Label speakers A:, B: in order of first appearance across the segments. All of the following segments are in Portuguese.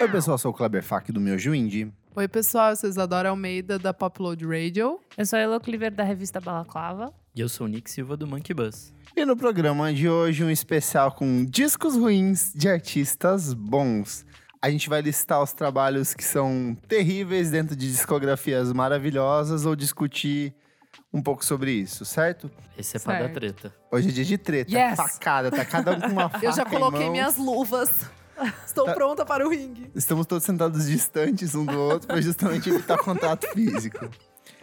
A: Oi, pessoal, sou o Kleber Fak do Meu Juindi.
B: Oi, pessoal, eu sou Isadora Almeida da Popload Radio.
C: Eu sou a Elo Cleaver da revista Balaclava.
D: E eu sou o Nick Silva do Monkey Bus.
A: E no programa de hoje, um especial com discos ruins de artistas bons. A gente vai listar os trabalhos que são terríveis dentro de discografias maravilhosas ou discutir um pouco sobre isso, certo?
D: Esse é para da
B: Certo.
D: treta.
A: Hoje é dia de treta,
B: Yes!
A: facada, tá cada um com uma faca
B: Eu já
A: em
B: coloquei
A: mão.
B: minhas luvas. Estou
A: Tá.
B: pronta para o ringue.
A: Estamos todos sentados distantes um do outro para justamente evitar contato físico.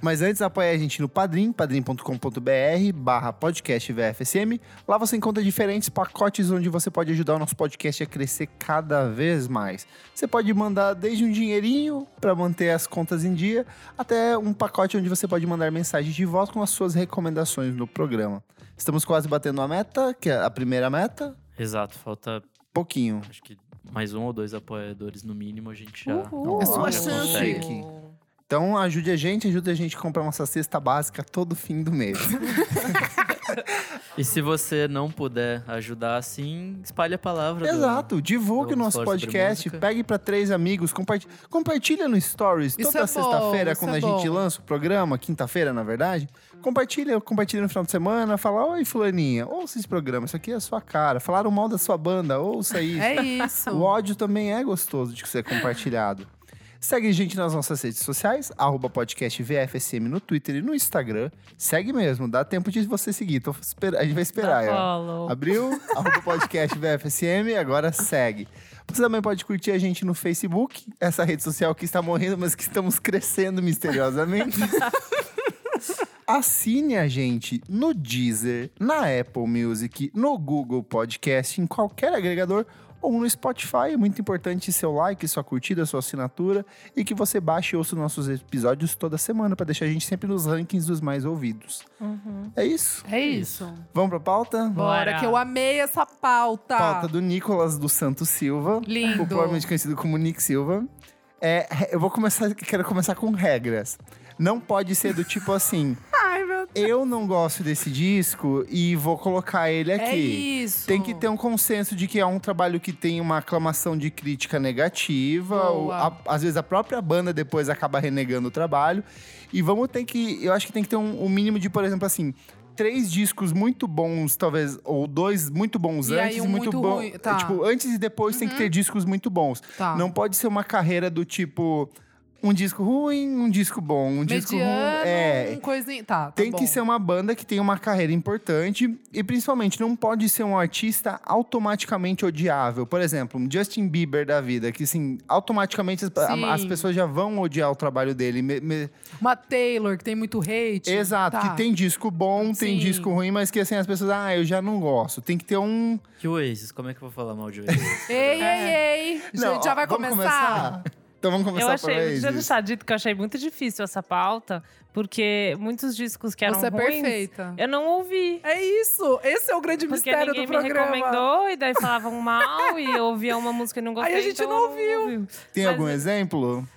A: Mas antes, apoia a gente no Padrim, padrim.com.br barra podcast VFSM. Lá você encontra diferentes pacotes onde você pode ajudar o nosso podcast a crescer cada vez mais. Você pode mandar desde um dinheirinho para manter as contas em dia, até um pacote onde você pode mandar mensagem de voz com as suas recomendações no programa. Estamos quase batendo a meta, que é a primeira meta.
D: Exato, falta
A: Pouquinho.
D: acho que mais um ou dois apoiadores no mínimo, a gente já.
C: Uhul.
A: É sua
D: já
A: chance.
D: consegue.
A: Chique. Então ajude a gente, ajude a gente a comprar nossa cesta básica todo fim do mês.
D: E se você não puder ajudar assim, espalhe a palavra. do-
A: Exato, divulgue o
D: Vamos
A: nosso
D: falar sobre
A: podcast,
D: música.
A: pegue pra três amigos, comparti- compartilha no Stories
B: Isso
A: toda
B: é bom,
A: sexta-feira
B: isso
A: quando
B: é
A: a gente
B: bom.
A: lança o programa, quinta-feira na verdade. Compartilha, compartilha no final de semana, fala, oi fulaninha, ouça esse programa, isso aqui é a sua cara. Falaram mal da sua banda, ouça isso.
B: É isso.
A: O ódio também é gostoso de ser compartilhado. Segue a gente nas nossas redes sociais, arroba podcast VFSM no Twitter e no Instagram. Segue mesmo, dá tempo de você seguir. Tô esper- A gente vai
C: Dá
A: esperar. ó.
C: follow.
A: Abriu, arroba podcast VFSM, agora segue. Você também pode curtir a gente no Facebook, essa rede social que está morrendo, mas que estamos crescendo misteriosamente. Assine a gente no Deezer, na Apple Music, no Google Podcast, em qualquer agregador ou no Spotify. É muito importante seu like, sua curtida, sua assinatura e que você baixe e ouça nossos episódios toda semana para deixar a gente sempre nos rankings dos mais ouvidos. É isso?
B: É isso.
A: Vamos pra pauta?
B: Bora.
C: Bora.
B: que eu amei essa pauta.
A: Pauta do Nicolas do Santos Silva,
B: Tá. Lindo.
A: popularmente conhecido como Nick Silva. É, re- eu vou começar, quero começar com regras. Não pode ser do tipo assim,
B: Ai, meu
A: eu não gosto desse disco e vou colocar ele
B: É
A: aqui.
B: isso.
A: tem que ter um consenso de que é um trabalho que tem uma aclamação de crítica negativa, ou
B: Boa.
A: a- às vezes a própria banda depois acaba renegando o trabalho. E vamos ter que, eu acho que tem que ter um, um mínimo de, por exemplo, assim, três discos muito bons, talvez, ou dois muito bons
B: E aí
A: antes
B: um
A: e muito,
B: muito
A: bons.
B: ruim, tá. Uhum.
A: Tipo, antes e depois tem que ter discos muito bons.
B: Tá.
A: um Não pode ser uma carreira do tipo um disco ruim, um disco bom, um disco ruim.
B: Mediano,
A: É,
B: um coisinho. Tá, tá
A: tem
B: bom.
A: que ser um uma banda que tem uma carreira importante e principalmente não pode ser um artista automaticamente odiável. Por exemplo, um Justin Bieber da vida, que assim, automaticamente as,
B: Sim.
A: as pessoas já vão odiar o trabalho dele. Me- me-
B: Uma Taylor, que tem muito hate.
A: Exato,
B: Tá.
A: que tem disco bom, tem
B: Sim.
A: disco ruim, mas que assim as pessoas, ah, eu já não gosto. Tem que ter um.
D: E o Oasis, como é que eu vou falar mal de Oasis?
B: Ei, ei, ei.
A: É. Não,
B: Gente, já
A: ó,
B: vai
A: vamos
B: começar?
A: Então vamos começar
C: Eu achei,
A: por
C: eu já
A: aí.
C: deixar dito que eu achei muito difícil essa pauta, porque muitos discos que eram
B: Você é
C: ruins,
B: perfeita.
C: eu não ouvi.
B: É isso. Esse é o grande
C: Porque
B: mistério
C: ninguém
B: do
C: me
B: programa.
C: recomendou, e daí falavam mal, e eu ouvia uma música e não gostei.
B: Aí a gente
C: então
B: não
C: eu ouvi.
A: Tem
C: Mas-
A: algum exemplo?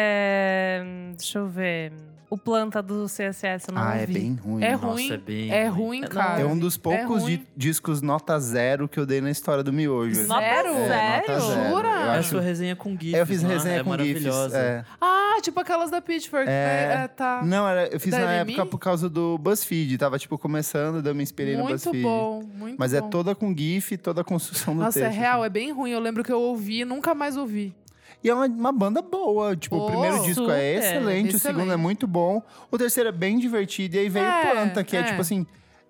C: É, deixa eu ver. O Planta do CSS eu não
A: Ah,
C: ouvi.
A: é bem ruim.
B: É
D: Nossa,
B: ruim.
D: é bem
B: é
D: ruim.
B: ruim, cara.
A: É um dos poucos
B: ruim.
A: di- discos nota zero que eu dei na história do miojo.
C: Nota
B: Zero?
A: É, nota
C: Zero?
A: zero.
B: Jura?
A: Eu
D: É a
A: acho-
D: sua resenha com GIFs.
A: Eu fiz
D: não é?
A: resenha
D: é
A: com GIFs.
D: maravilhosa.
A: É.
B: Ah, tipo aquelas da Pitchfork.
A: É.
B: É, é, tá.
A: Não, era, eu fiz
B: Da
A: na
B: Elemi?
A: época por causa do BuzzFeed. Tava, tipo, começando, daí eu me inspirei no
B: muito
A: BuzzFeed.
B: bom, muito
A: Mas
B: bom.
A: é toda com GIF, toda a construção do
B: Nossa,
A: texto.
B: é real, é bem ruim. Eu lembro que eu ouvi e nunca mais ouvi.
A: E é uma, uma banda boa. Tipo, o
B: Pô,
A: primeiro disco é
C: super,
A: excelente, o segundo é
B: excelente.
A: muito bom. O terceiro é bem divertido. E aí veio
B: É,
A: Planta, que é,
B: é.
A: tipo assim...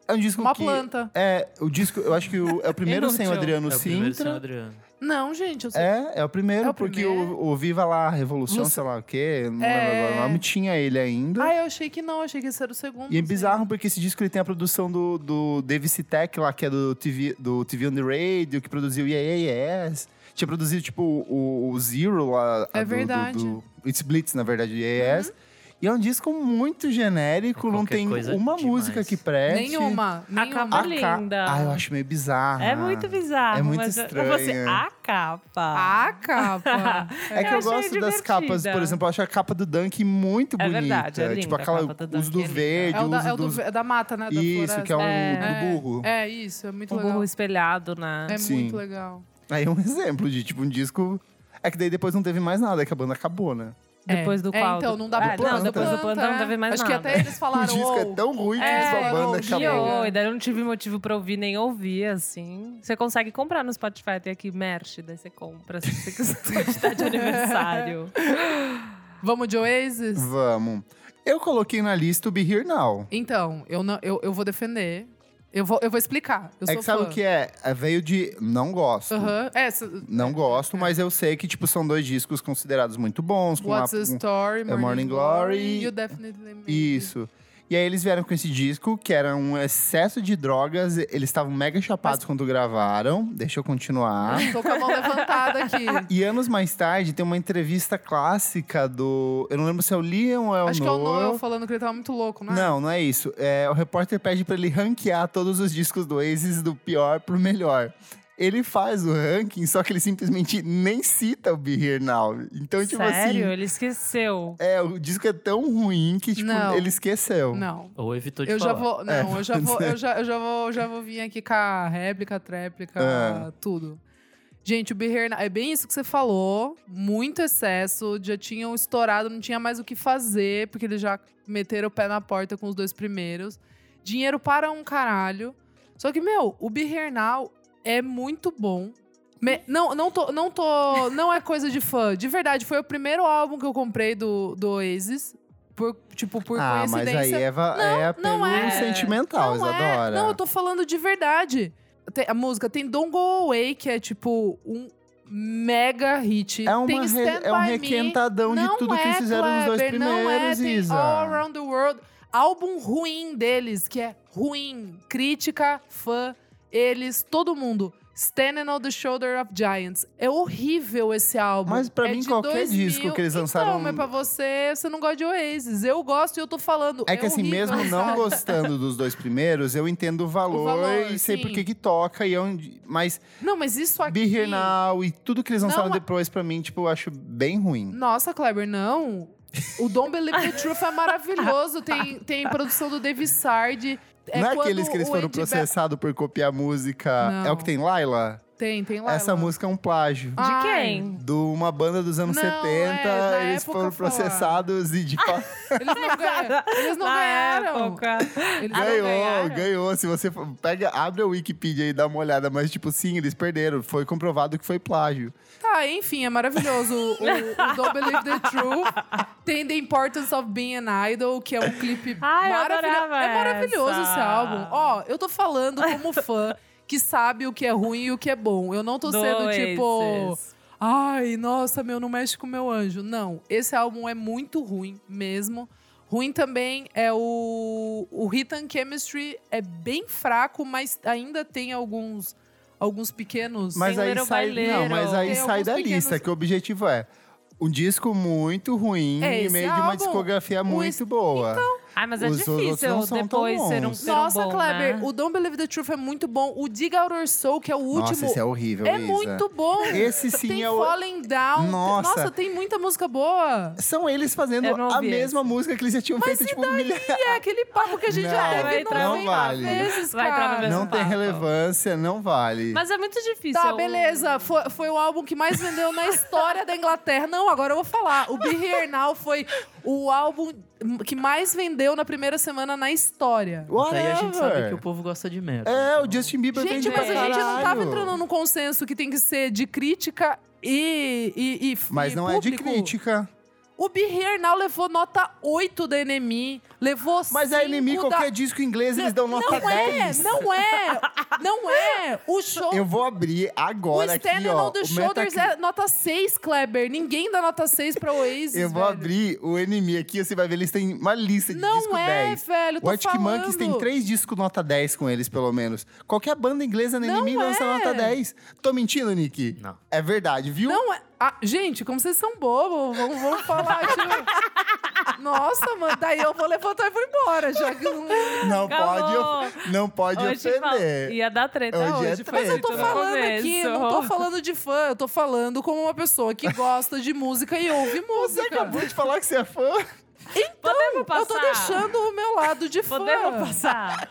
A: É um disco
B: Uma
A: que...
B: planta.
A: É, o disco... Eu acho que o- é o primeiro sem o
C: Inútil.
A: Adriano
D: É o primeiro sem o
A: Sintra.
D: Adriano.
B: Não, gente, eu sei.
A: É, é o primeiro,
B: É o
A: porque
B: primeiro.
A: O, o Viva lá, Revolução,
B: Lu-
A: sei lá o quê, não
B: É.
A: lembro agora o nome, tinha ele ainda.
B: Ah, eu achei que não, achei que esse era o segundo.
A: E é
B: não sei.
A: bizarro porque esse disco ele tem a produção do, do Dave Citek lá, que é do TV, do TV on the Radio, que produziu Yeah Yeah Yes. Tinha produzido, tipo, o, o Zero lá. a
B: É
A: do- do-
B: verdade.
A: do- It's Blitz, na verdade, do Yeah
C: Uhum.
A: Yes. E é um disco muito genérico, não
D: Qualquer
A: tem
D: coisa
A: uma
D: demais.
A: música que preste.
B: Nenhuma, nenhuma.
C: Acaba-
A: né? A ca-
C: Linda.
A: Ah, eu acho meio bizarro.
C: É muito bizarro.
A: É muito
C: mas eu-
A: estranho.
C: Você, a capa.
B: A capa.
A: É que
C: Eu
A: eu,
C: achei
A: gosto das
C: divertida.
A: capas, por exemplo, eu acho a capa do Dunk muito
C: É
A: bonita.
C: verdade, é linda
A: tipo
C: a
A: aquela
C: capa do
A: uso
C: Dunk,
A: do
C: é linda.
A: verde,
B: É o da,
A: uso
B: é o do-
A: dos-
B: é da mata, né? Da
A: Isso, que é um
C: floresta.
A: do burro.
B: É, isso, é muito
C: O
B: legal.
C: burro Um espelhado né? na.
B: É
A: Sim.
B: muito legal.
A: Aí é um exemplo de tipo um disco. É que daí depois não teve mais nada, é que a banda acabou, né?
C: Depois do
B: é,
C: qual?
B: então, não dá pra
C: ah,
B: planta.
C: Não, depois do plantão não
B: é.
C: teve mais
B: Acho
C: nada.
B: que até eles
A: O
B: falaram,
A: disco é
B: "Oh,
A: tão ruim que
C: É,
A: sua banda
B: eu
C: Que
A: acabou.
C: oi, daí eu não tive motivo pra ouvir nem ouvir, assim. Você consegue comprar no Spotify, tem aqui merch, daí você compra se você quiser te dar de aniversário.
B: vamos de Oasis?
A: Vamos. Eu coloquei na lista o Be Here Now.
B: Então, eu, não, eu, eu vou defender. Eu vou, eu vou explicar. Eu
A: é
B: sou
A: que sabe
B: fã.
A: o que é? É, Veio de não gosto.
B: Aham. É, se-
A: Não gosto, mas eu sei que, tipo, são dois discos considerados muito bons. Com
B: What's
A: Tipo, uma-
B: the Story,
A: é
B: Morning,
A: Morning
B: Glory,
A: Glory.
B: You Definitely Made It.
A: Isso. E aí eles vieram com esse disco, que era um excesso de drogas. Eles estavam mega chapados quando gravaram. Deixa eu continuar.
B: Tô com a mão levantada aqui.
A: E anos mais tarde, tem uma entrevista clássica do... Eu não lembro se é o Liam ou é o
B: Acho que é o Noel
A: Noel.
B: falando que ele tava muito louco, né?
A: Não, não é isso. É, o repórter pede pra ele ranquear todos os discos do Oasis do pior pro melhor. Ele faz o ranking, só que ele simplesmente nem cita o Be Here Now. Então, tipo
C: Sério?
A: assim...
C: Ele esqueceu.
A: É, o disco é tão ruim que, tipo,
B: Não.
A: ele esqueceu.
B: Não.
D: Ou evitou de
B: Eu já
D: falar.
B: vou.
A: É.
B: Não, eu já vou, eu já, eu já vou, eu já vou vir aqui com a réplica, a tréplica,
A: É.
B: tudo. Gente, o Behavior é bem isso que você falou. Muito excesso. Já tinham estourado, não tinha mais o que fazer, porque eles já meteram o pé na porta com os dois primeiros. Dinheiro para um caralho. Só que, meu, o Bihernal é muito bom. Me- não, não tô, não tô. Não é coisa de fã. De verdade, foi o primeiro álbum que eu comprei do, do Oasis. Por, tipo, por
A: ah, mas
B: coincidência.
A: aí Eva é apelo
B: não é.
A: sentimental,
B: Não é.
A: Isadora.
B: Não, eu tô falando de verdade. Tem- a música tem Don't Go Away, que é tipo um mega hit.
A: É, uma
B: tem
A: re-
B: Stand
A: é um
B: By Me.
A: requentadão de
B: Não
A: tudo que
B: é,
A: eles fizeram nos dois
B: Kleber,
A: primeiros,
B: Não é, tem
A: Isa.
B: All Around the World. Álbum ruim deles, que é ruim. Crítica, fã, eles, todo mundo. Standing on the Shoulder of Giants. É horrível esse álbum.
A: Mas pra
B: É
A: mim,
B: de
A: qualquer
B: 2000.
A: disco que eles
B: Então,
A: lançaram-
B: mas pra você, você não gosta de Oasis. Eu gosto e eu tô falando.
A: É que assim,
B: horrível
A: mesmo
B: esse
A: não
B: álbum.
A: gostando dos dois primeiros, eu entendo o valor,
B: valor,
A: e sei
B: sim.
A: por que que toca. E onde... Mas
B: Não, mas isso aqui.
A: Be Here Now e tudo que eles lançaram
B: Não,
A: depois, pra mim, tipo, eu acho bem ruim.
B: Nossa, Kleber, não. O Don't Believe the Truth é maravilhoso. Tem, tem produção do David Sard.
A: não é
B: quando
A: aqueles que eles
B: o
A: foram
B: Andy Bell-
A: processados por copiar música. É
B: Não.
A: o que tem, Laila?
B: Tem, tem lá.
A: Essa
B: lá.
A: música é um plágio.
B: Ah,
C: De
B: Ai.
C: quem?
A: De uma banda dos anos
B: Não,
A: 70,
B: é, na
A: eles
B: época Ah,
A: foram
B: falaram.
A: processados e tipo, de fato.
B: Eles não ganharam. Eles não
C: Na
B: ganharam.
C: época.
B: Eles não
A: Ganhou,
B: ganharam.
A: ganhou. Se você for- pega, abre a Wikipedia e dá uma olhada, mas tipo, sim, eles perderam. Foi comprovado que foi plágio.
B: Tá, enfim, é maravilhoso. O, o- o Don't Believe the Truth tem The Importance of Being an Idol, que é um clipe
C: Ai, eu
B: maravilhoso.
C: adorava
B: É maravilhoso
C: essa.
B: esse álbum. Ó, eu tô falando como fã que sabe o que é ruim e o que é bom. Eu não tô sendo
C: Do
B: tipo.
C: Oasis.
B: Ai, nossa, meu, não mexe com meu anjo. Não, esse álbum é muito ruim mesmo. Ruim também é o. O Rhythm Chemistry é bem fraco, mas ainda tem alguns, alguns pequenos.
A: Mas
C: Tem
A: aí
C: Little
A: sai,
C: by Little.
A: não, mas aí
B: Tem
A: sai
B: alguns
A: da
B: pequenos-
A: lista, que o objetivo é um disco muito ruim
B: É,
A: e
B: esse
A: meio de uma
B: álbum,
A: discografia
B: o então,
A: muito boa.
C: Ai, mas é
A: Os outros não
C: difícil
A: são tão
C: depois ser um
A: bons.
C: ser um
B: Nossa,
C: bom,
B: Kleber,
C: né?
B: o Don't Believe the Truth é muito bom. O Dig Out Your Soul, que é o
A: Nossa,
B: último,
A: esse é horrível,
B: é
A: Isa.
B: muito bom.
A: Esse sim
B: tem
A: é o-
B: Falling Down.
A: Nossa.
B: tem muita música boa.
A: São eles fazendo
C: Eu não
A: a
C: ouvi
A: mesma música que eles já tinham feito, tipo, milhares.
B: E é aquele papo que a gente já
A: Não,
B: teve
A: vai entrar no
B: 90
A: vale.
B: vezes,
C: Vai entrar no
B: cara.
C: mesmo
A: Não tem
C: papo.
A: relevância, não vale.
C: Mas é muito difícil.
B: Tá,
C: eu-
B: beleza. Foi, foi o álbum que mais vendeu na história da Inglaterra. Não, agora eu vou falar. O Be Here Now foi o álbum que mais vendeu na primeira semana na história.
D: Mas Aí a gente sabe
A: Whatever.
D: que o povo gosta de merda.
A: É, o
D: então.
A: Justin Bieber
B: Gente,
A: vende
B: mas
A: pra
B: a gente não tava
A: caralho.
B: entrando num consenso que tem que ser de crítica e. e, e
A: Mas
B: e
A: não é de
B: público.
A: crítica.
B: O Be Here Now levou nota 8 da NME, levou
A: Mas é a NME,
B: cinco da-
A: qualquer disco inglês, eles dão nota
B: não
A: 10.
B: É, não é, não é. O show.
A: Eu vou abrir
B: o
A: agora aqui,
B: Standing
A: ó.
B: on the
A: o
B: Shoulders
A: Metacritic.
B: é nota 6, Kleber. Ninguém dá nota 6 pra Oasis.
A: Eu vou
B: velho.
A: abrir o NME aqui, você vai ver, eles têm uma lista de
B: Não
A: disco
B: é,
A: 10.
B: velho. eu Tô
A: Arctic
B: falando.
A: Monkeys tem três discos nota 10 com eles, pelo menos. Qualquer banda inglesa na
B: Não
A: NME lança
B: é.
A: nota 10. Tô mentindo, Nick?
D: Não.
A: É verdade, viu?
B: Não é. Ah, gente, como vocês são bobos, vamos, vamos falar. Tipo... Nossa, mano, daí eu vou levantar e vou embora, já que não.
A: Não pode,
C: Acabou.
A: of- não pode
C: Hoje fala-
A: ofender.
C: Ia dar treta
A: Hoje é
C: hoje. foi
A: treta. Mas eu
B: Eu tô
A: No
C: dito no
B: falando aqui, não tô
C: começo.
B: falando de fã, eu tô falando como uma pessoa que gosta de música e
A: Você
B: ouve música.
A: acabou de falar que você é fã.
B: Então,
C: Podemos
B: eu tô
C: passar?
B: deixando o meu lado de fã.
C: Podemos passar?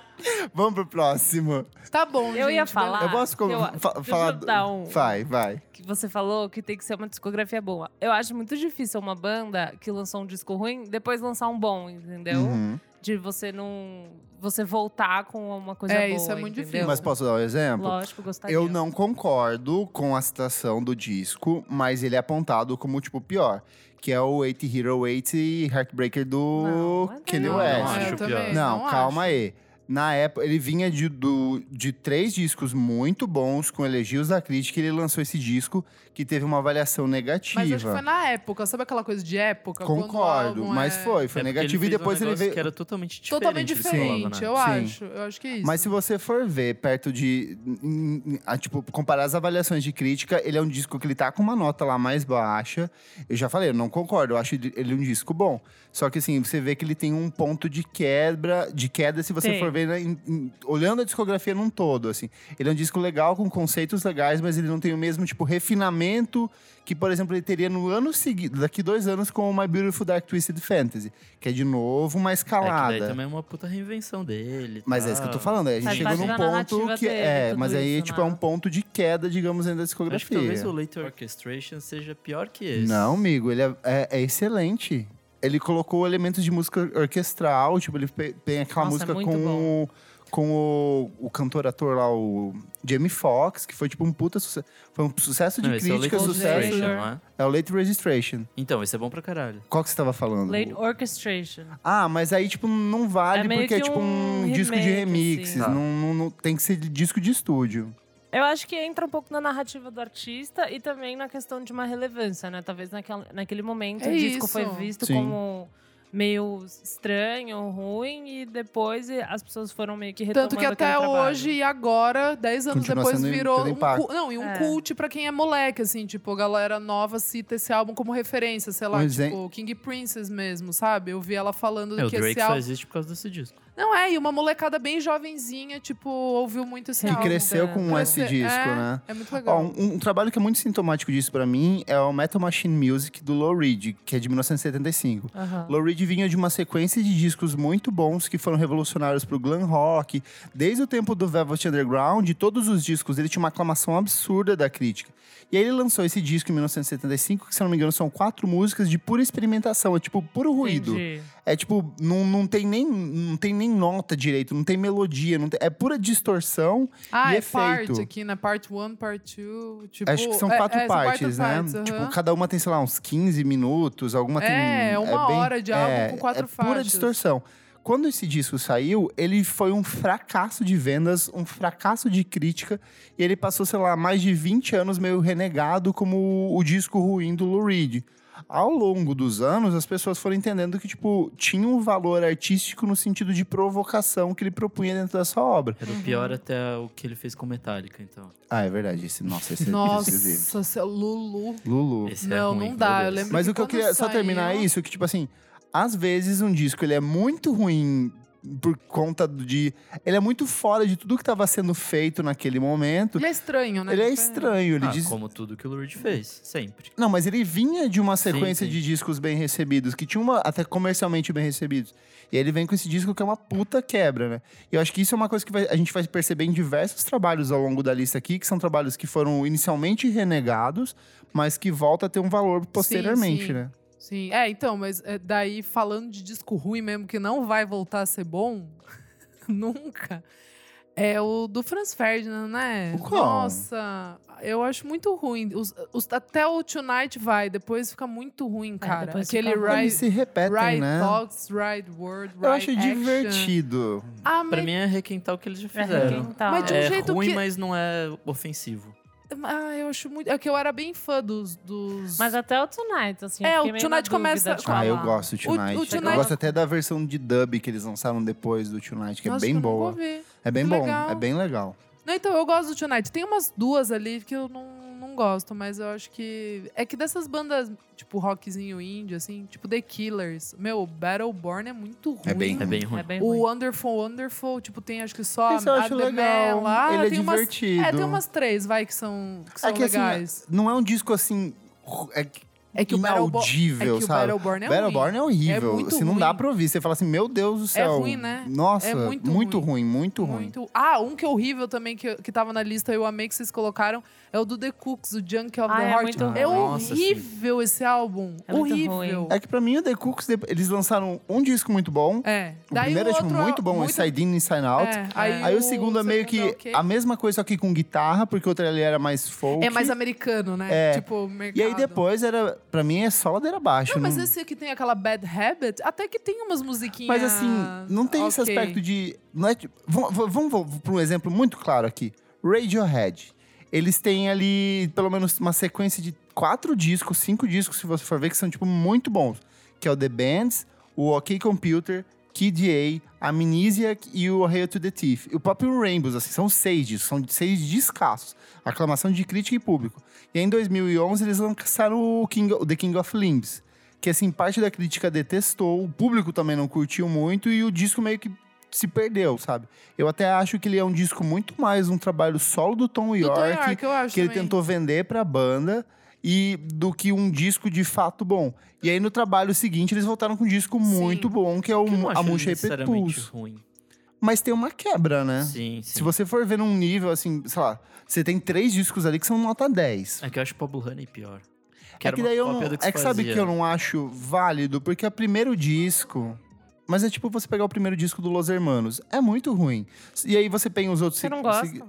A: Vamos pro próximo.
B: Tá bom,
C: Eu
B: gente,
C: ia falar.
B: beleza.
A: eu posso com-
C: eu-
A: fa-
C: deixa eu
A: falar.
C: dar um-
A: Vai, vai.
C: Que você falou que tem que ser uma discografia boa. Eu acho muito difícil uma banda que lançou um disco ruim depois lançar um bom, entendeu?
A: Uhum.
C: De você não. Você voltar com uma coisa
B: É,
C: boa.
B: isso é muito
C: entendeu?
B: difícil.
A: Mas posso dar um exemplo?
C: Lógico,
B: Tá
C: gostaria.
A: Eu não concordo com a citação do disco, mas ele é apontado como, tipo, pior. Que é o 80 Hero 80 e Heartbreaker
C: Não,
A: do
C: mas
A: Kanye
D: não.
A: West.
D: Eu acho
B: é eu
D: pior.
B: também,
A: É. Não, calma
B: acho.
A: aí. Na época, ele vinha de, do- de três discos muito bons, com elogios da crítica, e ele lançou esse disco que teve uma avaliação negativa.
B: Mas acho que foi na época, sabe aquela coisa de época? Quando o
A: Concordo,
B: álbum
A: mas
B: é
A: foi, foi
D: É porque
A: negativo e
D: fez um
A: depois ele
D: negócio
A: veio.
D: Que era totalmente diferente. né?
B: Totalmente
D: do que rolava na
B: diferente, eu
A: época. assim, Sim.
B: acho. Eu acho que é isso.
A: Mas se você for ver perto de. em- em- a, tipo, comparar as avaliações de crítica, ele é um disco que ele tá com uma nota lá mais baixa. Eu já falei, eu não concordo, eu acho ele um disco bom. Só que assim, você vê que ele tem um ponto de quebra, de queda, se você
C: Tem.
A: for ver, né, em- em- olhando a discografia num todo, assim. Ele é um disco legal, com conceitos legais, mas ele não tem o mesmo, tipo, refinamento que, por exemplo, ele teria no ano seguido, daqui dois anos, com o My Beautiful Dark Twisted Fantasy, que é de novo uma
D: É que
A: escalada.
D: daí também é uma puta reinvenção dele. e
A: Mas é
D: tal.
A: isso que eu tô falando. aí A gente
C: Faz
A: chegou
C: parte
A: num
C: da
A: ponto
C: narrativa
A: que.
C: dele,
A: é,
C: tudo
A: mas aí,
C: isso,
A: tipo, é
C: né?
A: um ponto de queda, digamos, ainda da
D: Eu Acho que
A: discografia.
D: talvez o Later Orchestration seja pior que esse.
A: Não, amigo, ele é, é- é excelente. Ele colocou elementos de música or- orquestral, tipo, ele pe- tem aquela
C: Nossa,
A: música
C: muito
A: com,
C: bom.
A: o, com o, o cantor-ator lá, o Jamie Foxx, que foi tipo um puta sucesso. Foi um sucesso de
D: Não, esse é o
A: crítica,
D: Late
A: sucesso.
D: Registration, não é?
A: É o Late Registration.
D: Então, esse é bom pra caralho.
A: Qual que você tava falando?
C: Late Orchestration.
A: Ah, mas aí, tipo, não vale
C: É meio
A: porque é
C: que
A: tipo um,
C: um
A: disco de
C: remake,
A: remixes.
D: assim.
A: Não, não- não- tem que ser de disco de estúdio.
C: Eu acho que entra um pouco na narrativa do artista e também na questão de uma relevância, né? Talvez naquela, naquele momento
B: É
C: o disco
B: isso.
C: foi visto
A: Sim.
C: como meio estranho, ruim, e depois e as pessoas foram meio que retomando
B: Tanto que
C: aquele
B: até
C: trabalho.
B: hoje e agora, 10 anos
A: Continua
B: depois,
A: sendo
B: virou
A: tendo
B: um,
A: impacto.
B: cu- não, e um
C: É.
B: cult pra quem é moleque, assim, tipo, a galera nova cita esse álbum como referência, sei lá,
A: Um exem-
B: tipo, King Princess mesmo, sabe? Eu vi ela falando
D: É, o
B: que
D: Drake
B: esse
D: só
B: álbum.
D: existe por causa desse disco.
B: Não é, e uma molecada bem jovenzinha, tipo, ouviu muito esse
A: Que
B: álbum.
A: cresceu
C: né?
A: com
B: Cresce-
A: esse disco,
B: é,
A: né?
B: É muito
A: Ó,
B: legal.
A: um, um trabalho que é muito sintomático disso pra mim é o Metal Machine Music do Low Reed, que é de 1975.
C: Aham.
A: Low Reed vinha de uma sequência de discos muito bons que foram revolucionários pro glam rock. Desde o tempo do Velvet Underground, todos os discos ele tinha uma aclamação absurda da crítica. E aí ele lançou esse disco em 1975, que se eu não me engano são quatro músicas de pura experimentação, é tipo puro ruído.
C: Entendi.
A: É tipo, não, não, tem nem, não tem nem nota direito, não tem melodia, não tem- é pura distorção
B: ah,
A: e
B: é
A: efeito.
B: part aqui, né? Part 1, part 2. Tipo,
A: Acho que são
B: é-
A: quatro
B: é, são quatro
A: partes, né?
B: partes,
A: Tipo,
B: aham.
A: cada uma tem, sei lá, uns 15 minutos, alguma tem.
B: É, uma hora de álbum com quatro
A: é Pura
B: faixas.
A: distorção. Quando esse disco saiu, ele foi um fracasso de vendas, um fracasso de crítica, e ele passou, sei lá, mais de 20 anos meio renegado como o disco ruim do Lou Reed. Ao longo dos anos, as pessoas foram entendendo que, tipo, tinha um valor artístico no sentido de provocação que ele propunha dentro da sua obra.
D: É do pior até o que ele fez com Metallica, então.
A: Ah, é verdade. Esse, nossa, esse esse-
B: Nossa, seu Lulu.
A: Lulu.
D: Esse é
B: Não,
D: ruim,
B: não
D: meu
B: dá, eu
D: Deus.
B: lembro-
A: Mas o que eu
B: quando
A: queria só
B: saiu-
A: terminar é isso, que tipo assim, às vezes um disco ele é muito ruim por conta de ele é muito fora de tudo que estava sendo feito naquele momento.
B: Ele é estranho, né?
A: Ele é estranho, ele
D: Ah,
A: diz
D: como tudo que o Lurd fez, sempre.
A: não, mas ele vinha de uma sequência
D: sim.
A: de discos bem recebidos, que tinha uma até comercialmente bem recebidos. E aí ele vem com esse disco que é uma puta quebra, né? E eu acho que isso é uma coisa que vai- a gente vai perceber em diversos trabalhos ao longo da lista aqui, que são trabalhos que foram inicialmente renegados, mas que volta a ter um valor posteriormente,
B: sim.
A: né?
B: Sim, é, então, mas é, daí falando de disco ruim mesmo, que não vai voltar a ser bom, nunca, é o do Franz Ferdinand, né?
A: O qual?
B: Nossa, eu acho muito ruim. Os- os- até o Tonight vai, depois fica muito ruim, cara.
C: É, depois
B: Aquele
C: fica ruim.
A: Eles
B: Right,
A: se repetem,
B: right
A: né?
B: Thoughts, Right Word, Right
A: Eu acho
B: action.
A: divertido.
B: Ah, mas,
D: Pra mim é requentar o que eles já
C: É,
D: fizeram.
C: requentar.
B: Mas de um
D: é
B: jeito
D: ruim,
B: que-
D: mas não é ofensivo.
B: ah, eu acho muito... É que eu era bem fã dos... dos...
C: Mas até o Tonight, assim.
B: É,
C: eu
B: o
C: fiquei meio
B: Tonight
C: na dúvida
B: começa
C: de
B: com-
A: Ah,
C: falar.
A: eu gosto do
B: O- o
A: Tonight. Eu
B: Tonight-
A: gosto até da versão de dub que eles lançaram depois do Tonight, que é
B: Nossa,
A: bem
B: eu não
A: boa.
B: vou ver.
A: É bem
B: Que
A: bom,
B: legal.
A: é bem legal.
B: Não, então, eu gosto do Tonight. Tem umas duas ali que eu não, não gosto, mas eu acho que. É que dessas bandas, tipo, rockzinho indie, assim, tipo The Killers. Meu, Battleborn é muito ruim.
A: É bem
D: É bem ruim.
C: É bem
B: O
C: ruim.
B: Wonderful, Wonderful, tipo, tem acho que só
A: Esse eu
B: a
A: acho
B: The
A: legal.
B: Man lá.
A: Ele é
B: tem umas,
A: divertido.
B: É, tem umas três, vai, que são, que são
A: que, assim,
B: legais.
A: Não é um disco assim. ru- É, que-
B: É É que o Battleborn
A: inaudível,
B: é que o
A: sabe?
B: Battleborn é
A: Battleborn é horrível.
B: É muito
A: assim, não dá
B: ruim.
A: pra ouvir. Você fala assim, meu Deus do céu.
B: ruim, né?
A: Nossa,
B: É
A: muito,
B: muito
A: ruim. muito ruim.
B: Muito. Ah, um que é horrível também, que, que tava na lista, eu amei que vocês colocaram, é o do The Cooks, o Junk of
C: Ah,
B: the
C: é
B: Heart.
C: muito ruim.
B: é
D: Nossa,
B: horrível esse álbum.
C: É muito
B: horrível.
C: ruim.
A: É que pra mim, o The Cooks, de- eles lançaram um disco muito bom.
B: É.
A: O primeiro é tipo, muito bom, Inside In, Inside Out.
B: É,
A: Aí, o segundo é meio que
B: segundo é ok.
A: a mesma coisa, só que com guitarra, porque o outro ali era mais folk.
B: É mais americano, né?
A: É.
B: Tipo, mercado.
A: E aí depois era, pra mim, é só ladeira abaixo.
B: Não, mas
A: não-
B: esse aqui tem aquela Bad Habit, até que tem umas musiquinhas.
A: Mas assim, não tem esse
B: ok.
A: aspecto de. Não é, tipo- vamos vamos- vamos pra um exemplo muito claro aqui: Radiohead. Eles têm ali pelo menos uma sequência de quatro discos, cinco discos, se você for ver, que são, tipo, muito bons. Que é o The Bands, o OK Computer, Kid A, Amnesiac e o Hail to the Thief. E o próprio Rainbows, assim, são seis discos, são seis discaços. Aclamação de crítica e público. E aí, em 2011, eles lançaram o, King, o The King of Limbs, que, assim, parte da crítica detestou, o público também não curtiu muito e o disco meio que se perdeu, sabe? Eu até acho que ele é um disco muito mais um trabalho solo do Tom
B: Do Tom
A: York,
B: York, eu acho
A: que ele
B: também.
A: tentou vender pra banda e do que um disco de fato bom. E aí no trabalho seguinte eles voltaram com um disco muito bom, que é o
D: Que eu não acho
A: A
D: ele
A: Moon Shaped
D: necessariamente
A: Pulse.
D: ruim.
A: Mas tem uma quebra, né?
D: Sim, sim.
A: Se você for ver num nível assim, sei lá, você tem três discos ali que são nota 10.
D: É que eu acho Pablo Honey pior.
A: é
D: era
A: que
D: uma
A: daí eu não,
D: cópia do
A: é que sabe
D: fazia.
A: que eu não acho válido, porque é o primeiro disco. Mas é tipo você pegar o primeiro disco do Los Hermanos, é muito ruim. E aí você pega os outros
C: Você não
A: se-
C: gosta?
A: se-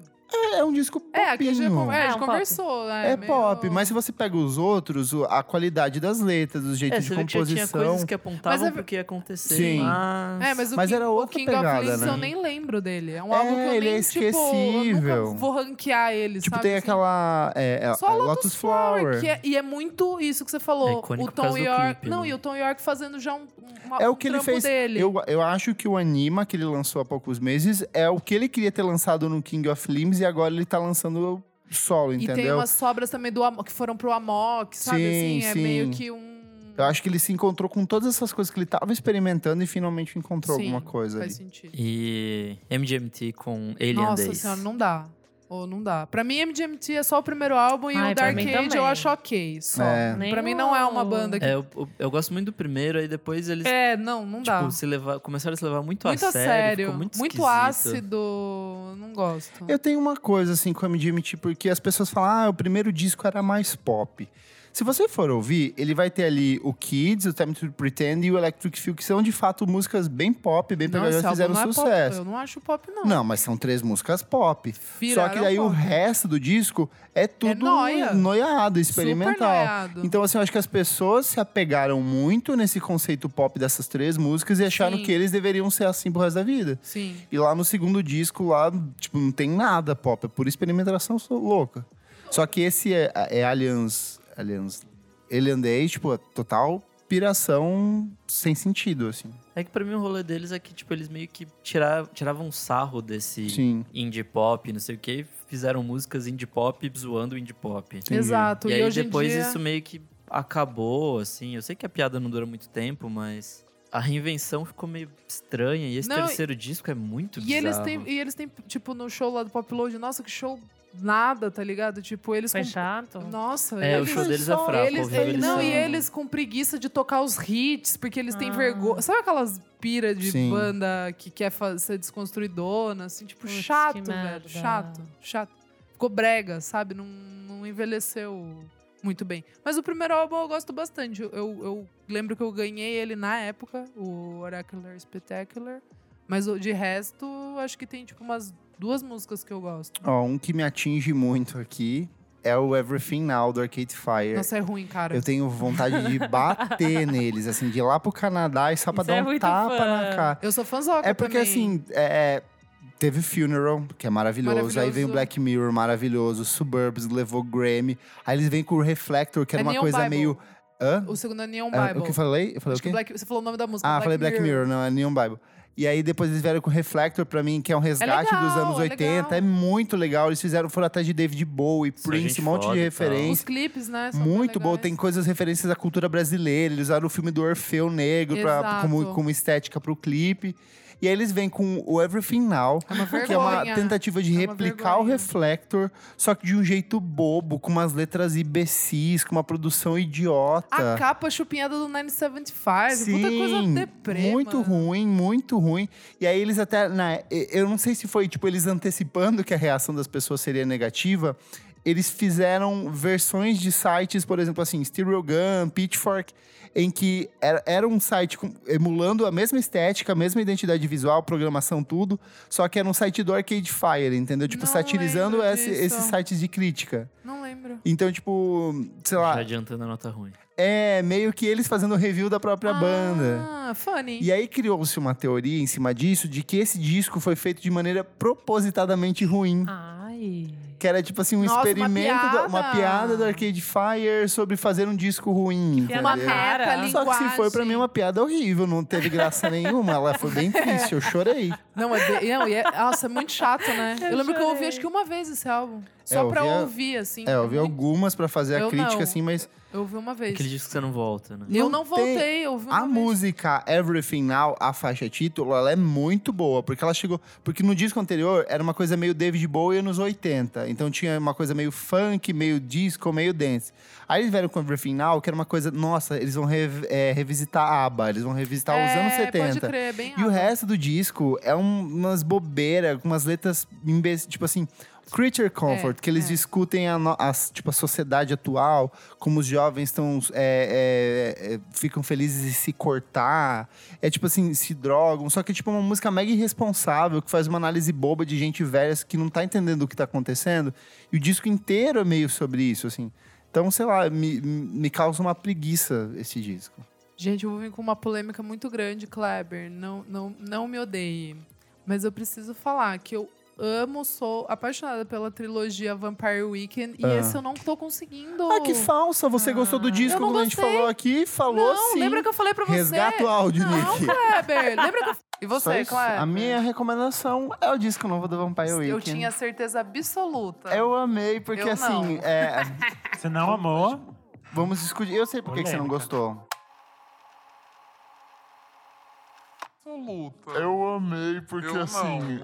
A: É um disco
B: É, aqui a gente, já
A: popinho.
B: con- é, a gente
C: É um pop.
B: conversou, né?
A: É
B: meio-
A: pop, mas se você pega os outros, o- a qualidade das letras, o jeito
D: É,
A: de
D: você vê que já tinha
A: composição.
D: coisas que apontavam
B: Mas é-
D: pro que ia acontecer.
A: Sim.
D: mas-
B: É, mas o
A: Mas
B: King,
A: era
B: o
A: outra
B: King
A: pegada,
B: of Leeds
A: né?
B: eu nem lembro dele. É um
A: É,
B: álbum que eu
A: ele
B: nem,
A: é
B: Tipo, eu
A: esquecível.
B: nunca vou ranquear ele,
A: Tipo,
B: sabe?
A: tem
B: assim?
A: aquela. É, é,
B: Só
A: é
B: Lotus, Flower. que é- e é muito isso que você
D: É
B: falou.
D: icônico
B: o
D: por causa
B: Tom
D: do
B: York.
D: clipe,
B: não,
D: né?
B: e o Tom York fazendo já um, uma,
A: É
B: um
A: o que ele
B: trampo
A: fez.
B: dele.
A: Eu, eu acho que o Anima, que ele lançou há poucos meses, é o que ele queria ter lançado no King of Limbs e agora ele tá lançando solo,
B: e tem
A: entendeu?
B: umas sobras também do Amo- que foram pro Amok, sabe?
A: Sim,
B: assim, é
A: sim.
B: meio que um.
A: Eu acho que ele se encontrou com todas essas coisas que ele tava experimentando e finalmente encontrou
B: Sim,
A: alguma coisa
B: Faz
A: ali.
B: sentido.
D: E MGMT com Alien
B: Nossa
D: Days.
B: senhora, não dá. Ou não dá. Pra mim, MGMT é só o primeiro álbum e
C: Ai,
B: o
C: pra
B: Dark
C: mim
B: Age
C: também.
B: eu acho ok. Só.
A: É.
C: Nem um.
B: Pra mim
C: o-
B: não é uma banda que.
D: É, eu, eu- eu gosto muito do primeiro, aí depois eles
B: É, não, não dá.
D: tipo, se levar, começaram a se levar muito,
B: muito
D: a sério. Ficou muito,
B: muito,
D: esquisito.
B: ácido. Não gosto.
A: Eu tenho uma coisa assim com o MGMT, porque as pessoas falam, ah, o primeiro disco era mais pop. Se você for ouvir, ele vai ter ali o Kids, o Time to Pretend e o Electric Feel, que são de fato músicas bem pop, bem
B: não,
A: pegajosas,
B: esse álbum
A: fizeram
B: não é Pop,
A: sucesso.
B: eu não acho pop, não.
A: não, mas são três músicas pop.
B: Viraram
A: Só que daí o
B: pop.
A: resto do disco é tudo
B: noia.
A: noiado, experimental.
B: noiado.
A: Então, assim, eu acho que as pessoas se apegaram muito nesse conceito pop dessas três músicas e acharam
B: Sim.
A: que eles deveriam ser assim pro resto da vida.
B: Sim.
A: E lá no segundo disco, lá, tipo, não tem nada pop, é pura experimentação so- louca. Só que esse é, é Aliens. Aliens. Alien Days, tipo, é total piração sem sentido, assim.
D: É que pra mim o rolê deles é que, tipo, eles meio que tira- tiravam um sarro desse
A: Sim.
D: indie pop, não sei o quê. Fizeram músicas indie pop zoando o indie pop.
A: Entendi.
B: Exato.
D: E
B: E,
D: aí
B: hoje
D: depois
B: em dia...
D: isso é meio que acabou, assim. Eu sei que a piada não dura muito tempo, mas a reinvenção ficou meio estranha. E esse
B: Não,
D: terceiro disco é muito
B: E
D: bizarro.
B: eles, têm, e eles têm, tipo, no show lá do Pop Load, nossa, que show nada, tá ligado? Tipo, eles...
C: Foi
B: com-
C: chato?
B: Nossa,
D: É, o
B: eles...
D: show deles é fraco. ao
B: Eles,
D: vivo
B: eles- não,
D: são-
B: e eles com preguiça de tocar os hits, porque eles têm
C: Ah.
B: vergonha. Sabe aquelas pira de
A: Sim.
B: banda que quer fa- ser desconstruidona, assim, tipo,
C: Putz,
B: chato,
C: que
B: velho.
C: merda.
B: Chato, chato. Ficou brega, sabe? Não, não envelheceu muito bem. Mas o primeiro álbum eu gosto bastante. Eu, eu lembro que eu ganhei ele na época, o Oracular Spectacular. Mas o- de resto, acho que tem, tipo, umas duas músicas que eu gosto.
A: Ó, um que me atinge muito aqui é o Everything Now, do Arcade Fire.
B: Nossa, é ruim, cara.
A: Eu tenho vontade de bater neles, assim, de ir lá pro Canadá e só pra
C: Isso
A: dar
C: é
A: um
C: muito
A: tapa
C: fã.
A: na cara.
B: Eu sou fãzoca
A: É porque
B: também.
A: assim, é, é, teve Funeral, que é maravilhoso. Aí vem o
B: Maravilhoso.
A: Black Mirror, maravilhoso. Suburbs levou Grammy. Aí eles vêm com o Reflector, que era
B: É
A: uma
B: Neon
A: coisa
B: Bible.
A: meio. Hã?
B: O segundo é Neon
A: É,
B: Bible.
A: o que eu falei? Eu falei
B: Acho
A: o
B: que
A: quê?
B: Black- você falou o nome da música.
A: ah, falei Black Mirror. não, é Neon Bible. E aí depois eles vieram com Reflector pra mim, que é um resgate
B: legal,
A: dos anos
B: é
A: 80.
B: legal.
A: É muito legal. Eles fizeram, foram atrás de David Bowie,
D: Isso é
A: Prince,
D: gente
A: um monte
D: foda
A: de
D: e tal.
B: Os
A: referência.
B: clipes, né? são bem
A: Muito bom,
B: legais.
A: tem coisas referências à cultura brasileira. Eles usaram o filme do Orfeu Negro pra,
B: Exato.
A: como, como estética pro clipe. E aí eles vêm com o Everything Now,
B: É uma vergonha.
A: que é uma tentativa de
B: É uma
A: replicar o
B: vergonha.
A: Reflector, só que de um jeito bobo, com umas letras imbecis, com uma produção idiota.
B: A capa chupinhada do 975.
A: Sim,
B: É, puta coisa deprê,
A: muito
B: mano.
A: ruim, muito ruim. E aí eles até, na, e- eu não sei se foi tipo eles antecipando que a reação das pessoas seria negativa, eles fizeram versões de sites, por exemplo, assim, Stereo Gun, Pitchfork, em que era, era um site com- emulando a mesma estética, a mesma identidade visual, programação, tudo, só que era um site do Arcade Fire, entendeu? Tipo,
B: Não
A: satirizando
B: lembro
A: esse-
B: disso.
A: esses sites de crítica.
B: Não lembro.
A: Então, tipo, sei
D: Já
A: lá,
D: adiantando a nota ruim.
A: é meio que eles fazendo review da própria banda.
B: Ah, funny.
A: E é aí criou-se uma teoria em cima disso de que esse disco foi feito de maneira propositadamente ruim.
C: Ai.
A: Que era tipo assim, um
B: Nossa, uma
A: experimento, do- uma piada.
B: piada.
A: do Arcade Fire sobre fazer um disco ruim.
C: Piada
B: É Uma
A: entendeu?
C: Cara.
B: meta, linguagem.
A: Só que se foi pra mim uma piada horrível, não teve graça nenhuma. Ela foi bem triste, eu chorei.
B: Não, é de- não, e é- nossa, é muito chato, né? Eu,
C: Eu
B: lembro que eu ouvi
C: chorei.
B: acho que uma vez esse álbum.
A: É,
B: Só
A: eu
B: pra
A: ouvi a-
B: ouvir, assim.
A: É, eu vi
B: muito-
A: algumas pra fazer a
B: Eu
A: crítica,
B: não.
A: assim, mas
B: Eu ouvi uma vez.
D: Aquele disco que você não volta, né?
B: Eu
A: Não
B: não
A: tem-
B: voltei, eu ouvi uma
A: A
B: vez.
A: música Everything Now, a faixa título, ela é muito boa, porque ela chegou. Porque no disco anterior era uma coisa meio David Bowie nos 80. Então tinha uma coisa meio funk, meio disco, meio dance. Aí eles vieram com Everything Now, que era uma coisa. Nossa, eles vão rev- é, revisitar a aba, eles vão revisitar tá, os anos
B: É, Pode
A: 70.
B: crer, bem
A: E o
B: alto.
A: resto do disco é um- umas bobeiras, com umas letras imbecil, tipo assim, creature comfort, que eles discutem a, no- as- tipo, a sociedade atual, como os jovens estão é, é, é, ficam felizes em se cortar, é tipo assim, se drogam, só que é tipo uma música mega irresponsável, que faz uma análise boba de gente velha que não tá entendendo o que tá acontecendo, e o disco inteiro é meio sobre isso, assim. Então, sei lá, me, me causa uma preguiça esse disco.
B: Gente, eu vou vir com uma polêmica muito grande, Kleber. Não, não, não me odeie. Mas eu preciso falar que eu amo, sou apaixonada pela trilogia Vampire Weekend. E
A: Ah.
B: esse eu não tô conseguindo.
A: Ah, que falsa! Você gostou do disco
B: Ah. eu não
A: quando a gente
B: gostei.
A: falou aqui? Falou
B: Não,
A: sim.
C: assim?
B: lembra que eu falei pra você?
A: Resgata o áudio,
B: Não,
A: Nick.
B: Kleber. Lembra que eu... E
A: Só
B: você,
A: isso.
B: Kleber?
A: A minha recomendação é o disco novo do Vampire Weekend. É
B: Eu tinha certeza absoluta.
A: Eu amei, porque
B: Eu não.
A: assim, é,
E: Você não amou?
A: vamos discutir. Eu sei por que que você não
E: Polêmica.
A: gostou.
F: Eu amei, porque assim,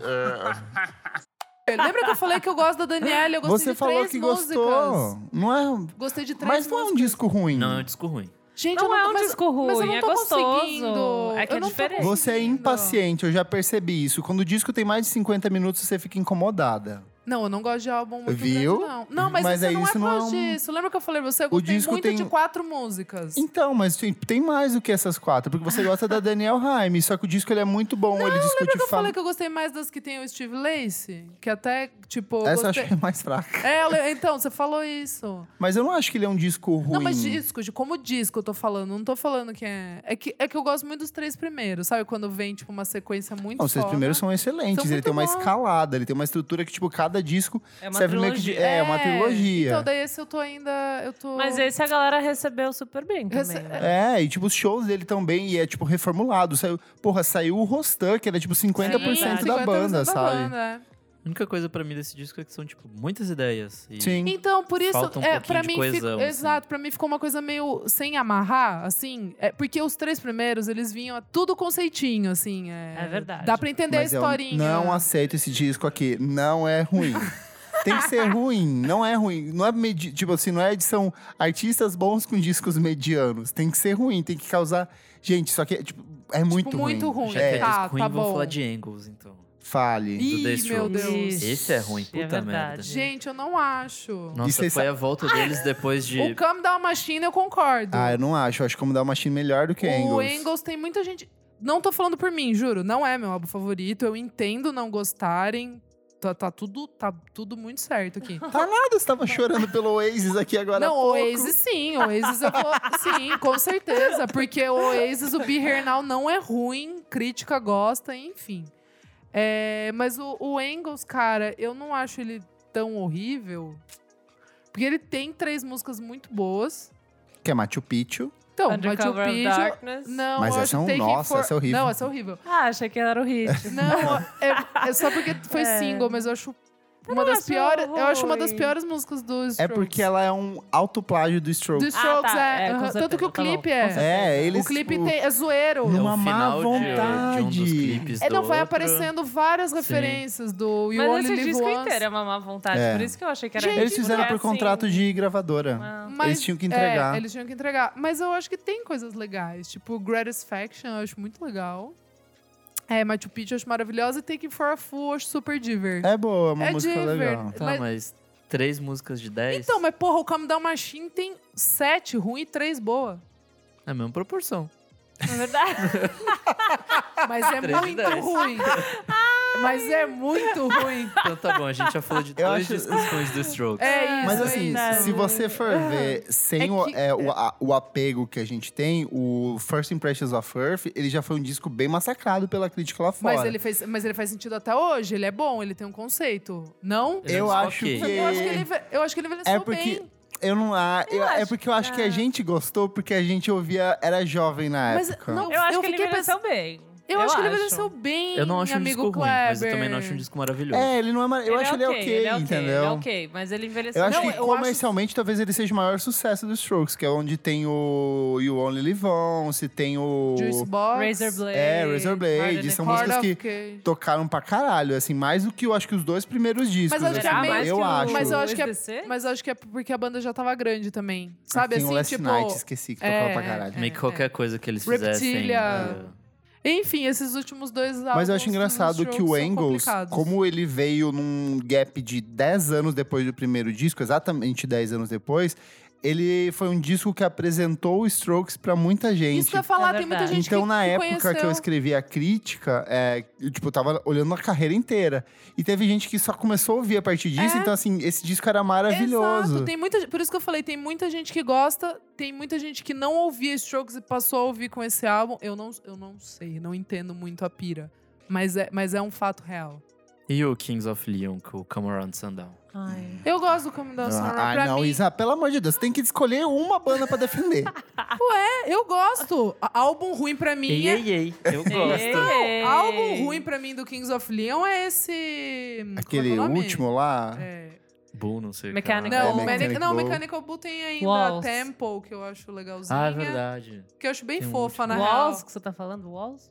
F: é,
B: Lembra que eu falei que eu gosto da Daniela? Eu gostei
A: Você
B: de
A: falou
B: três
A: que
B: músicas.
A: gostou. Não é.
B: Gostei de três
A: Mas não é um
B: músicas.
A: disco ruim.
D: Não, é um disco ruim.
B: Gente, eu
C: Não é
B: tô-
C: um
B: mas-
C: disco ruim,
B: mas eu não
C: é
B: tô
C: gostoso.
B: conseguindo.
C: É que
B: Eu
C: é
B: não tô
C: diferente.
A: Você é
B: conseguindo.
A: impaciente, eu já percebi isso. Quando o disco tem mais de 50 minutos, você fica incomodada.
B: Não, eu não gosto de álbum muito
A: Viu?
B: grande, não. Não, mas,
A: Mas
B: isso
A: aí
B: não é
A: isso
B: por
A: não é
B: causa
A: um-
B: disso. Lembra que eu falei pra você? Eu gostei
A: disco
B: muito
A: tem-
B: de quatro músicas.
A: Então, mas tem- tem mais do que essas quatro, porque você gosta da Daniel Haim, só que o disco ele é muito bom, ele discute
B: Lembra que eu
A: fa-
B: falei que eu gostei mais das que tem o Steve Lacey? Que até, tipo... eu
A: Essa eu
B: gostei...
A: acho que é mais fraca.
B: É, eu le- então, você falou isso.
A: Mas eu não acho que ele é um disco ruim.
B: Não, mas disco, de como disco eu tô falando. Não tô falando que é... É que, é que eu gosto muito dos três primeiros, sabe? Quando vem, tipo, uma sequência muito
A: Não, os três
B: foda.
A: primeiros são excelentes.
B: São
A: ele tem uma
B: muito bons.
A: escalada, ele tem uma estrutura que, tipo, cada disco
C: É uma
A: serve meio que de.
C: trilogia.
A: É, uma trilogia.
B: Então, daí esse eu tô ainda... Eu tô...
C: Mas é esse a galera recebeu super bem também.
B: Rece-
C: né?
A: É, e tipo, os shows dele também, e é tipo reformulado. Saiu, porra, saiu o Rostan, que era tipo 50%
C: Sim,
A: da
B: 50%
A: banda, sabe?
B: banda, é.
D: A única coisa pra mim desse disco é que são, tipo, muitas ideias. E
A: Sim.
B: Então, por isso,
D: Falta um
B: é,
D: pouquinho
B: para
D: de
B: mim,
D: coesão,
B: ficou-
D: assim.
B: exato, para mim ficou uma coisa meio sem amarrar, assim, é, porque os três primeiros, eles vinham a tudo conceitinho, assim, é,
C: É verdade.
B: Dá pra entender
A: Mas
B: a
A: eu
B: historinha.
A: não aceito esse disco aqui. Não é ruim. Tem que ser ruim, não é ruim. Não é medi- tipo assim, não é edição artistas bons com discos medianos. Tem que ser ruim, tem que causar. Gente, só que tipo, é muito ruim.
B: muito ruim.
D: Já que é
A: É,
B: Tá,
D: disco ruim,
B: tá
D: vamos
B: bom.
D: falar de Angles, então.
A: fale.
B: Ih,
D: The Strokes.
B: meu Deus.
C: Ixi,
D: Esse é ruim, puta
C: é verdade.
D: merda.
B: Gente, eu não acho.
D: Nossa,
A: vocês
D: foi
A: sa-
D: a volta deles depois de...
B: O Come Down Machine, eu concordo.
A: Ah, eu não acho. Eu acho como dar uma Machine melhor do que
B: o
A: Angles.
B: Engels tem muita gente... Não tô falando por mim, juro. Não é meu álbum favorito. Eu entendo não gostarem. Tá, tá tudo, tá tudo muito certo aqui.
A: Tá nada, você tava chorando pelo Oasis aqui agora. há
B: Não, o
A: pouco.
B: Oasis sim, o Oasis eu vou. Sim, com certeza. Porque o Oasis, o Bihernal não é ruim, crítica gosta, enfim. É, mas o, o Engels, cara, eu não acho ele tão horrível. Porque ele tem três músicas muito boas.
A: Que é Machu Picchu.
B: Então, Machu
C: Undercover
B: Picchu...
C: Darkness.
B: Não,
A: Mas
B: eu
A: essa é
B: acho
A: um-
B: que Taking
A: nossa,
B: for...
A: essa é horrível.
B: Não, essa é horrível.
C: Ah, achei que era o hit.
B: Não, é, é só porque foi
C: É.
B: single, mas eu acho uma
C: não
B: das
C: acho
B: piores... Eu acho uma das
C: ruim.
B: piores músicas do Strokes.
A: É porque ela é um autoplágio do
B: Do
A: Stroke.
B: Strokes,
C: tá,
B: é.
C: é, com
B: aham. Tanto que o
C: certeza, tá bom,
B: clipe
C: com
B: é...
C: certeza.
A: É, eles.
B: O clipe
A: tipo,
B: tem, é zoeiro.
A: Numa
D: o
A: má
D: final de- De, um dos
A: vontade.
D: clipes
B: É,
D: do
B: não, vai
D: outro.
B: aparecendo várias
D: Sim.
B: referências do You
C: Mas
B: Only
C: esse
B: Live
C: disco
B: Once.
C: inteiro é uma má vontade.
A: É.
C: Por isso que eu achei que era
A: Eles
C: hit,
A: fizeram
C: porque
A: por
C: assim,
A: contrato de gravadora.
C: ah,
B: Mas,
A: Eles tinham que
B: é,
A: entregar.
B: eles tinham que entregar. Mas eu acho que tem coisas legais. Tipo, Gratisfaction eu acho muito legal. É, Machu Picchu eu acho maravilhosa. E Taking for a Fool eu acho super diver.
A: É boa, é uma
B: É
A: música
B: diver-
A: legal.
D: Tá,
B: Mas-
D: mas... três músicas de dez?
B: Então, mas porra, o Come Down Machine tem sete ruim e três boa.
D: É a mesma proporção.
C: Na é verdade,
B: Mas é
D: Três de
B: muito
D: dez.
B: ruim. Mas é muito ruim.
D: Então tá bom, a gente já falou de
A: Eu
D: duas
A: acho-
D: discussões do Stroke.
B: É isso,
A: Mas
B: é
A: assim,
B: isso.
C: verdade.
A: se você for ver sem
B: É
A: o,
B: que-
A: é, o, a- o apego que a gente tem, o First Impressions of Earth, ele já foi um disco bem massacrado pela crítica lá fora.
B: Mas ele, fez, mas ele faz sentido até hoje, ele é bom, ele tem um conceito. Não?
D: Ele é
A: Eu
D: um
A: acho
D: desfoque.
A: que-
B: Eu acho que ele, enve- eu acho que ele envelheceu
A: É porque
B: bem.
A: eu não a, eu- é
C: acho-
A: porque eu acho que a
C: ah.
A: gente gostou porque a gente ouvia era jovem na
B: Mas
A: época.
B: não-
C: eu acho
B: Eu
C: que ele
B: fiquei
C: envelheceu bem.
B: Eu, acho que ele envelheceu bem,
D: Eu não acho um
B: amigo
D: disco ruim, mas eu
B: Kleber.
D: também não acho um disco maravilhoso.
A: É, ele não é, mar- eu acho ele é ok, entendeu?
C: Ele é ok, mas ele envelheceu
A: Eu acho
B: Não,
A: que
B: eu acho-
A: comercialmente talvez ele seja o maior sucesso dos Strokes, que é onde tem o You Only Live Once, tem o
B: Juice Box.
C: Razor Blade.
A: É, Razor Blade,
C: Harder
A: são
C: Than
B: Heart
A: músicas
B: of
A: que-
B: Cage.
A: tocaram pra caralho, assim, mais do que eu acho que os dois primeiros discos.
B: acho que é
A: assim,
B: meio
A: eu
C: que o-
A: acho.
B: Mas eu acho que é,
C: SDC?
B: mas eu acho que é porque a banda já tava grande também. Sabe
A: tem
B: assim,
A: o Last
B: tipo.
A: Night, esqueci que tocava
B: é,
A: pra caralho.
D: Meio que
B: é.
D: qualquer coisa que eles fizessem.
B: Reptilia.
D: é,
B: Enfim, esses últimos dois álbuns.
A: Mas eu acho
B: dos
A: engraçado que
B: Strokes
A: o
B: são
A: Angles,
B: complicados.
A: como ele veio num gap de 10 anos depois do primeiro disco, exatamente 10 anos depois, ele foi um disco que apresentou o Strokes pra muita gente.
B: Isso que eu ia falar,
C: É
B: tem muita
C: verdade.
B: gente
A: Então,
B: que
A: na
B: que
A: época que eu
B: conheceu.
A: escrevi a crítica, é, eu, tipo, eu tava olhando a carreira inteira. E teve gente que só começou a ouvir a partir disso.
B: É.
A: Então, assim, esse disco era maravilhoso.
B: Exato, tem muita, por isso que eu falei, tem muita gente que gosta, tem muita gente que não ouvia Strokes e passou a ouvir com esse álbum. Eu não, eu não sei, não entendo muito a pira, mas é, mas é um fato real.
D: E o Kings of Leon com o Come Around Sundown.
C: Ai.
B: Eu gosto do Come Down Sunrise,
A: Ah,
B: Então, pra
A: não,
B: mim,
A: Isa, pelo amor de Deus, você tem que escolher uma banda pra defender.
B: é, eu gosto. A- Álbum ruim pra mim
D: Ei,
B: é...
D: ei, ei, eu gosto.
C: Ei.
B: Álbum ruim pra mim do Kings of Leon é esse... como é que é o
A: Aquele
B: nome?
A: último lá.
B: É.
D: Bull, não sei. o que
C: Mechanical.
D: lá.
B: Não,
A: É,
B: o Mechanic,
A: Mechanic
B: não,
A: Bull.
B: Mechanical Bull tem ainda
C: Walls.
B: Temple, que eu acho legalzinha.
D: Ah, é verdade.
B: Que eu acho bem
D: Tem um
B: fofa,
D: último.
B: na real.
C: Walls, que você tá falando? Walls?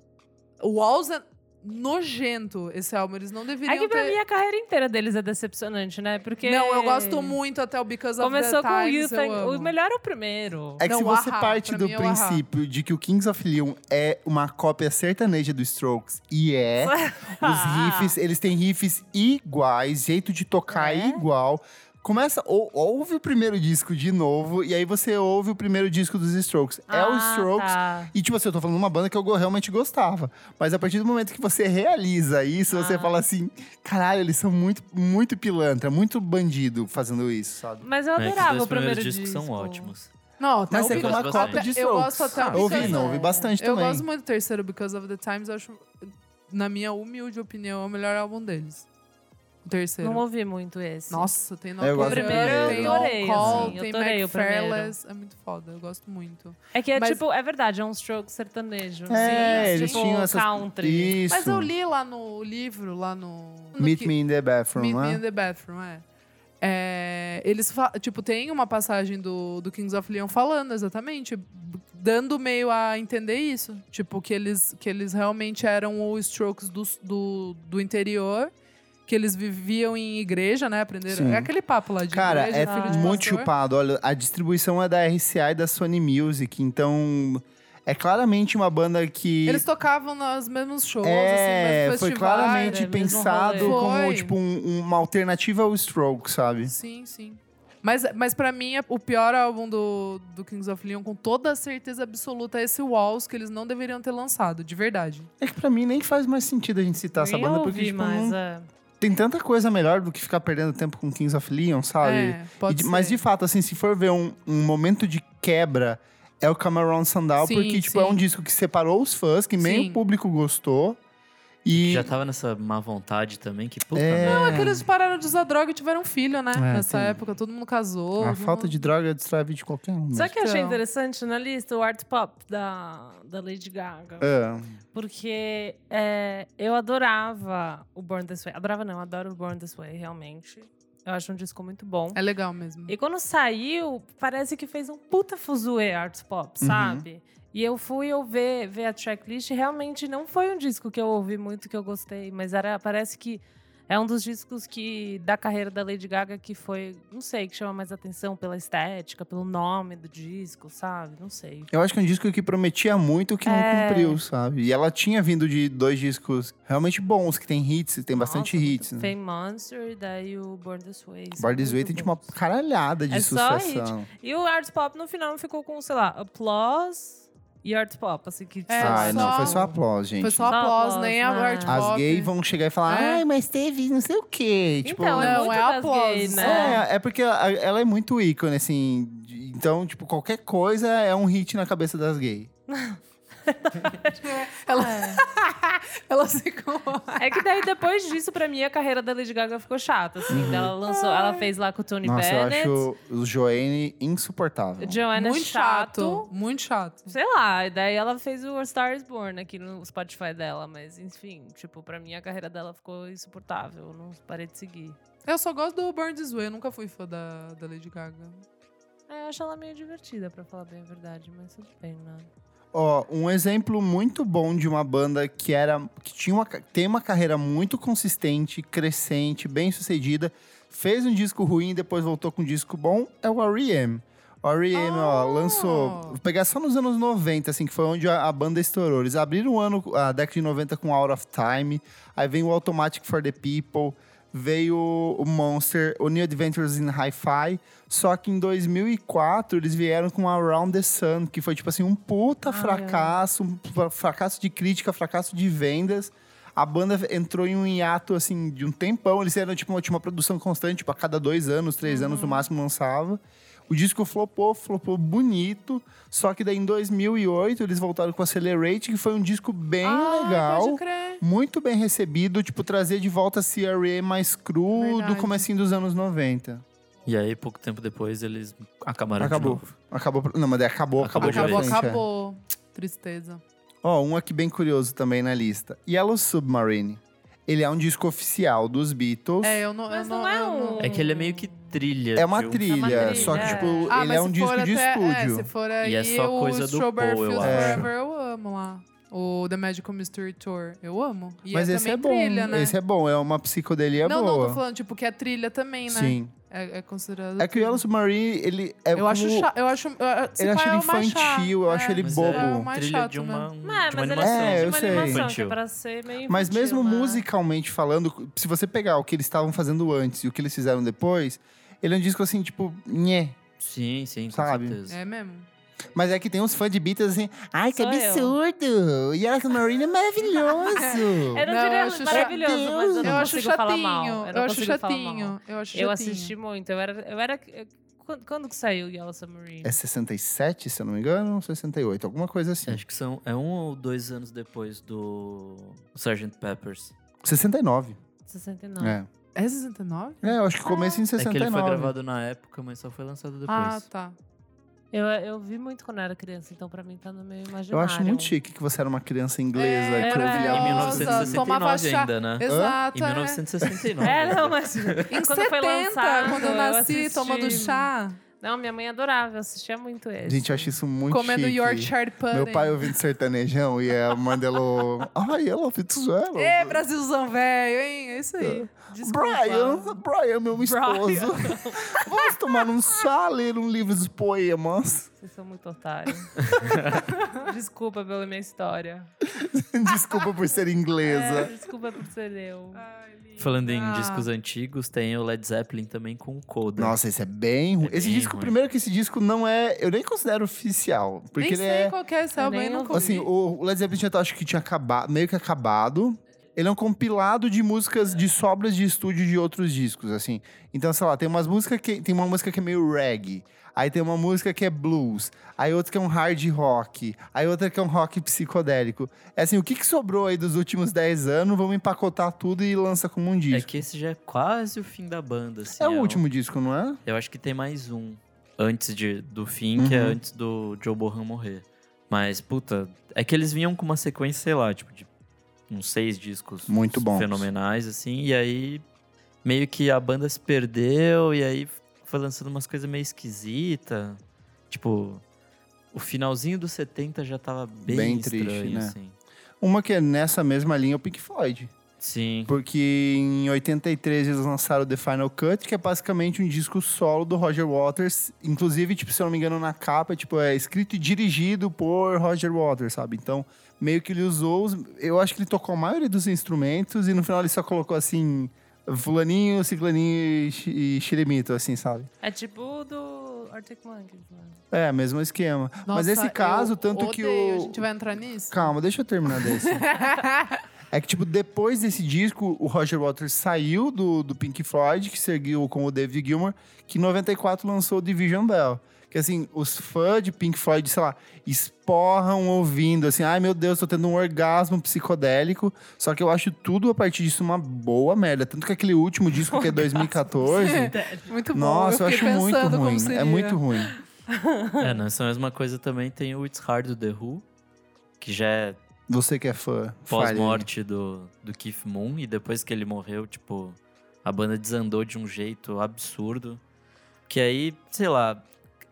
B: O Walls é nojento esse álbum. Eles não deveriam
C: É que pra
B: ter...
C: mim a carreira inteira deles é decepcionante, né? porque...
B: Não, eu gosto muito até o Because
C: Começou
B: of the
C: com o
B: Times,
C: You
B: eu
C: Thank...
B: amo.
C: O melhor é o primeiro.
A: É que
B: Não,
A: se você
B: Ahá,
A: parte
B: pra
A: do
B: mim é o Ahá.
A: princípio de que o Kings of Leon é uma cópia sertaneja do Strokes, e é,
C: Ah.
A: os riffs, eles têm riffs iguais, jeito de tocar é
C: É?
A: igual. Começa, ou, ouve o primeiro disco de novo, e aí você ouve o primeiro disco dos Strokes. é o
C: Ah,
A: Strokes,
C: tá.
A: E, tipo assim, eu tô falando de uma banda que eu go- realmente gostava. Mas a partir do momento que você realiza isso, você
C: Ah.
A: fala assim: caralho, eles são muito, muito pilantra, muito bandido fazendo isso, sabe?
C: Mas eu
D: É que os
C: adorava
D: dois
C: o primeiro
D: primeiros discos são
C: disco.
D: ótimos.
B: Não, até
A: Mas
B: o
A: é que é
B: Because...
A: uma
D: Because-
A: cópia de
B: até- eu
A: Strokes.
B: gosto até o
A: Eu ouvi,
B: Because-
A: não, ouvi bastante
B: Eu
A: também.
B: gosto muito do terceiro Because of the Times. Eu acho, na minha humilde opinião, é o melhor álbum deles. O terceiro.
C: Não ouvi muito esse.
B: Nossa, tem
A: Eu gosto
B: Nocturne,
A: do primeiro.
B: tem
A: Eu
C: adorei,
B: On Call,
C: assim, eu
B: tem
C: adorei o primeiro.
B: McFarlane's. É muito foda, eu gosto muito.
C: É que é
B: Mas-
C: tipo, é verdade, é um stroke sertanejo.
A: É,
C: Sim,
A: eles
C: tipo,
A: tinham essas.
C: country.
A: Isso.
B: assim, Mas eu li lá no livro, lá no... no
A: Meet
B: que-
A: Me in the Bathroom,
B: Meet
A: né?
B: Me in the Bathroom, é. É, eles fa- tipo tem uma passagem do, do Kings of Leon falando exatamente b- dando meio a entender isso tipo que eles que eles realmente eram os strokes do, do, do interior que eles viviam em igreja né aprenderam
A: Sim.
B: é aquele papo lá de
A: Cara,
B: igreja,
A: é
B: filho de
A: muito
B: pastor.
A: chupado. Olha, a distribuição é da RCA e da Sony Music, então é claramente uma banda que.
B: eles tocavam nos mesmos shows
A: é,
B: assim, mas
A: foi
B: festivais.
A: claramente
C: né, mesmo
A: pensado
C: rolê.
A: como
B: Foi.
A: tipo um- uma alternativa ao Stroke, sabe?
B: Sim, sim. Mas, mas para mim, é o pior álbum do, do Kings of Leon, com toda a certeza absoluta, é esse Walls que eles não deveriam ter lançado, de verdade.
A: É que pra mim nem faz mais sentido a gente citar essa
C: Nem
A: banda,
C: ouvi
A: porque tipo,
C: mais,
B: né?
A: não-
C: é.
A: tem tanta coisa melhor do que ficar perdendo tempo com Kings of Leon, sabe? Ah, E
B: é, pode
A: de-
B: ser.
A: Mas de fato, assim, se for ver um, um momento de quebra, é o Cameron Sandal,
B: Sim,
A: porque tipo,
B: sim.
A: é um disco que separou os fãs, que nem
B: Sim.
A: o público gostou. E
D: Já tá tava nessa má vontade também, que puta
A: É.
D: merda.
B: Não, é que eles pararam de usar droga e tiveram um filho, né?
A: É,
B: Nessa
A: tem-
B: época, todo mundo casou.
A: a
B: não-
A: falta de droga distrai a vida de qualquer um.
C: Sabe o que eu achei
B: Então.
C: interessante na lista? O art pop da, da Lady Gaga.
A: Ah,
C: Porque é, eu adorava o Born This Way. Adorava não, adoro o Born This Way, realmente. Eu acho um disco muito bom.
B: É legal mesmo.
C: E quando saiu, parece que fez um puta fuzuê art pop,
A: Uhum.
C: sabe? E eu fui eu ver, ver a tracklist e realmente não foi um disco que eu ouvi muito, que eu gostei. Mas era, parece que é um dos discos que da carreira da Lady Gaga que foi, não sei, que chama mais atenção pela estética, pelo nome do disco, sabe? Não sei.
A: eu acho que é um disco que prometia muito que não
C: É.
A: cumpriu, sabe? E ela tinha vindo de dois discos realmente bons, que tem hits, tem bastante
C: Nossa,
A: hits.
C: muito-
A: Né?
C: Fame Monster e daí o Born This Way. são
A: Born This Way
C: muito
A: tem tipo uma
C: bons.
A: caralhada de
C: É só hit.
A: sucessão.
C: E o Art Pop no final ficou com, sei lá, Applause e Art Pop, assim que...
B: É,
A: Ai, não,
B: só-
A: foi só aplauso, gente.
B: Foi só
C: Só
B: aplauso,
C: aplauso,
B: nem a
C: né?
B: art
C: As
A: As
B: pop.
A: gays vão chegar e falar,
B: É.
A: ai, mas teve não sei o quê. Tipo,
C: Então, é
B: não,
C: muito
B: é
C: das
B: aplauso,
C: gays, né?
A: É, é porque a- ela é muito ícone, assim. de- Então, tipo, qualquer coisa é um hit na cabeça das gays.
B: Ela, ela se incomoda.
C: É que daí depois disso, pra mim, a carreira da Lady Gaga ficou chata, assim. Ela lançou, ela fez lá com o Tony
A: Uhum. Nossa,
C: Bennett.
A: eu acho o Joanne insuportável.
C: Joanna
B: Muito chato. Muito chato.
C: Sei lá, e daí ela fez o A Star is Born aqui no Spotify dela, mas enfim, tipo, pra mim a carreira dela ficou insuportável, eu não parei de seguir.
B: Eu só gosto do Born This Way, eu nunca fui fã da, da Lady Gaga.
C: É, eu acho ela meio divertida, pra falar bem a verdade, mas tudo bem,
A: Hum,
C: né?
A: Ó, um exemplo muito bom de uma banda que era que tinha uma, ca- tem uma carreira muito consistente, crescente, bem sucedida, fez um disco ruim e depois voltou com um disco bom, é o R.E.M. O R.E.M., ó,
B: Ah!
A: lançou... Vou pegar só nos anos 90, assim, que foi onde a, a banda estourou. Eles abriram o ano, a década de 90 com Out of Time, aí vem o Automatic for the People, veio o Monster, o New Adventures in Hi-Fi, só que em 2004 eles vieram com Around the Sun, que foi tipo assim um puta
C: Ai,
A: fracasso, um fra- fracasso de crítica, fracasso de vendas. A banda entrou em um hiato assim de um tempão, eles eram tipo uma, tinha uma produção constante, tipo a cada dois anos, três anos no máximo lançava. O disco flopou, flopou bonito, só que daí em 2008 eles voltaram com Accelerate, que foi um disco bem
B: Ah,
A: legal
B: Pode crer.
A: muito bem recebido, tipo, trazer de volta a CRA mais cru
B: Verdade.
A: do comecinho dos anos 90.
D: E aí, pouco tempo depois, eles acabaram
A: Acabou.
D: de novo.
A: Acabou. pro- Não, mas daí acabou, acabou,
D: Acabou
A: de
B: Acabou,
A: frente, é.
B: acabou. Tristeza.
A: Ó, um aqui bem curioso também na lista. Yellow Submarine. Ele é um disco oficial dos Beatles.
B: É, eu não.
C: Mas
B: eu
C: não é
B: eu não-
C: um-
D: É que ele é meio que trilha.
A: É uma
D: de um-
A: trilha,
C: trilha,
A: só que,
C: é.
A: tipo,
B: Ah,
A: ele
B: mas
A: é um
B: se
A: disco
B: for
A: de
B: até- É,
A: estúdio.
B: se for aí,
D: é só
B: o
D: coisa do
B: Strawberry
D: Paul, eu
B: Fields
A: acho. É.
B: Forever, eu amo lá. O The Magical Mystery Tour, eu amo. E
A: mas
B: é
A: esse
B: também
A: é bom.
B: trilha, né?
A: Esse é bom, é uma psicodelia
B: não,
A: boa.
B: não, tô falando, tipo, que é trilha também, né?
A: Sim.
B: É, é considerado.
A: É que o Yellow Submarine, ele é
B: Eu acho,
A: como-
B: cha- eu acho. Eu, se
A: ele
B: pá,
A: acho
B: é
A: ele
B: o mais chato.
A: infantil, eu acho
B: É.
A: ele
D: Mas
A: bobo.
D: é
B: É o
D: uma
B: mais
D: trilha
B: chato
D: de uma,
C: Mas,
D: de uma
C: mas ele
D: animação.
A: É,
C: é
A: eu
C: uma
A: sei.
C: animação, que é
D: Infantil.
C: pra ser meio
A: Mas
C: infantil,
A: mesmo
C: né?
A: musicalmente falando, se você pegar o que eles estavam fazendo antes e o que eles fizeram depois, ele é um disco assim, tipo, nhé.
D: Sim, sim, com
A: Sabe?
D: certeza.
B: É mesmo.
A: Mas é que tem uns fãs de Beatles assim, ai, que
C: Sou eu.
A: absurdo! E Yellow Submarine é maravilhoso!
C: Eu não,
B: Não, eu
C: diria
B: acho
C: maravilhoso,
A: chato.
C: mas eu
B: Eu,
C: não
B: acho
C: consigo falar mal.
B: chatinho.
C: Eu,
B: Eu
C: não
B: acho
C: consigo falar mal.
B: chatinho. Eu acho chatinho.
C: Eu assisti muito, eu era... Eu era eu- quando, quando que saiu Yellow Submarine?
A: é 67, se eu não me engano, ou 68, alguma coisa assim.
D: Acho que são é um ou dois anos depois do Sgt. Peppers.
A: 69.
C: 69.
A: É.
B: É 69?
A: é, eu acho que começa em
D: É que ele foi
A: 69.
D: gravado na época, mas só foi lançado depois.
B: Ah, tá.
C: Eu, eu vi muito quando era criança, então pra mim tá no meu
A: eu
C: imaginário.
A: acho muito chique que você era uma criança inglesa
B: É,
A: que
B: era
A: ouvia
D: Em
B: maravilhosa,
A: música.
D: 1969
B: tomava chá.
D: ainda, né?
B: Exato.
D: Em
B: é.
D: 1969.
C: É, não, mas.
B: Em
C: quando
B: 70,
C: foi lançado,
B: quando eu nasci,
C: assisti.
B: tomando chá,
C: Não, minha mãe adorava, eu assistia muito ele.
A: Gente, eu acho isso muito
B: comendo
A: chique.
B: Yorkshire Pudding.
A: Meu pai ouvindo sertanejão e é a mãe dela. Ai, ela ouviu Tuzelo.
B: É, Brasilzão velho, hein? É isso aí. Desculpa.
A: Brian, Brian, meu esposo. Vamos tomar um chá, ler um livro de poemas.
C: Vocês são muito otários. desculpa pela minha história.
A: Desculpa por ser
C: É,
A: inglesa.
C: desculpa por ser eu.
D: Falando em
B: Ah.
D: discos antigos, tem o Led Zeppelin também com o Coda.
A: Nossa, esse é bem ruim.
D: É
A: Esse
D: bem
A: disco,
D: ruim.
A: primeiro que esse disco não é. Eu nem considero oficial. Porque
B: Nem
A: ele
B: sei
A: é.
B: qual que é esse
C: Eu
B: álbum,
C: nem
B: eu nunca
C: ouvi.
A: Assim,
B: ouvi.
A: o Led Zeppelin eu acho que tinha acabado, meio que acabado. Ele é um compilado de músicas de sobras de estúdio de outros discos, assim. Então, sei lá, tem umas músicas que tem uma música que é meio reggae, aí tem uma música que é blues, aí outra que é um hard rock, aí outra que é um rock psicodélico. É assim, o que, que sobrou aí dos últimos 10 anos, vamos empacotar tudo e lança como um
D: É
A: disco.
D: que esse já é quase o fim da banda, assim.
A: É o
D: um-
A: último disco, não é?
D: Eu acho que tem mais um antes de, do fim, que é
A: Uhum.
D: antes do Joe Bohan morrer. Mas, puta, é que eles vinham com uma sequência, sei lá, tipo, de uns seis discos
A: Muito bons.
D: fenomenais, assim, e aí meio que a banda se perdeu, e aí foi lançando umas coisas meio esquisitas. Tipo, o finalzinho dos 70 já tava bem,
A: Bem
D: estranho,
A: triste, né?
D: assim.
A: Uma que é nessa mesma linha é o Pink Floyd.
D: Sim.
A: Porque em 83 eles lançaram The Final Cut, que é basicamente um disco solo do Roger Waters. Inclusive, tipo, se eu não me engano, na capa, tipo, é escrito e dirigido por Roger Waters, sabe? Então, meio que ele usou. Os... Eu acho que ele tocou a maioria dos instrumentos e no final ele só colocou assim. Fulaninho, ciclaninho e chi- e xiremito, assim, sabe?
C: É tipo o do Arctic Monkeys. Né?
A: É, mesmo esquema. Mas
B: Nossa,
A: esse caso,
B: eu
A: tanto que
B: odeio.
A: o.
B: A gente vai entrar nisso?
A: Calma, deixa eu terminar desse. É que, tipo, depois desse disco, o Roger Waters saiu do, do Pink Floyd, que seguiu com o David Gilmour, que em 94 lançou o Division Bell. Que, assim, os fãs de Pink Floyd, sei lá, esporram ouvindo, assim, ai meu Deus, tô tendo um orgasmo psicodélico. Só que eu acho tudo a partir disso uma boa merda. Tanto que aquele último disco, que é 2014.
B: muito bom.
A: Nossa, eu,
B: eu
A: acho
B: fiquei
A: muito
B: pensando como
A: ruim.
B: seria.
A: É muito ruim.
D: é, não, essa mesma coisa também tem o It's Hard do The Who, que já é
A: Você que é fã. fale.
D: pós-morte
B: né?
D: do, do Keith Moon e depois que ele morreu, tipo, a banda desandou de um jeito absurdo. Que aí, sei lá,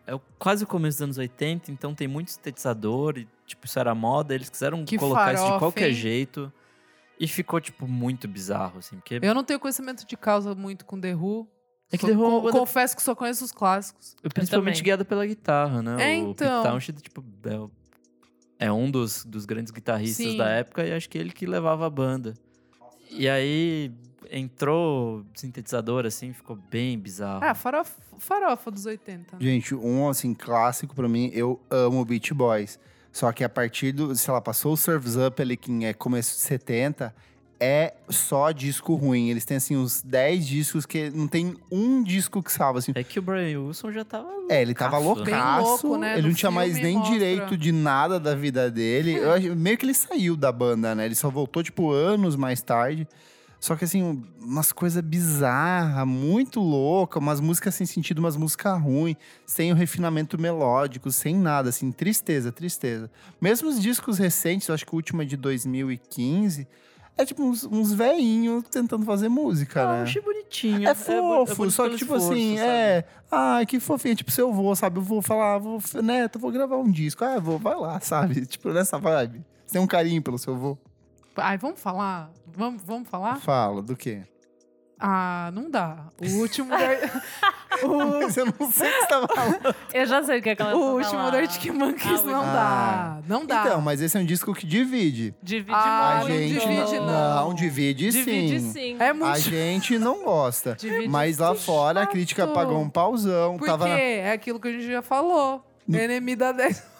D: é o- quase o começo dos anos 80, então tem muito sintetizador e, tipo, isso era moda, eles quiseram
B: Que
D: colocar isso
B: farofa,
D: de qualquer
B: hein?
D: jeito. E ficou, tipo, muito bizarro, assim, porque...
B: Eu não tenho conhecimento de causa muito com The Who.
D: É que
B: Só-
D: The Who é uma
B: co-
D: banda-
B: Confesso que só conheço os clássicos.
D: Principalmente
C: também.
D: guiado pela guitarra, né?
B: É,
D: O Pete
B: então.
D: Townshend, tipo, é o- é, um dos, dos grandes guitarristas
B: Sim.
D: da época e acho que ele que levava a banda. E aí entrou sintetizador, assim, ficou bem bizarro.
B: Ah, farofa, farofa dos 80. né?
A: Gente, um assim clássico pra mim, eu amo Beach Boys. Só que a partir do, sei lá, passou o Surf's Up ali que é começo de 70, é só disco ruim. Eles têm assim uns 10 discos que não tem um disco que salva assim.
D: É que o Brian Wilson já tava.
A: É, ele tava
D: loucaço, né?
A: loucaço,
B: Bem louco, né?
A: ele
B: No
A: não tinha mais
B: filme
A: nem
B: mostra.
A: direito de nada da vida dele. Eu acho- meio que ele saiu da banda, né? Ele só voltou, tipo, anos mais tarde. Só que, assim, umas coisas bizarras, muito louca, umas músicas sem sentido, umas músicas ruins, sem o refinamento melódico, sem nada, assim, tristeza, tristeza. Mesmo os discos recentes, eu acho que o último é de 2015, é tipo uns, uns velhinhos tentando fazer música,
B: É
D: Ah,
A: né?
D: eu
B: um
D: achei bonitinho.
A: É
D: bo-
A: fofo,
D: bonito
A: só que
D: pelo
A: tipo
D: esforço,
A: assim,
D: sabe?
A: é. Ah, que fofinho. Tipo, se eu vou, sabe? Eu vou falar, vou, neto, eu vou gravar um disco. Ah, vou, vai lá, sabe? Tipo, nessa vibe. Você tem um carinho pelo seu avô?
B: Ai, vamos falar? Vamos, vamos falar?
A: Fala, do quê?
B: Ah, não dá. O último da,
A: Mas eu não sei o que você tá falando.
C: Eu já sei o que é
D: Então,
C: aquela
B: o último da Arctic Monkeys
C: Ah,
B: não
A: ah.
B: dá. Não dá.
A: Então, mas esse é um disco que divide.
C: Divide
B: Ah,
A: a
B: não
C: muito.
A: gente
B: divide, não.
A: divide,
C: Divide
A: sim.
C: sim.
B: é muito
A: A gente não gosta.
C: Divide
A: Mas lá fora a crítica
B: chato.
A: pagou um pausão.
B: Porque
A: tava na-
B: é aquilo que a gente já falou. NMI da 10.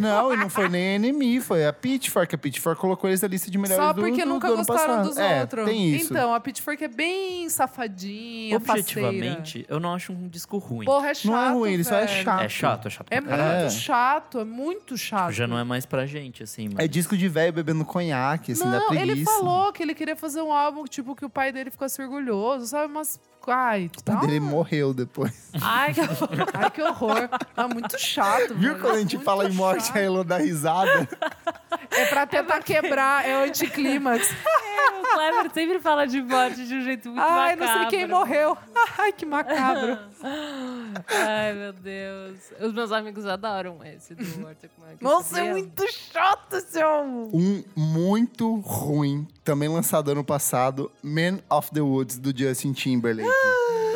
A: Não, e não foi nem a NME, foi a Pitchfork. A Pitchfork colocou eles na lista de melhores
B: Só
A: do
B: porque
A: do-
B: nunca
A: do ano
B: gostaram
A: passado.
B: dos
A: é,
B: outros.
A: Tem isso.
B: Então, a Pitchfork é bem safadinha,
D: Objetivamente, eu não acho um disco ruim.
B: faceira. Porra, é chato,
A: Não é ruim, ele só é
B: velho.
A: chato.
D: É chato, é chato.
B: É
D: pra caralho.
B: muito chato, é muito chato.
D: Já não é mais pra gente, assim. Mas...
A: É disco de velho bebendo conhaque, assim, dá
B: não,
A: preguiça.
B: ele falou que ele queria fazer um álbum, tipo, que o pai dele ficasse orgulhoso, sabe? Mas, ai,
A: O pai
B: tá
A: dele é
B: um-
A: morreu depois.
C: Ai, que horror.
B: ai, que horror. É muito chato,
A: Viu
B: velho,
A: quando a gente
B: é muito
A: fala em morte,
B: chato.
A: a Elô dá risada?
B: É pra tentar quebrar, é o anticlímax.
C: o Clever sempre fala de morte de um jeito muito
B: ai,
C: macabro.
B: não sei quem morreu. Ai, que macabro.
C: Ai, meu Deus. Os meus amigos adoram esse do Arctic Monkeys.
B: Nossa, é
C: sabia?
B: muito chato esse álbum.
A: Um muito ruim, também lançado ano passado, Man of the Woods, do Justin Timberlake.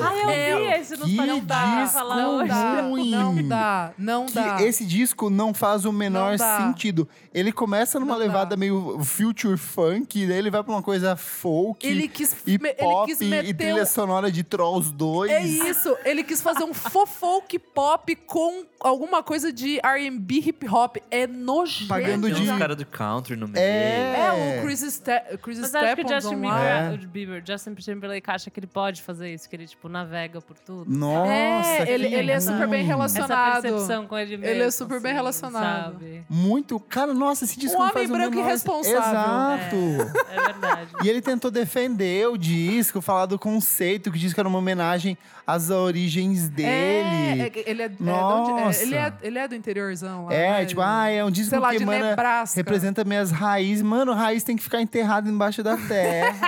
C: Ah, eu vi esse nos
A: Que
C: Não dá,
A: disco
C: falar
B: Não
C: hoje.
B: dá,
A: ruim.
B: não dá, não
A: Que
B: dá.
A: esse disco não faz o menor
B: Não dá.
A: sentido. Ele começa numa
B: Não dá.
A: levada meio future funk, daí ele vai pra uma coisa folk
B: Ele quis,
A: e
B: me- ele
A: pop
B: quis
A: e
B: meter
A: trilha
B: um
A: sonora de Trolls 2.
B: É isso, ele quis fazer um fofolk pop com alguma coisa de R&B hip hop. É nojento.
A: Pagando
D: Tem
A: de-
D: uns caras do country no meio.
A: É.
B: É, o Chris, Ste Chris
C: Mas acho que o
B: Stapleton
C: Justin
B: lá.
A: É.
C: Bieber, o Bieber, Justin Timberlake acha que ele pode fazer isso, que ele, tipo, navega por tudo.
A: Nossa,
B: É,
A: que
B: ele- ele é super bem
A: ruim.
B: relacionado.
C: Essa percepção com ele mesmo.
B: é super bem
C: assim,
B: relacionado.
C: Sabe?
A: Muito. Cara, nossa, esse disco
B: Um
A: não
B: homem
A: faz o
B: branco
A: menor-
B: irresponsável.
A: Exato.
C: É verdade.
A: E ele tentou defender o disco, falar do conceito, que diz que era uma homenagem às origens
B: É, é
A: dele.
B: que ele é, é de onde-
A: Nossa.
B: é, ele, é, ele é do interiorzão lá.
A: É,
B: né?
A: tipo, ah, é um disco
B: sei lá,
A: que,
B: de
A: mano, é-
B: Nebraska.
A: representa minhas raízes. Mano, raiz tem que ficar enterrado embaixo da terra.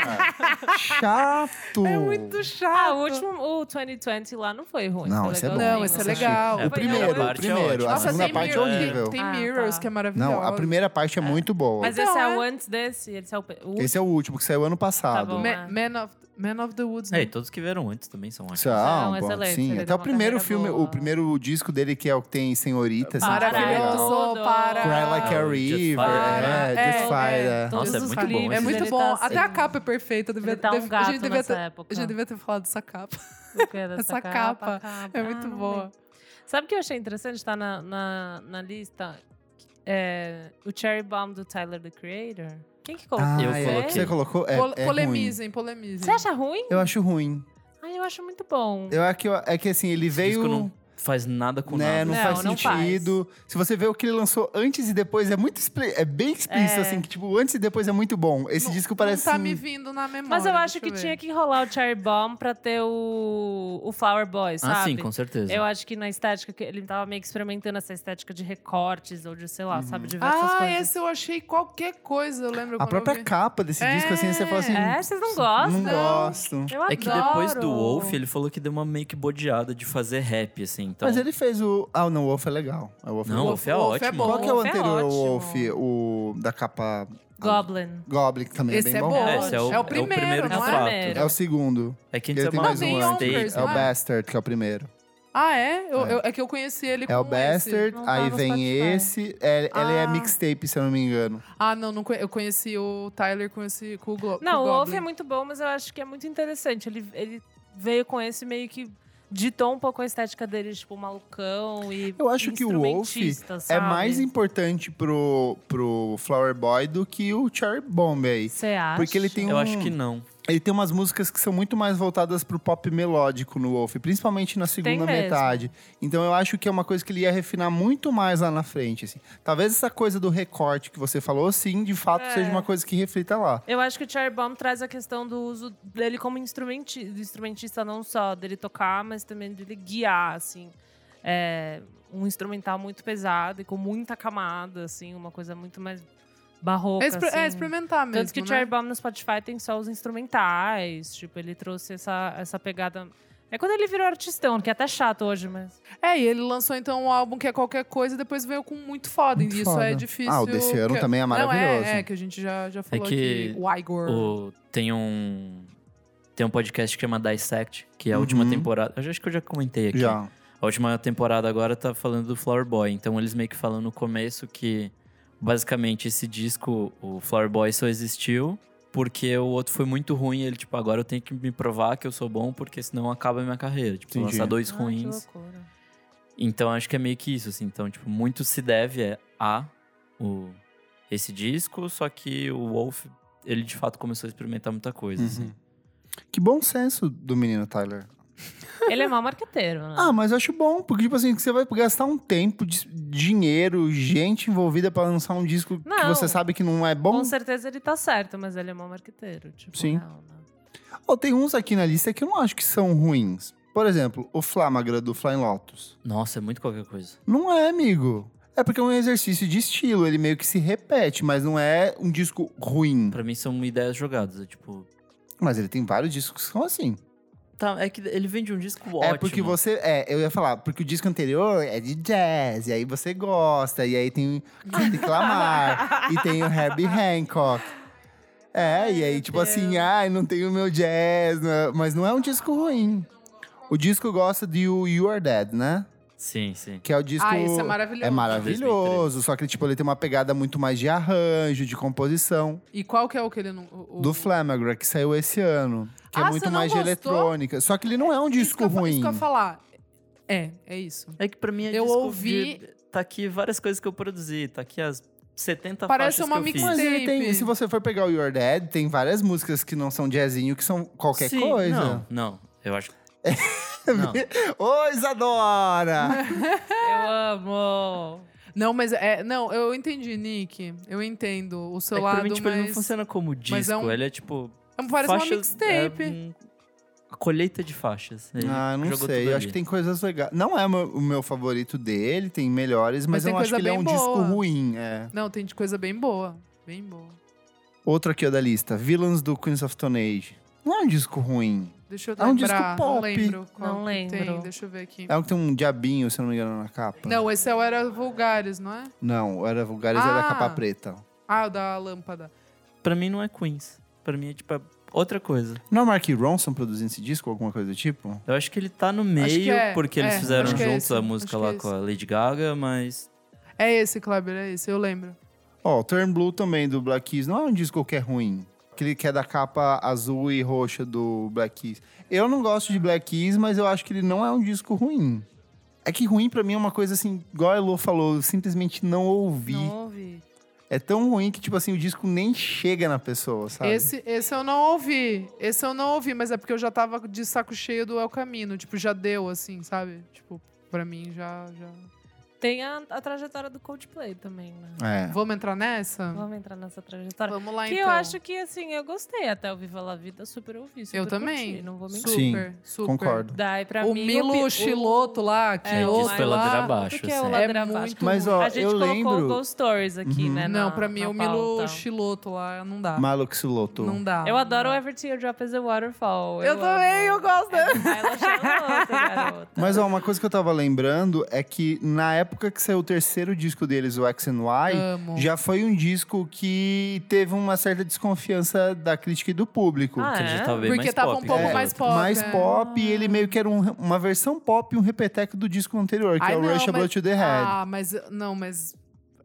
A: Chato.
B: É muito chato.
C: Ah, o último, o 2020 lá não foi ruim.
A: Não,
C: foi
A: esse é bom.
C: legalzinho. assim.
B: Não, esse é
A: Esse
B: legal.
A: O
D: A primeira
A: primeiro, o
D: parte é
A: primeiro.
D: ótima.
A: a
B: Nossa,
A: segunda
B: tem,
A: parte é
B: Mirror- tem-
A: horrível.
B: tem
C: Ah,
B: Mirrors,
C: tá.
B: que é maravilhosa.
A: Não, a primeira parte é muito boa.
C: Mas
B: Então,
C: esse é o
B: é.
C: antes desse, esse é o, pe- o
A: Esse é o último, que
B: Tá
A: saiu ano passado.
C: bom.
B: Ma- Man, of, Man of the Woods.
D: É, e
B: né?
D: todos que vieram antes também são ótimos.
A: São,
C: Não,
A: pô,
C: excelente,
A: sim.
C: ele
A: Até
C: tem
A: o
C: uma
A: primeiro
C: carreira
A: filme,
C: boa.
A: o primeiro disco dele, que é o que tem Senhorita. assim, que é legal.
B: Maravilhoso,
C: Tudo.
B: para.
A: Cry Like a
D: Just
A: River,
D: Fire.
A: é,
B: É,
A: Just Fire.
B: é.
A: é.
C: todos
D: Nossa, é
C: os
D: muito bom
C: clipes,
D: esse
B: É
D: Mas
B: muito
C: ele
B: bom.
C: tá
B: Até a
C: assim,
B: capa é perfeita. Eu devia-
C: Ele tá um
B: deve- a,
C: gato
B: gente devia
C: nessa
B: ter,
C: época.
B: a gente devia ter falado dessa capa.
C: o que era
B: Essa capa É muito
C: Ah, não
B: boa.
C: lembro. Sabe o que eu achei interessante? Tá na, na, na lista é, o Cherry Bomb do Tyler, the Creator. Quem que colocou?
A: Ah,
D: Eu
A: é.
D: coloquei.
A: Você colocou? É,
B: Pol-
A: é
B: polemizem, polemizem.
C: Você acha ruim?
A: ruim. Eu acho ruim.
C: Ai, eu acho muito bom.
A: Eu, é, que, eu- é que assim, ele
D: Esse disco
A: veio...
D: não faz nada com
A: né,
D: nada.
A: não,
C: Não,
A: faz
C: não faz.
A: sentido. Se você vê o que ele lançou antes e depois, é muito expli- é bem explícito,
C: É.
A: assim, que tipo, antes e depois é muito bom. Esse disco parece. um
B: Não tá me vindo na memória.
C: Mas eu
B: deixa
C: acho que tinha
B: ver.
C: que enrolar o Cherry Bomb pra ter o, o Flower Boy, sabe?
D: Ah, sim, com certeza.
C: Eu acho que na estética, que ele tava meio que experimentando essa estética de recortes ou de, sei lá, sabe, diversas
B: Ah,
C: coisas.
B: esse eu achei qualquer coisa, eu lembro.
A: a
B: quando eu
A: própria
B: vi.
A: capa desse disco, assim, você fala assim.
C: É, vocês não gostam?
A: Não gosto.
C: Eu adoro.
D: É que depois do Wolf, ele falou que deu uma meio que bodeada de fazer rap, assim. Então,
A: Mas ele fez o. Ah, não, o Wolf é legal. É o Wolf é
D: Não, o
A: legal.
D: Wolf é
B: Wolf é
D: ótimo.
B: bom.
A: Qual que é o
C: Wolf é
A: anterior ao
C: ótimo.
A: Wolf? O da capa
C: Goblin.
A: Goblin, que também
B: Esse
A: é bem
B: é
A: bom.
B: bom.
D: É, esse é o,
B: É o primeiro,
D: de
B: não é?
D: fato.
C: Primeiro.
A: É o segundo.
D: É que
A: Ele
D: antes é
A: tem
D: mais
A: mais um antes.
D: um
B: Yonkers,
D: state.
A: É o
B: não é?
A: Bastard, que é o primeiro.
B: Ah, é? Eu- eu- é que eu conheci ele com
A: É o
B: esse.
A: Bastard,
C: Não tá
A: aí
C: no
A: vem
C: Spotify.
A: esse. É, Ele é
B: Ah.
A: mixtape, se eu não me engano.
B: Ah, não, não conhe- eu conheci o Tyler com, esse, com o Glo com
C: Não, o
B: Goblin.
C: Wolf é muito bom, mas eu acho que é muito interessante. Ele, ele veio com esse meio que ditou um pouco a estética dele, tipo, malucão e
A: Eu acho que o Wolf
C: instrumentista,
A: É
C: sabe?
A: mais importante pro, pro Flower Boy do que o Cherry Bomb aí.
C: Você acha?
A: Porque ele tem um,
D: Eu acho que não.
A: ele tem umas músicas que são muito mais voltadas pro pop melódico no Wolf, principalmente na segunda
C: mesmo.
A: metade. Então eu acho que é uma coisa que ele ia refinar muito mais lá na frente, assim. Talvez essa coisa do recorte que você falou, sim, de fato
C: É.
A: seja uma coisa que reflita lá.
C: Eu acho que o Cherry Bomb traz a questão do uso dele como instrumenti- do instrumentista, não só dele tocar, mas também dele guiar, assim. É, um instrumental muito pesado e com muita camada, assim, uma coisa muito mais barroca,
B: É, exper- é
C: assim.
B: experimentar mesmo,
C: Tanto que o
B: né?
C: Cherry Bomb no Spotify tem só os instrumentais, tipo, ele trouxe essa, essa pegada... É quando ele virou artistão, que é até chato hoje, mas...
B: É, e ele lançou então um álbum que é qualquer coisa e depois veio com muito foda.
A: Muito
B: e isso
A: foda.
B: é difícil.
A: Ah, o desse ano
B: que-
A: também é maravilhoso.
B: Não, é, é, que a gente já, já falou
D: que
B: aqui. O Igor.
D: O- tem um. Tem um podcast que chama Dissect, que é a
A: Uhum.
D: última temporada. Eu já- acho que eu já comentei aqui.
A: Já.
D: A última temporada agora tá falando do Flower Boy. Então eles meio que falam no começo que basicamente esse disco, o Flower Boy, só existiu porque o outro foi muito ruim. Ele, tipo, agora eu tenho que me provar que eu sou bom, porque senão acaba a minha carreira. Tipo, se eu
A: Entendi.
D: lançar dois
C: Ai, Ah, que
D: ruins.
C: loucura.
D: Então acho que é meio que isso, assim. Então, tipo, muito se deve é a o, esse disco, só que o Wolf, ele de fato começou a experimentar muita coisa, assim.
A: Uhum. Que bom senso do menino Tyler.
C: Ele é mau marqueteiro, né?
A: Ah, mas eu acho bom, porque, tipo assim, que você vai gastar um tempo, dis- dinheiro, gente envolvida pra lançar um disco que
C: Não.
A: você sabe que não é bom.
C: Com certeza ele tá certo, mas ele é mau marqueteiro. Tipo,
A: Sim.
C: não, não.
A: Ou tem uns aqui na lista que eu não acho que são ruins. Por exemplo, o Flamagra do Flying Lotus.
D: Nossa, é muito qualquer coisa.
A: Não é, amigo. É porque é um exercício de estilo, ele meio que se repete, mas não é um disco ruim.
D: Pra mim são ideias jogadas, é tipo...
A: Mas ele tem vários discos que são assim.
D: Tá, é que ele vem de um disco ótimo.
A: É porque você. É, eu ia falar, porque o disco anterior é de jazz, e aí você gosta, e aí tem o Kendrick Lamar, e tem o Herbie Hancock. né? É, e aí, tipo assim, ai, não tem o meu jazz, não é- mas não é um disco ruim. O disco gosta de o You Are Dead, né?
D: Sim, sim.
A: Que é o disco.
B: Ah, esse é maravilhoso.
A: É maravilhoso, só que tipo, ele tem uma pegada muito mais de arranjo, de composição.
B: E qual que é o que ele não. o- o-
A: Do Flamagra, que saiu esse ano. Que
B: Ah,
A: é
B: você
A: muito
B: não
A: mais de
B: gostou?
A: eletrônica. Só que ele não é um
B: Isso que
A: disco
B: eu fa-
A: ruim.
B: Isso que eu ia falar. É, é isso.
D: É que pra mim é
B: Eu
D: disco
B: ouvi-
D: de- Tá aqui várias coisas que eu produzi, tá aqui as 70
B: Parece
D: faixas
B: uma
D: que eu fiz.
A: Mas ele tem.
B: Mixtape.
A: Se você for pegar o Your Dead, tem várias músicas que não são jazzinho, que são qualquer
D: Sim,
A: coisa. É
D: Não, não. Eu acho Não. é
A: Ô, Isadora!
C: Eu amo.
B: Não, mas é. Não, eu entendi, Nick. Eu entendo o seu
D: é que pra
B: lado,
D: mim, tipo, ele não
B: mas.
D: funciona como disco.
B: mas é um-
D: Ele é tipo.
B: É, Parece uma
D: faixa-
B: mixtape.
D: é um- a colheita de faixas. Ele
A: ah, não
D: jogou
A: sei.
D: tudo
A: Eu
D: ali.
A: acho que tem coisas legais. Não é o meu- o meu favorito dele, tem melhores, mas,
B: Mas tem
A: eu não acho
B: coisa
A: que ele é
B: bem
A: um
B: boa.
A: disco ruim. É.
B: Não, tem de coisa bem boa. Bem boa.
A: Outro aqui ó, da lista: Villains do Queens of Stone Age. Não é um disco ruim.
B: Deixa eu
A: É um
B: lembrar.
A: disco
B: Não
A: pop.
B: lembro. Qual
C: Não
B: que
C: lembro.
B: Tem. Deixa eu ver aqui.
A: É um que tem um diabinho, se eu não me engano, na capa.
B: Não, esse é o Era Vulgares, não é?
A: Não, era Vulgares era
B: Ah.
A: da capa preta.
B: Ah, o da lâmpada.
D: Pra mim não é Queens. Pra mim é tipo é outra coisa.
A: Não é o Mark Ronson produzindo esse disco, alguma coisa do tipo?
D: Eu acho que ele tá no meio,
B: é,
D: porque eles
B: é,
D: fizeram
B: acho que é
D: juntos
B: esse,
D: a música
B: acho que
D: lá
B: é
D: com a Lady Gaga, mas.
B: É esse, Kleber, é esse, eu lembro.
A: Ó, o Turn Blue também do Black Keys não é um disco que é ruim. Aquele que é da capa azul e roxa do Black Keys. Eu não gosto de Black Keys, mas eu acho que ele não é um disco ruim. É que ruim pra mim é uma coisa assim, igual a Elô falou, eu simplesmente não ouvi.
C: Não ouvi.
A: É tão ruim que, tipo assim, o disco nem chega na pessoa, sabe?
B: Esse, esse eu não ouvi. Esse eu não ouvi, mas é porque eu já tava de saco cheio do El Camino. Tipo, já deu, assim, sabe? Tipo, pra mim já. já...
C: Tem a, a trajetória do Coldplay também, né?
A: É.
B: Vamos entrar nessa?
C: Vamos entrar nessa trajetória.
B: Vamos lá,
C: que
B: então.
C: eu acho que, assim, eu gostei até o Viva La Vida, super ouvi, super
B: Eu também.
C: curti, não vou mentir.
B: Super, super.
A: Concordo.
C: Daí, pra
B: o
C: mim,
B: Milo
C: pi-
B: Chiloto lá, que é,
D: Gente, isso foi
B: outro
D: ladeira
B: lá.
D: abaixo,
C: Porque é o
D: sério.
C: ladeira
B: É
C: abaixo.
B: muito
A: Mas,
B: ruim.
A: ó,
C: A gente
A: eu
C: colocou
A: lembro.
C: o Ghost Stories aqui,
A: Uhum.
C: né?
B: Não,
C: na-
B: pra mim,
C: na
B: o Milo
C: pauta.
B: Chiloto lá, não dá.
A: Malux Loto.
B: Não dá.
C: Eu
B: não
C: adoro o
B: dá.
C: Every Teardrop is a Waterfall.
B: Eu também, eu gosto
C: É.
B: dele.
C: Ela charlota, é garota.
A: Mas ó, uma coisa que eu tava lembrando é que na época que saiu o terceiro disco deles, o X and Y,
B: Amo.
A: já foi um disco que teve uma certa desconfiança da crítica e do público.
C: Ah,
D: que ele já
C: é?
D: tava bem
B: Porque
D: mais
B: tava
D: pop né?
B: um pouco
D: que os
B: mais
D: outros.
B: pop.
A: mais
B: é.
A: pop, e ele meio que era um- uma versão pop e um repeteco do disco anterior, que
B: Ai,
A: é o
B: não,
A: Rush
B: mas-
A: About to the Head.
B: Ah, mas não, mas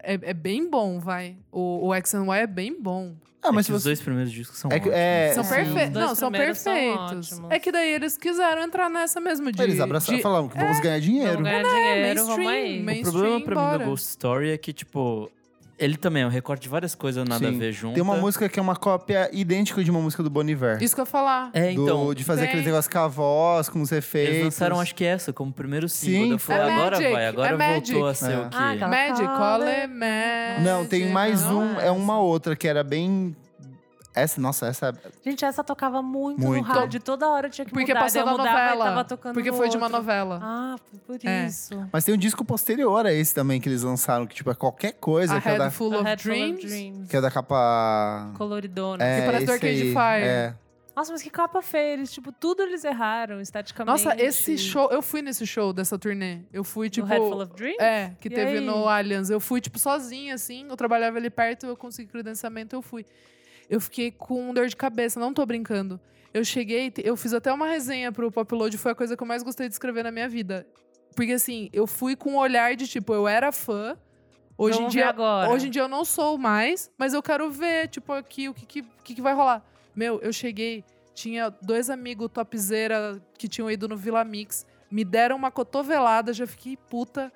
B: é, é bem bom, vai. O, o X and Y é bem bom.
A: ah,
D: É
A: mas
D: que
A: se
D: os
A: você.
D: dois primeiros discos são
A: É que-
D: ótimos.
A: é-
B: São
A: Sim.
B: perfeitos.
C: Os dois
B: Não, são
C: primeiros são
B: perfeitos.
C: ótimos.
B: é que daí eles quiseram entrar nessa mesmo de
A: Eles abraçaram
B: de- É.
A: e falaram que vamos ganhar dinheiro.
C: Vamos ganhar dinheiro, vamos aí.
B: mainstream,
D: O problema pra mim
B: bora.
D: do Ghost Story é que, tipo, ele também é um recorte de várias coisas nada
A: Sim.
D: a ver junto.
A: Tem uma música que é uma cópia idêntica de uma música do Boniver.
B: Isso que eu ia falar.
D: É, então.
A: do, de fazer
B: tem.
A: aqueles negócios com a voz, com os efeitos.
D: Eles lançaram, acho que é essa, como primeiro single.
A: Sim.
D: Daí Eu falei,
B: É
D: agora
B: Magic,
D: vai, agora
B: é Magic.
D: voltou a ser
A: É.
D: o que.
C: Ah, aquela-
B: Magic,
C: Call
B: call
C: it
B: it magic.
A: Não, tem mais
B: É, Não,
A: um, é uma outra que era bem. Essa, nossa, essa.
C: Gente, essa tocava muito,
A: Muito.
C: no rádio. Toda hora tinha que
B: Então, Porque
C: mudar.
B: passou
C: daí
B: da
C: eu mudava e tava
B: novela.
C: tocando
B: Porque
C: no
B: foi de uma
C: outro.
B: novela.
C: Ah, foi por
B: É.
C: isso.
A: Mas tem um disco posterior a esse também que eles lançaram, que tipo é qualquer coisa,
B: a
A: que é,
B: Head
A: da,
B: Full
C: A
B: of
C: Head Full
B: Dreams.
C: Dreams.
A: que é da capa.
C: Coloridona.
A: É,
B: Que parece do
A: esse
B: Arcade
A: aí,
B: Fire.
A: É.
C: Nossa, mas que capa feia. Eles, tipo, tudo eles erraram esteticamente.
B: Nossa, esse show, eu fui nesse show dessa turnê. Eu fui
C: Tipo,
B: tipo
C: do Head Full of Dreams?
B: É, que
C: E
B: teve
C: aí?
B: no Allianz. Eu fui, tipo, sozinha, assim. Eu trabalhava ali perto, eu consegui credenciamento, eu fui. Eu fiquei com dor de cabeça, não tô brincando. Eu cheguei, te- eu fiz até uma resenha pro Popload, foi a coisa que eu mais gostei de escrever na minha vida. Porque, assim, eu fui com um olhar de, tipo, eu era fã. Hoje
C: Vamos
B: em
C: ver
B: dia,
C: agora.
B: Hoje em dia eu não sou mais, mas eu quero ver, tipo, aqui, o que, que, o que que vai rolar. Meu, eu cheguei, tinha dois amigos topzera que tinham ido no Vila Mix, me deram uma cotovelada, já fiquei puta.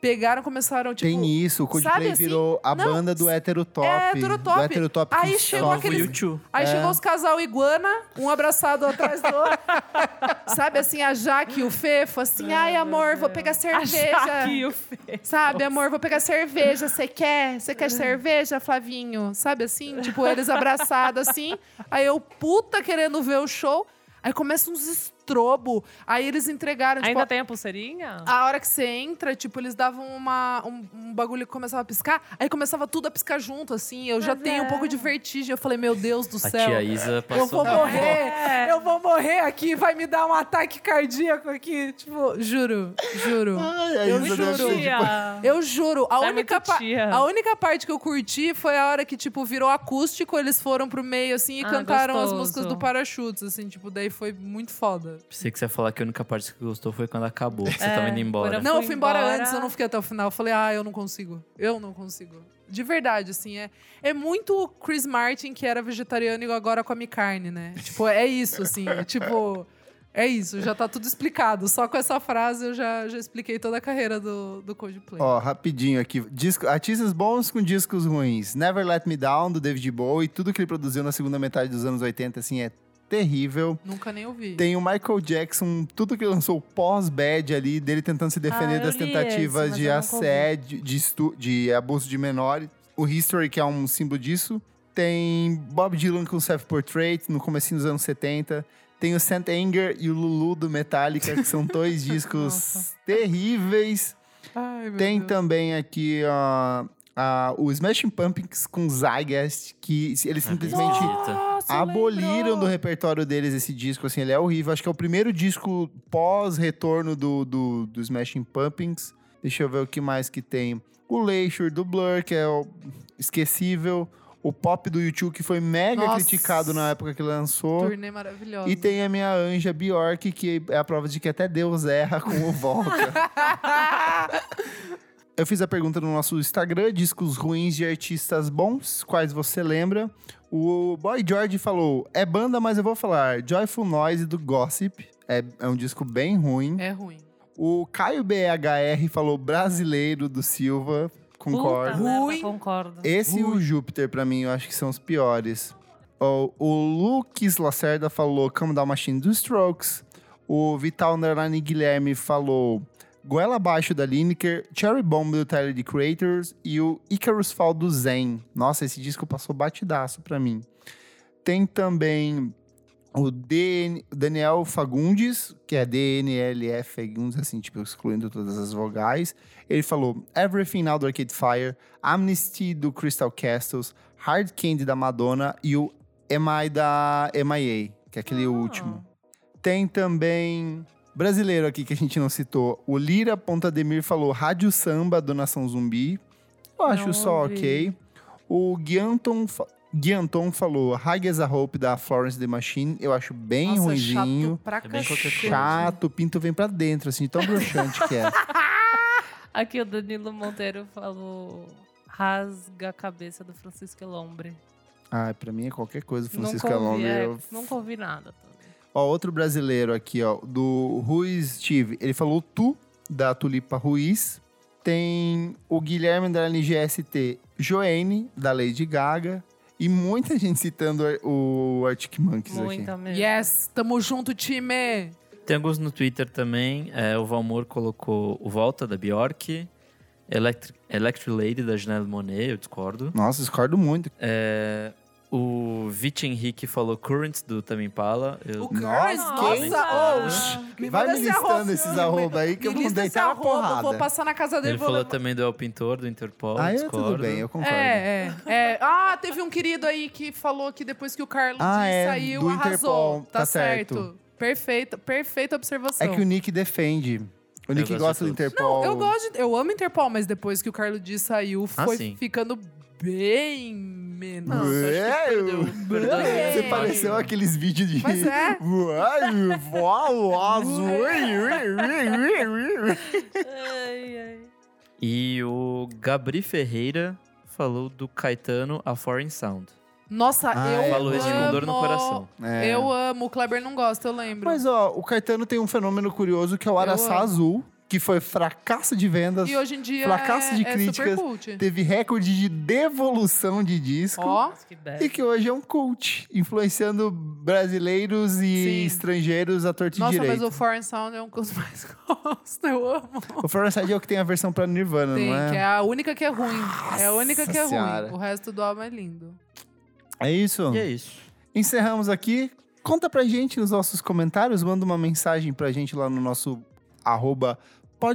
B: Pegaram, começaram, tipo...
A: tem isso, o
B: sabe
A: Coldplay
B: assim?
A: virou a
B: Não,
A: banda do hétero top.
B: é hétero top.
A: Do hétero top
B: Aí
A: que
B: chegou
A: sobe.
B: aqueles-
D: O U2.
B: Aí
A: É.
B: chegou os casal iguana, um abraçado atrás do outro. Sabe, assim, a Jaque e o Fefo, assim, ai, amor, vou pegar cerveja.
C: Aqui, o
B: Sabe, amor, vou pegar cerveja. Você quer? Você
C: É.
B: quer cerveja, Flavinho? Sabe assim? Tipo, eles abraçados assim. Aí eu, puta, querendo ver o show. Aí começa uns estrobo. Aí eles entregaram, tipo,
C: Ainda tem a pulseirinha?
B: a hora que você entra, tipo, eles davam uma, um, um bagulho que começava a piscar. Aí começava tudo a piscar junto, assim. Eu já
C: Mas
B: tenho um
C: é.
B: pouco de vertigem. Eu falei, meu Deus do
D: A
B: céu.
D: tia Isa passou
B: Eu vou
D: mal.
B: morrer, eu vou morrer aqui, vai me dar um ataque cardíaco aqui. Tipo, juro, juro.
A: Ai, aí
B: Eu
A: você
B: juro.
A: deve-
C: Tia.
A: é tipo,
B: Eu juro, a
C: Sai
B: única,
C: muito
B: pa-
C: tia.
B: a única parte que eu curti foi a hora que, tipo, virou acústico, eles foram pro meio, assim, e
C: Ah,
B: cantaram as
C: gostoso.
B: músicas do Parachutes, assim, tipo, daí foi muito foda. Nossa.
D: Pensei que você ia falar que a única parte que gostou foi quando acabou. que Você
C: É,
D: tava indo embora.
C: quando
B: Não, eu
C: fui
B: fui embora,
C: embora-
B: antes, eu não fiquei até o final. Eu falei, ah, eu não consigo. Eu não consigo. De verdade, assim, é, é muito o Chris Martin que era vegetariano e agora come carne, né? Tipo, é isso, assim. é tipo, é isso, já tá tudo explicado. Só com essa frase eu já, já expliquei toda a carreira do, do Coldplay.
A: Ó, rapidinho aqui. Disco, artistas bons com discos ruins. Never Let Me Down, do David Bowie. Tudo que ele produziu na segunda metade dos anos 80, assim, é terrível.
B: Nunca nem ouvi.
A: Tem o Michael Jackson, tudo que lançou pós-bad ali, dele tentando se defender
C: Ah, eu
A: das
C: li
A: tentativas
C: esse, mas
A: de
C: eu nunca ouvi.
A: assédio, de, estu- de abuso de menores. O History, que é um símbolo disso. Tem Bob Dylan com Self-Portrait, no comecinho dos anos 70. Tem o Saint Anger e o Lulu do Metallica, que são dois discos
B: Nossa.
A: terríveis.
B: Ai, meu
A: Tem
B: Deus.
A: também aqui ó, a- o Smashing Pumpkins com Zygast, que se- eles
D: Ah,
A: simplesmente
D: entendi.
C: Nossa, eu
A: aboliram
C: lembro.
A: do repertório deles esse disco, assim, ele é horrível. Acho que é o primeiro disco pós-retorno do, do, do Smashing Pumpkins. Deixa eu ver o que mais que tem. O Leisure do Blur, que é o esquecível. O pop do YouTube, que foi mega
B: Nossa.
A: criticado na época que lançou.
B: Turnê maravilhosa.
A: E tem a minha anja Bjork, que é a prova de que até Deus erra com o Volta. Eu fiz a pergunta no nosso Instagram, discos ruins de artistas bons, quais você lembra? O Boy George falou, é banda, mas eu vou falar, Joyful Noise do Gossip, é, é um disco bem ruim.
B: É ruim.
A: O Caio BHR falou Brasileiro do Silva,
C: Puta
A: concordo.
C: merda,
B: Ruim.
C: Concordo.
A: Esse e o Júpiter, pra mim, eu acho que são os piores. O, o Lucas Lacerda falou Come Down Machine dos Strokes. O Vital Nerlani Guilherme falou Goela Abaixo da Lineker, Cherry Bomb do Tyler, The Creators e o Icarus Fall do Zen. Nossa, esse disco passou batidaço pra mim. Tem também o DN Daniel Fagundes, que é DNLF Fagundes, assim, tipo, excluindo todas as vogais. Ele falou Everything Now do Arcade Fire, Amnesty do Crystal Castles, Hard Candy da Madonna e o Am I da MIA, que é aquele
C: Ah.
A: último. Tem também brasileiro aqui que a gente não citou. O Lira Pontademir falou Rádio Samba do Nação Zumbi. Eu acho
C: Não
A: só
C: ouvi.
A: ok. O Guianton, fa- Guianton falou High as a Hope da Florence the Machine. Eu acho bem
B: Nossa,
A: ruinzinho.
B: chato pra
D: É bem qualquer coisa.
B: cacete.
A: Chato, o pinto vem pra dentro, assim, tão broxante que é.
C: Aqui o Danilo Monteiro falou... Rasga a cabeça do Francisco Lombre.
A: Ai, pra mim é qualquer coisa, Francisco
C: nunca ouvi,
A: Alonso.
C: é,
A: Eu-
C: nunca ouvi nada. também.
A: Ó, outro brasileiro aqui, ó, do Ruiz Steve. Ele falou Tu, da Tulipa Ruiz. Tem o Guilherme da LGST, Joene, da Lady Gaga. E muita gente citando ar- o Arctic Monkeys aqui.
C: Muita mesmo.
B: Yes, tamo junto, time!
D: Tem alguns no Twitter também. É, o Valmor colocou o Volta da Bjork, Electric, Electric Lady da Janelle Monet, eu discordo.
A: Nossa, discordo muito.
D: É, o Vit Henrique falou Current do Tami Impala. Eu-
B: O Currents,
A: Nossa,
B: nossa,
A: quem?
B: nossa me
A: Vai
B: manda
A: me
B: esse
A: listando
B: arroba.
A: esses arroba aí que eu
B: Me
A: vou
B: lista esse
A: deitar uma
B: arroba,
A: porrada.
B: Vou passar na casa dele
D: Ele
B: e vou
D: falou
B: levar-
D: também do El Pintor, do Interpol,
A: Ah, é,
D: discordo.
A: tudo bem, eu concordo.
B: É, é, é. Ah, teve um querido aí que falou que depois que o Carlos
A: Ah,
B: Dias
A: é,
B: saiu,
A: do
B: arrasou.
A: Interpol, tá certo.
B: Perfeito, perfeita observação.
A: É que o Nick defende. O
D: Eu
A: Nick
D: gosto
A: gosta do
D: de todos.
A: Interpol.
B: Eu gosto, de- eu amo Interpol, mas depois que o Carlos Dias saiu,
D: Ah,
B: foi
D: sim.
B: ficando bem menos.
A: Ué,
D: perdeu-
A: eu-
D: perdeu
A: Você
B: espaço.
A: pareceu aqueles vídeos de.
B: Mas é.
A: Uai, uau, uau, ui, ui, ui, ui, ui.
C: Ai, ai.
D: E o Gabri Ferreira falou do Caetano A Foreign Sound.
B: Nossa,
A: Ah,
B: eu
A: é,
D: Falou isso com dor no
B: amo-
D: coração.
A: É.
B: Eu amo, o Kleber não gosta, eu lembro.
A: Mas ó, o Caetano tem um fenômeno curioso que é o Araçá
B: amo.
A: Azul, que foi fracasso de vendas,
B: e hoje em dia
A: fracasso
B: é,
A: de
B: é
A: críticas,
B: super cult.
A: teve recorde de devolução de disco.
B: Ó,
C: Nossa, que bad.
A: E que hoje é um cult, influenciando brasileiros e
B: Sim.
A: estrangeiros à torta e
B: nossa,
A: direito.
B: mas o Foreign Sound é um que eu mais gosto, eu amo.
A: O Foreign é o que tem a versão pra Nirvana,
B: Tem,
A: não é?
B: que é a única que é ruim. É a única que é
A: Senhora.
B: ruim. O resto do álbum é lindo.
A: É isso?
D: E é isso.
A: Encerramos aqui. Conta pra gente nos nossos comentários, manda uma mensagem pra gente lá no nosso arroba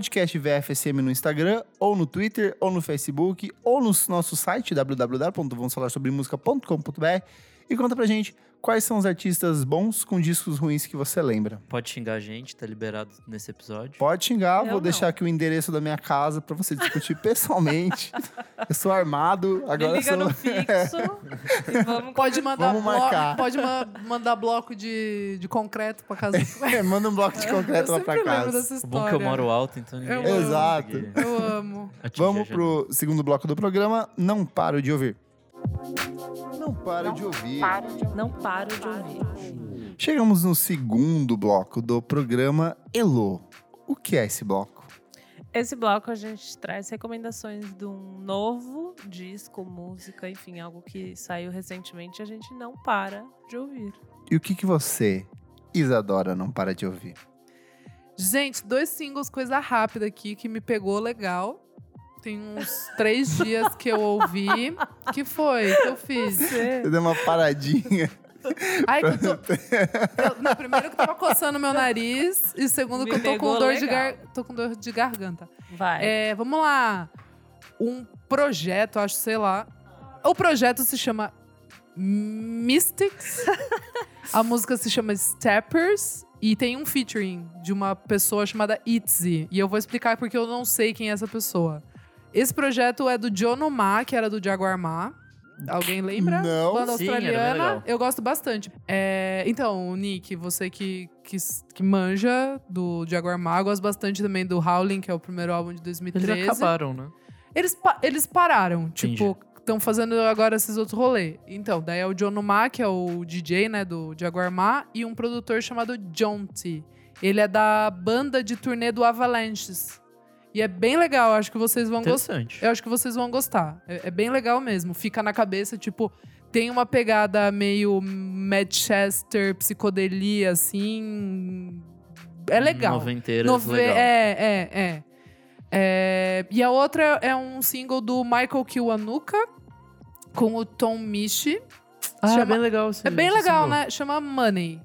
A: podcastvfsm no Instagram, ou no Twitter, ou no Facebook, ou no nosso site www.vamosfalarsobremusica.com.br e conta pra gente Quais são os artistas bons com discos ruins que você lembra?
D: Pode xingar a gente, tá liberado nesse episódio.
A: Pode xingar,
C: Eu
A: vou
C: não.
A: deixar aqui o endereço da minha casa pra você discutir pessoalmente. Eu sou armado, agora
C: Me liga
A: sou... É.
C: no fixo e vamos...
B: Pode mandar,
A: Vamos
B: bloco-
A: marcar.
B: pode ma- mandar bloco de, de concreto pra casa do
A: É, manda um bloco de concreto
B: Eu
A: lá pra
B: sempre lembro
A: casa.
B: dessa
D: O
B: história.
D: bom é que eu moro alto, então ninguém
B: Eu
D: vai
B: amo.
A: Exato.
D: conseguir
B: Eu amo.
D: atingir a
A: Vamos
D: janela.
A: pro segundo bloco do programa. Não paro de ouvir. Não paro de ouvir.
C: Não paro de ouvir.
A: Chegamos no segundo bloco do programa Elo. O que é esse bloco?
C: Esse bloco a gente traz recomendações de um novo disco, música, enfim, algo que saiu recentemente e a gente não para de ouvir.
A: E o que, que você, Isadora, não para de ouvir?
B: Gente, dois singles, coisa rápida aqui, que me pegou legal. Tem uns três dias que eu ouvi. Que foi? Que eu fiz?
C: É.
A: Você deu uma paradinha.
B: Ai, que eu tô. eu- não, primeiro que eu tava coçando meu nariz. E segundo
C: Me
B: que eu tô
C: pegou
B: com dor de,
C: legal.
B: gar... tô com dor de garganta.
C: Vai.
B: É, vamos lá. Um projeto, acho, sei lá. O projeto se chama Mystics. A música se chama Steppers. E tem um featuring de uma pessoa chamada Itzy. E eu vou explicar porque eu não sei quem é essa pessoa. Esse projeto é do Jono Ma, que era do Jaguar Ma. Alguém lembra?
A: Não.
B: Banda
D: Sim, era bem
B: australiana.
D: legal.
B: Eu gosto bastante. É, então, Nick, você que, que, s- que manja do Jaguar Ma, eu gosto bastante também do Howling, que é o primeiro álbum de
D: Eles
B: 2013.
D: acabaram, né?
B: Eles, pa- eles pararam, tipo,
D: Entendi.
B: estão fazendo agora esses outros rolês. Então, daí é o John Ma, que é o DJ, né, do Jaguar Ma, e um produtor chamado John T. Ele é da banda de turnê do Avalanches. E é bem legal, acho que vocês vão gostar.
D: Interessante.
B: Eu acho que vocês vão gostar. É, é bem legal mesmo. Fica na cabeça, tipo, tem uma pegada meio Manchester, psicodelia, assim. É legal.
D: Noventeiras,
B: Nove-
D: legal.
B: É, é, é, É, E a outra é um single do Michael Kiwanuka com o Tom Mishi.
D: Ah,
B: Chama-
D: é bem legal esse-
B: É bem
D: esse
B: legal,
D: single.
B: né? Chama Money.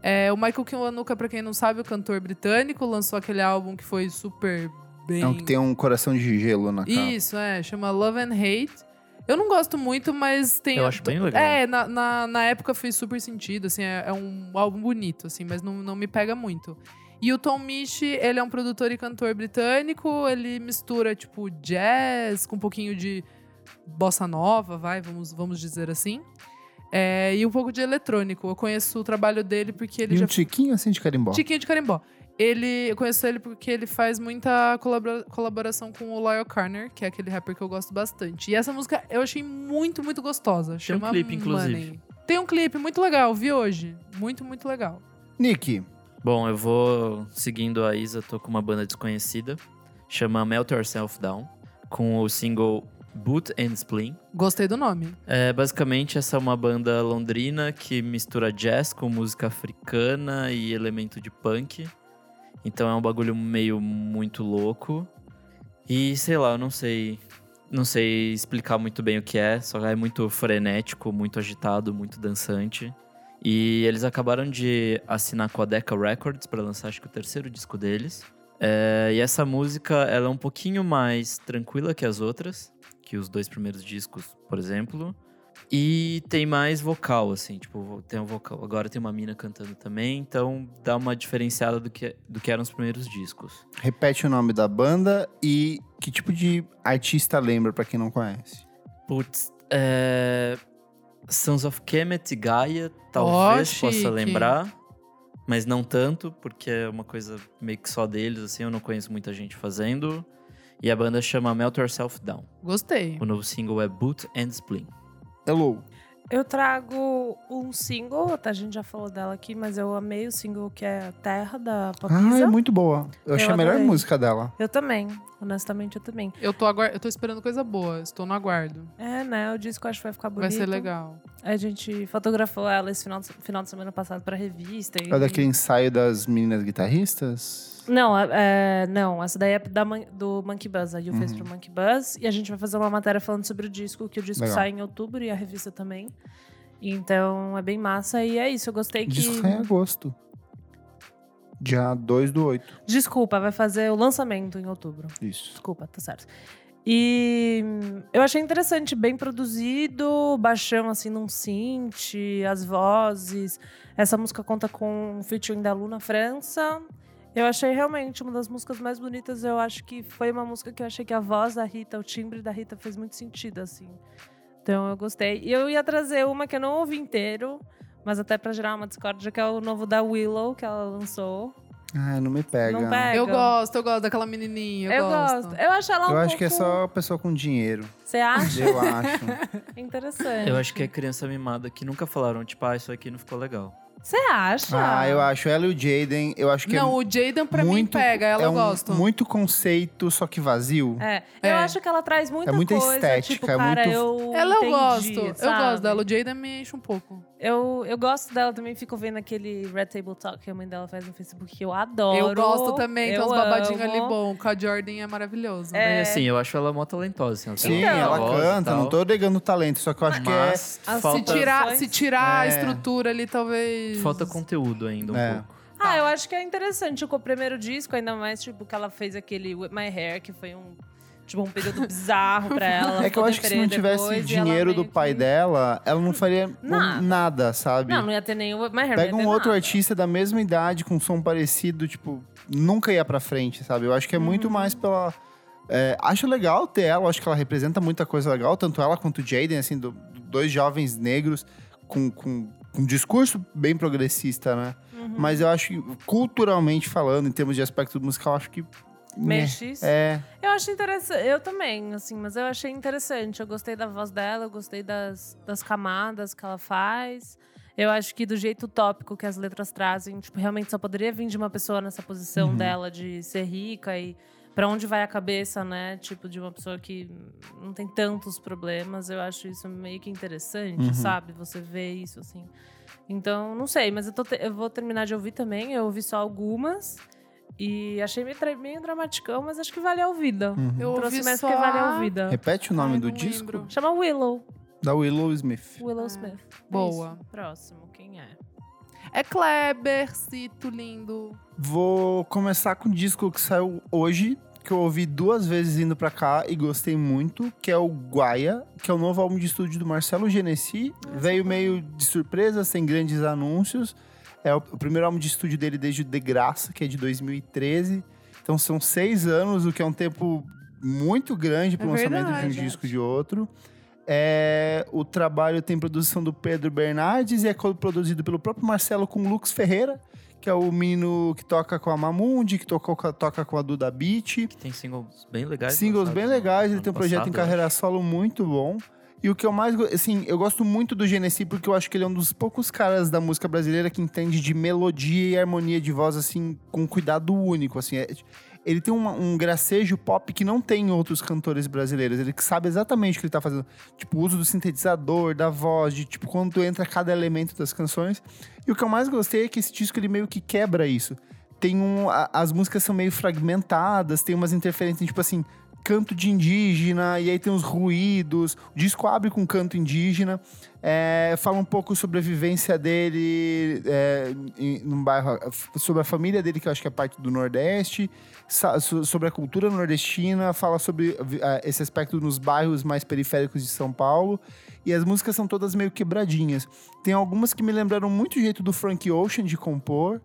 B: É, o Michael Kiwanuka, pra quem não sabe, o cantor britânico, lançou aquele álbum que foi super bem...
A: É um que tem um coração de gelo na cara.
B: Isso, é. Chama Love and Hate. Eu não gosto muito, mas tem...
D: Eu acho bem legal.
B: É, na, na, na época fez super sentido, assim, é, é um álbum bonito, assim, mas não, não me pega muito. E o Tom Misch, ele é um produtor e cantor britânico, ele mistura, tipo, jazz com um pouquinho de bossa nova, vai, vamos, vamos dizer assim. É, e um pouco de eletrônico. Eu conheço o trabalho dele porque ele
A: E
B: já
A: um tiquinho assim de carimbó.
B: Tiquinho de Carimbó. Ele, eu conheço ele porque ele faz muita colabora- colaboração com o Lyle Carner, que é aquele rapper que eu gosto bastante. E essa música eu achei muito, muito gostosa. Chama
D: um clipe, inclusive.
B: Money. Tem um clipe muito legal, vi hoje. Muito, muito legal.
A: Nick,
D: Bom, eu vou seguindo a Isa, tô com uma banda desconhecida, chama Melt Yourself Down, com o single Boot and Spleen.
B: Gostei do nome.
D: É, basicamente, essa é uma banda londrina que mistura jazz com música africana e elemento de punk. Então é um bagulho meio muito louco. E sei lá, eu não sei. Não sei explicar muito bem o que é, só é muito frenético, muito agitado, muito dançante. E eles acabaram de assinar com a Decca Records para lançar, acho que, o terceiro disco deles. É, e essa música, ela é um pouquinho mais tranquila que as outras, que os dois primeiros discos, por exemplo. E tem mais vocal, assim, tipo, tem um vocal. Agora tem uma mina cantando também, então dá uma diferenciada do que, do que eram os primeiros discos.
A: repete o nome da banda e que tipo de artista lembra pra quem não conhece?
D: Putz, é... Sons of Kemet e Gaia, talvez
B: Ó, chique.
D: possa lembrar, mas não tanto, porque é uma coisa meio que só deles, assim, eu não conheço muita gente fazendo. E a banda chama Melt Yourself Down.
B: Gostei.
D: O novo single é Boot and Spleen.
A: Hello.
C: Eu trago um single, até a gente já falou dela aqui, mas eu amei o single que é Terra, da
A: Ah, é
C: Papisa.
A: muito boa. Eu achei a melhor
C: adorei.
A: música dela.
C: Eu também, honestamente eu também.
B: Eu tô, aguar- eu tô esperando coisa boa, estou no aguardo.
C: É, né, o disco acho que vai ficar bonito.
B: Vai ser legal.
C: A gente fotografou ela esse final de, final de semana passado pra revista. e-
A: É daquele ensaio das meninas guitarristas?
C: Não, é, é, não, essa daí é da, Mon- do Monkey Buzz, a Yu fez
A: Uhum.
C: pro Monkey Buzz. E a gente vai fazer uma matéria falando sobre o disco, que o disco
A: Legal.
C: sai em outubro e a revista também. Então é bem massa e é isso, eu gostei que...
A: Disco sai em agosto. Dia 2 do 8.
C: Desculpa, vai fazer o lançamento em outubro.
A: Isso.
C: Desculpa, tá certo. E hum, eu achei interessante, bem produzido, baixão assim num synth, as vozes. Essa música conta com um featuring da Luna França. Eu achei realmente uma das músicas mais bonitas. Eu acho que foi uma música que eu achei que a voz da Rita, o timbre da Rita fez muito sentido assim. Então eu gostei. E eu ia trazer uma que eu não ouvi inteiro, mas até pra gerar uma discórdia, que é o novo da Willow que ela lançou.
A: Ah, não me pega.
C: Não pega.
B: Eu gosto, eu gosto daquela menininha. Eu, gosto.
C: Eu acho ela um
A: Eu acho que é
C: pouco-
A: só pessoa com dinheiro.
C: Você acha?
A: Eu acho.
C: Interessante.
D: Eu acho que é criança mimada que nunca falaram, tipo, ah, isso aqui não ficou legal.
C: Você acha?
A: Ah, eu acho ela e o Jaden. Eu acho que
B: Não,
A: é
B: o Jaden pra
A: muito,
B: mim pega, ela
A: é
B: eu
A: um-
B: gosto.
A: Muito conceito, só que vazio.
C: É,
B: É.
C: eu acho que ela traz muita,
A: É muita
C: coisa,
A: estética,
C: tipo,
A: é
C: cara,
A: muito-
C: eu
B: Ela eu
C: entendi,
B: gosto. Eu
C: sabe?
B: gosto dela. O Jaden me enche um pouco.
C: Eu, eu gosto dela também, fico vendo aquele Red Table Talk que a mãe dela faz no Facebook, que eu adoro.
B: eu gosto também, tem
C: eu
B: uns babadinhos
C: amo.
B: ali bom. Com a Jordan é maravilhoso.
D: É.
C: É.
D: assim, eu acho ela mó talentosa. Assim,
A: Sim,
D: tem
C: então.
D: uma
A: ela
D: voz e
A: canta,
D: tal,
A: não tô negando o talento, só que eu acho que é.
D: Mas
C: Ah, se
B: Se
D: falta,
B: tirar,
C: Opções.
B: se tirar a
A: É.
B: estrutura ali, talvez.
D: falta conteúdo ainda um
A: É.
D: pouco.
C: Ah, eu acho que é interessante. Com o primeiro disco, ainda mais, tipo, que ela fez aquele With My Hair, que foi um, tipo, um período bizarro pra ela. ela
A: É que eu
C: ficou
A: acho que se não
C: deprê
A: tivesse
C: depois, e ela
A: dinheiro do
C: meio
A: pai
C: que-
A: dela, ela não faria
C: Nada.
A: nada, sabe?
C: Não, não ia ter nem o With My Hair. não
A: Pega
C: ia ter
A: um outro
C: nada.
A: artista da mesma idade, com um som parecido, tipo, nunca ia pra frente, sabe? Eu acho que é
B: Uhum.
A: muito mais pela. é, acho legal ter ela, acho que ela representa muita coisa legal, tanto ela quanto o Jaden, assim, do- do- dois jovens negros com, com, com um discurso bem progressista, né?
B: Uhum.
A: Mas eu acho que, culturalmente falando, em termos de aspecto musical, acho que.
C: Meio
A: né,
C: X.
A: É,
C: Eu acho interessante, eu também, assim, mas eu achei interessante. Eu gostei da voz dela, eu gostei das, das camadas que ela faz. Eu acho que do jeito tópico que as letras trazem, tipo, realmente só poderia vir de uma pessoa nessa posição dela de ser rica e pra onde vai a cabeça, né? Tipo, de uma pessoa que não tem tantos problemas. Eu acho isso meio que interessante,
A: Uhum.
C: sabe? Você vê isso, assim. Então, não sei, mas eu, tô te- eu vou terminar de ouvir também. Eu ouvi só algumas. E achei meio, tra- meio dramaticão, mas acho que vale a ouvida.
B: Eu
C: Trouxe
B: ouvi
C: mais
B: só...
C: porque vale a ouvida.
A: Uhum. repete o nome
B: Ai,
A: do
B: não
A: disco
B: lembro.
C: Chama Willow.
A: da Willow Smith.
C: Willow Smith. É
B: Boa.
C: isso. Próximo, quem é?
B: É Kleber, Cito, lindo.
A: Vou começar com um disco que saiu hoje, que eu ouvi duas vezes indo pra cá e gostei muito, que é o Guaia, que é o novo álbum de estúdio do Marcelo Genesi. Veio meio de surpresa, sem grandes anúncios. É o o primeiro álbum de estúdio dele desde o De Graça, que é de 2013. Então são seis anos, o que é um tempo muito grande para
B: É
A: o lançamento de
B: verdade.
A: um disco de outro. É, o trabalho tem produção do Pedro Bernardes e é produzido pelo próprio Marcelo com o Lux Ferreira, que é o menino que toca com a Mamundi, que tocou com a- toca com a Duda Beat.
D: Que tem singles bem legais.
A: Singles
D: lançados
A: bem
D: no
A: legais, ele
D: ano
A: tem um projeto em
D: passado, eu acho.
A: carreira solo muito bom. E o que eu mais. go- Assim, eu gosto muito do Genesi porque eu acho que ele é um dos poucos caras da música brasileira que entende de melodia e harmonia de voz, assim, com cuidado único. Assim, É- ele tem uma- um gracejo pop que não tem em outros cantores brasileiros. Ele que sabe exatamente o que ele tá fazendo. Tipo, o uso do sintetizador, da voz, de tipo, quando entra cada elemento das canções. E o que eu mais gostei é que esse disco ele meio que quebra isso. Tem um. a- as músicas são meio fragmentadas, tem umas interferências, tipo assim, canto de indígena, e aí tem uns ruídos. O disco abre com canto indígena. É, fala um pouco sobre a vivência dele é, em- num bairro. Sobre a família dele, que eu acho que é parte do Nordeste. sa- so- sobre a cultura nordestina. Fala sobre vi- ah, esse aspecto nos bairros mais periféricos de São Paulo. E as músicas são todas meio quebradinhas. Tem algumas que me lembraram muito o jeito do Frank Ocean de compor.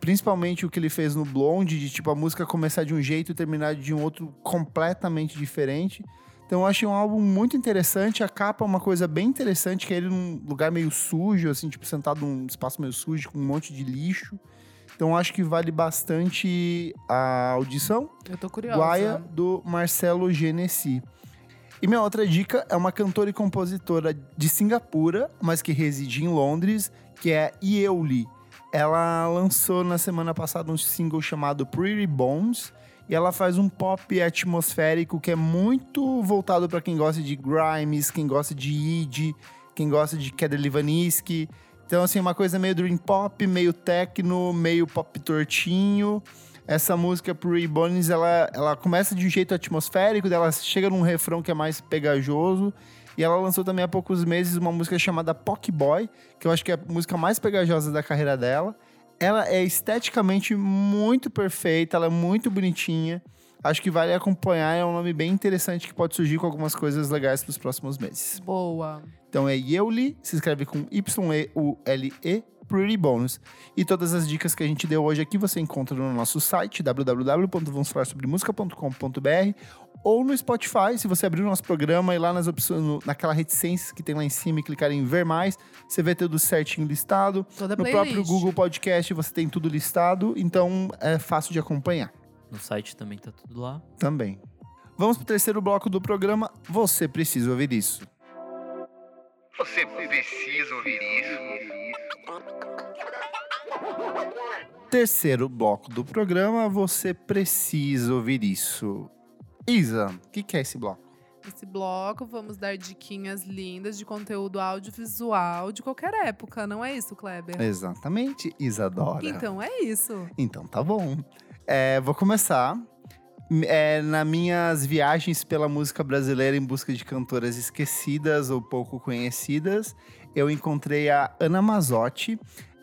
A: Principalmente o que ele fez no Blonde, de tipo a música começar de um jeito e terminar de um outro completamente diferente. Então eu achei um álbum muito interessante. A capa é uma coisa bem interessante, que é ele num lugar meio sujo, assim, tipo, sentado num espaço meio sujo, com um monte de lixo. Então eu acho que vale bastante a audição.
B: Eu tô curiosa.
A: Guaia, do Marcelo Genesi. E minha outra dica é uma cantora e compositora de Singapura, mas que reside em Londres, que é Yeoli. Ela lançou na semana passada um single chamado Pretty Bones, e ela faz um pop atmosférico que é muito voltado para quem gosta de Grimes, quem gosta de Id, quem gosta de Kedley Vaniski. Então, assim, uma coisa meio dream pop, meio techno, meio pop tortinho essa música pro Ray Bones, ela, ela começa de um jeito atmosférico, daí ela chega num refrão que é mais pegajoso. E ela lançou também há poucos meses uma música chamada Pock Boy, que eu acho que é a música mais pegajosa da carreira dela. Ela é esteticamente muito perfeita, ela é muito bonitinha. Acho que vale acompanhar, é um nome bem interessante que pode surgir com algumas coisas legais pros próximos meses.
B: Boa.
A: Então é Yeuli, se escreve com Y-E-U-L-E, Pretty Bonus. E todas as dicas que a gente deu hoje aqui você encontra no nosso site, www.vamosfalarsobremusica.com.br ou no Spotify, se você abrir o nosso programa e lá nas opções, no- naquela reticência que tem lá em cima e clicar em ver mais, você vê tudo certinho listado.
B: Toda a
A: No
B: playlist.
A: próprio Google Podcast você tem tudo listado, então é fácil de acompanhar
D: No site também tá tudo lá.
A: também. Vamos pro terceiro bloco do programa. Você precisa ouvir isso.
G: Você precisa ouvir isso.
A: Terceiro bloco do programa, você precisa ouvir isso. Isa, o que, que é esse bloco?
B: Nesse bloco, vamos dar diquinhas lindas de conteúdo audiovisual de qualquer época, não é isso, Kleber?
A: Exatamente, Isadora.
B: Então é isso.
A: Então tá bom. É, vou começar. M- É, nas minhas viagens pela música brasileira em busca de cantoras esquecidas ou pouco conhecidas, eu encontrei a Ana Mazotti.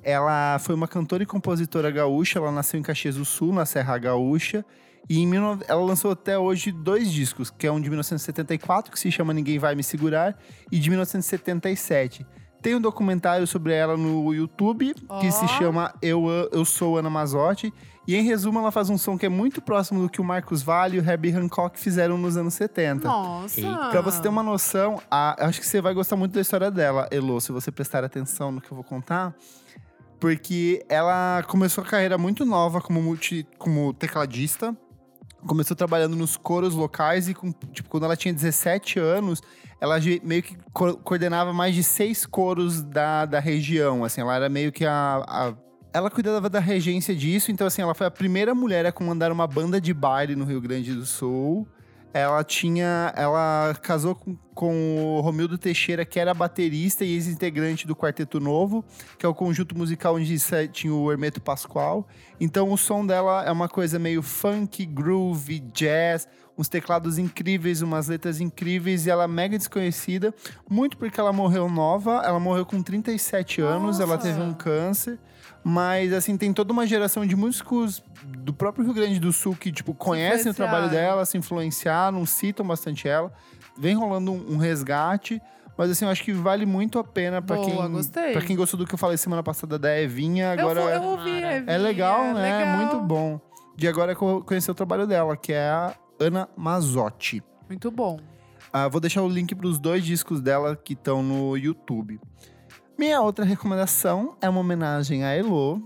A: Ela foi uma cantora e compositora gaúcha. Ela nasceu em Caxias do Sul, na Serra Gaúcha. E em 19 ela lançou até hoje dois discos, que é um de 1974, que se chama Ninguém Vai Me Segurar, e de 1977. Tem um documentário sobre ela no YouTube, que se
B: Ó.
A: chama Eu, A- Eu Sou Ana Mazotti. E em resumo, ela faz um som que é muito próximo do que o Marcos Valle e o Herbie Hancock fizeram nos anos 70.
B: Nossa.
D: Eita.
A: Então, Pra você ter uma noção, a- acho que você vai gostar muito da história dela, Elo, se você prestar atenção no que eu vou contar. Porque ela começou a carreira muito nova como, multi, como tecladista. Começou trabalhando nos coros locais e, com- tipo, quando ela tinha 17 anos, ela ge- meio que co- coordenava mais de seis coros da, da região, assim. Ela era meio que a- a ela cuidava da regência disso, então assim, ela foi a primeira mulher a comandar uma banda de baile no Rio Grande do Sul. Ela tinha. Ela casou com, com o Romildo Teixeira, que era baterista e ex-integrante do Quarteto Novo, que é o conjunto musical onde sa- tinha o Hermeto Pascoal. Então o som dela é uma coisa meio funk, groove, jazz, uns teclados incríveis, umas letras incríveis, e ela é mega desconhecida, muito porque ela morreu nova, ela morreu com 37 anos, ela
B: Nossa.
A: teve um câncer. Mas, assim, tem toda uma geração de músicos do próprio Rio Grande do Sul que, tipo, conhecem o trabalho
B: influenciaram.
A: dela, se influenciaram, citam bastante ela. Vem rolando um, um resgate. Mas, assim, eu acho que vale muito a pena pra
B: Boa,
A: quem...
B: gostei.
A: Pra quem gostou do que eu falei semana passada da Evinha, agora...
B: eu, vou- eu ouvi,
A: É legal,
B: Evinha,
A: né?
B: legal.
A: Muito bom. De agora é co- conhecer o trabalho dela, que é a Ana Mazotti.
B: Muito bom.
A: Ah, vou deixar o link para os dois discos dela que estão no YouTube. Minha outra recomendação é uma homenagem a Elo.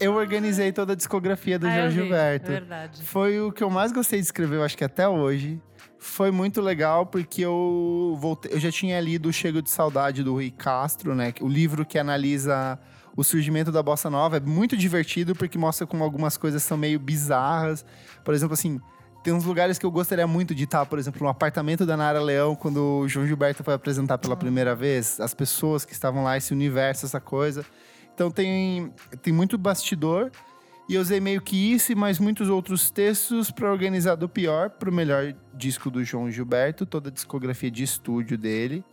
A: Eu organizei toda a discografia do
C: Ah, eu
A: Jorge
C: vi,
A: Gilberto.
C: É verdade.
A: Foi o que eu mais gostei de escrever, eu acho que até hoje. Foi muito legal, porque eu voltei. Eu já tinha lido o Chego de Saudade do Rui Castro, né? O livro que analisa o surgimento da Bossa Nova. É muito divertido, porque mostra como algumas coisas são meio bizarras. Por exemplo, assim. Tem uns lugares que eu gostaria muito de estar, por exemplo, no apartamento da Nara Leão, quando o João Gilberto foi apresentar pela primeira vez, as pessoas que estavam lá, esse universo, essa coisa. Então tem, tem muito bastidor, e eu usei meio que isso e mais muitos outros textos para organizar do pior pro melhor disco do João Gilberto, toda a discografia de estúdio dele.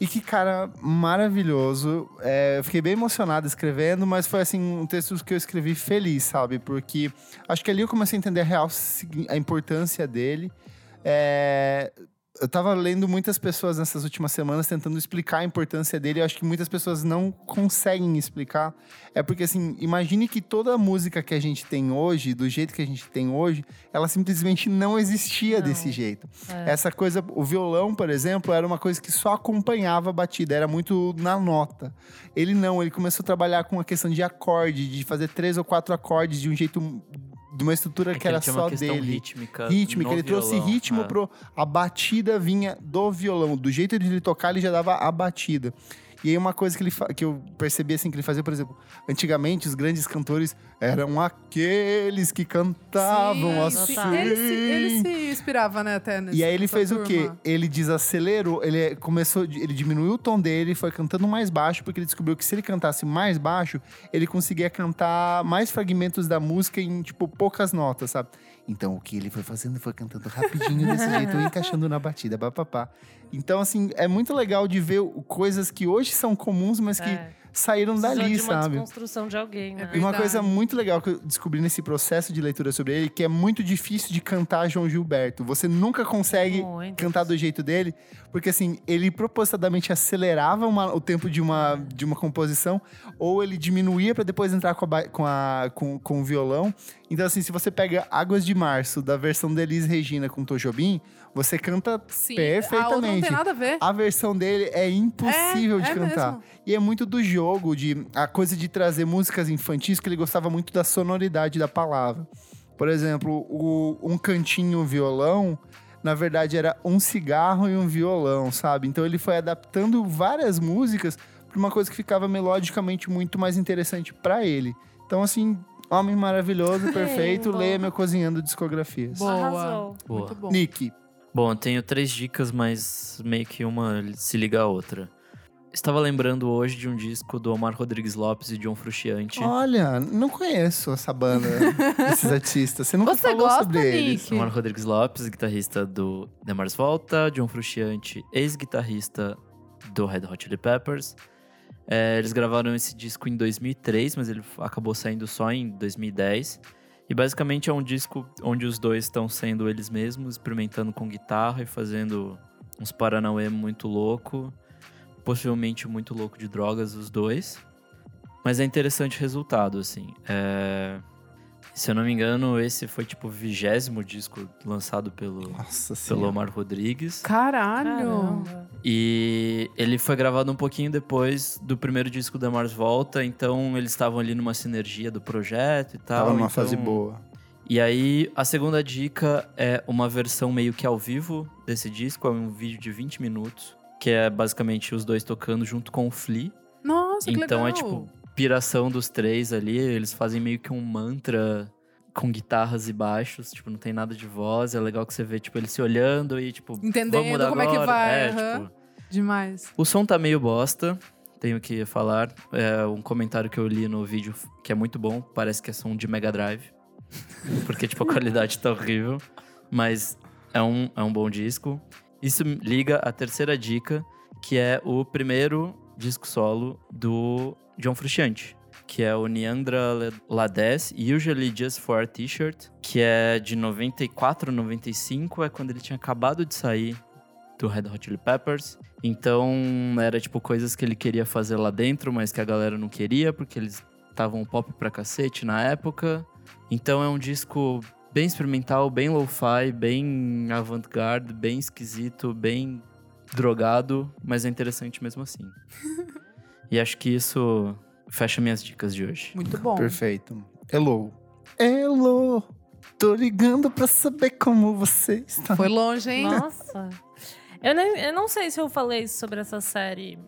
A: E que cara maravilhoso. É, eu fiquei bem emocionado escrevendo, mas foi assim um texto que eu escrevi feliz, sabe? Porque acho que ali eu comecei a entender a real sig- a importância dele. É, eu tava lendo muitas pessoas nessas últimas semanas tentando explicar a importância dele. Eu acho que muitas pessoas não conseguem explicar. É porque, assim, imagine que toda a música que a gente tem hoje, do jeito que a gente tem hoje, ela simplesmente não existia
C: Não.
A: desse jeito.
C: É.
A: Essa coisa, o violão, por exemplo, era uma coisa que só acompanhava a batida, era muito na nota. Ele não, ele começou a trabalhar com a questão de acorde, de fazer três ou quatro acordes de um jeito. De uma estrutura
D: É
A: que era
D: ele tinha uma
A: só
D: questão
A: dele
D: rítmica.
A: ritmo,
D: no
A: que ele trouxe
D: violão,
A: ritmo
D: é.
A: pro. A batida vinha do violão. Do jeito de ele tocar, ele já dava a batida. E aí, uma coisa que, ele fa- que eu percebi assim que ele fazia, por exemplo, antigamente os grandes cantores eram aqueles que cantavam assim.
B: sim, sim. Ele, se, ele se inspirava, né, até nesse,
A: E aí ele
B: nessa
A: fez o
B: turma.
A: quê? Ele desacelerou, ele começou, ele diminuiu o tom dele, foi cantando mais baixo, porque ele descobriu que se ele cantasse mais baixo, ele conseguia cantar mais fragmentos da música em tipo poucas notas, sabe? Então o que ele foi fazendo foi cantando rapidinho desse jeito, encaixando na batida, papapá. Então assim, é muito legal de ver o- coisas que hoje são comuns, mas que
C: É.
A: saíram dali,
C: de uma
A: sabe?
C: desconstrução de alguém,
B: É
C: né?
A: E uma
B: Verdade.
A: coisa muito legal que eu descobri nesse processo de leitura sobre ele, que é muito difícil de cantar João Gilberto. Você nunca consegue
C: Muito.
A: cantar do jeito dele, porque assim, ele propositadamente acelerava uma- o tempo de uma, de uma composição, ou ele diminuía pra depois entrar com, a, ba- com, a- com- com o violão. Então assim, se você pega Águas de Março, da versão de Elis Regina com Tom Jobim, você canta...
B: Sim, a outra não
A: Perfeitamente.
B: tem nada a ver.
A: A versão dele é impossível
B: É,
A: de
B: é
A: cantar.
B: mesmo.
A: E é muito do jogo, de a coisa de trazer músicas infantis, que ele gostava muito da sonoridade da palavra. Por exemplo, o- um cantinho um violão, na verdade era um cigarro e um violão, sabe? Então ele foi adaptando várias músicas para uma coisa que ficava melodicamente muito mais interessante para ele. Então assim, homem maravilhoso, perfeito,
C: bom.
A: leia meu cozinhando discografias.
B: Boa.
C: Arrasou.
B: Muito bom.
A: Nick,
D: Bom, eu tenho três dicas, mas meio que uma se liga à outra. Estava lembrando hoje de um disco do Omar Rodrigues Lopes e John Frusciante.
A: Ah, Olha, não conheço essa banda, esses artistas. Você nunca
B: Você
A: falou
B: gosta,
A: sobre eles.
B: Nick?
D: Omar Rodrigues Lopes, guitarrista do The Mars Volta, John Frusciante, ex-guitarrista do Red Hot Chili Peppers. É, eles gravaram esse disco em 2003, mas ele f- acabou saindo só em 2010. E basicamente é um disco onde os dois estão sendo eles mesmos, experimentando com guitarra e fazendo uns paranauê muito louco, possivelmente muito louco de drogas os dois. Mas é interessante o resultado, assim. É, Se eu não me engano, esse foi tipo o vigésimo disco lançado pelo,
A: Nossa
D: pelo
A: senhora.
D: Omar Rodrigues.
B: Caralho.
C: Caramba.
D: E ele foi gravado um pouquinho depois do primeiro disco da Mars Volta, então eles estavam ali numa sinergia do projeto e tal.
A: Tava numa
D: então-
A: fase boa.
D: E aí, a segunda dica é uma versão meio que ao vivo desse disco, é um vídeo de 20 minutos, que é basicamente os dois tocando junto com o Flea.
B: Nossa, que
D: Então
B: legal.
D: é tipo piração dos três ali, eles fazem meio que um mantra com guitarras e baixos, tipo, não tem nada de voz, é legal que você vê, tipo, eles se olhando e, tipo,
B: Entendendo
D: vamos mudar
B: como é que
D: agora.
B: vai,
D: É,
B: aham.
D: tipo,
B: Demais.
D: o som tá meio bosta, tenho que falar. É um comentário que eu li no vídeo que é muito bom, parece que é som de Mega Drive. Porque, tipo, a qualidade tá horrível. Mas é um, é um bom disco. Isso me liga à terceira dica, que é o primeiro disco solo do John Frusciante. Que é o Neandra Le- Lades, Usually Just For a T-Shirt. Que é de 94, 95, é quando ele tinha acabado de sair do Red Hot Chili Peppers. Então, era tipo coisas que ele queria fazer lá dentro, mas que a galera não queria, porque eles estavam pop pra cacete na época. Então, é um disco bem experimental, bem lo-fi, bem avant-garde, bem esquisito, bem drogado, mas é interessante mesmo assim. e acho que isso fecha minhas dicas de hoje.
B: Muito bom.
A: Perfeito. Hello. Hello. Tô ligando pra saber como você está.
B: Foi longe, hein?
C: Nossa. Eu, nem, eu não sei se eu falei sobre essa série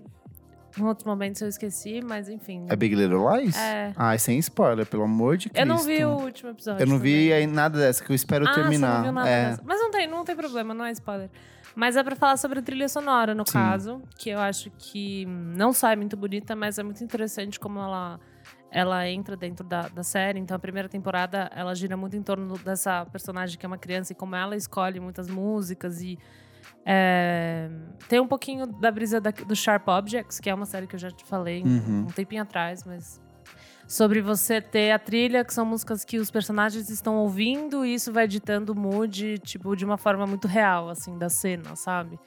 C: em outro momento, se eu esqueci, mas enfim.
A: É Big Little Lies?
C: É.
A: Ai, sem spoiler, pelo amor de Cristo.
C: eu não vi o último episódio.
A: Eu não vi
C: também.
A: aí nada dessa, que eu espero
C: ah, Você
A: terminar.
C: não viu nada
A: é.
C: dessa. Mas não tem, não tem problema, não é spoiler. Mas é pra falar sobre a trilha sonora, no
A: Sim.
C: caso, que eu acho que hum, não só é muito bonita, mas é muito interessante como ela, ela entra dentro da, da série. Então, a primeira temporada, ela gira muito em torno dessa personagem que é uma criança e como ela escolhe muitas músicas e. é, tem um pouquinho da brisa da- do Sharp Objects, que é uma série que eu já te falei
A: Uhum.
C: um tempinho atrás, mas sobre você ter a trilha, que são músicas que os personagens estão ouvindo, e isso vai ditando o mood, tipo, de uma forma muito real, assim, da cena, sabe?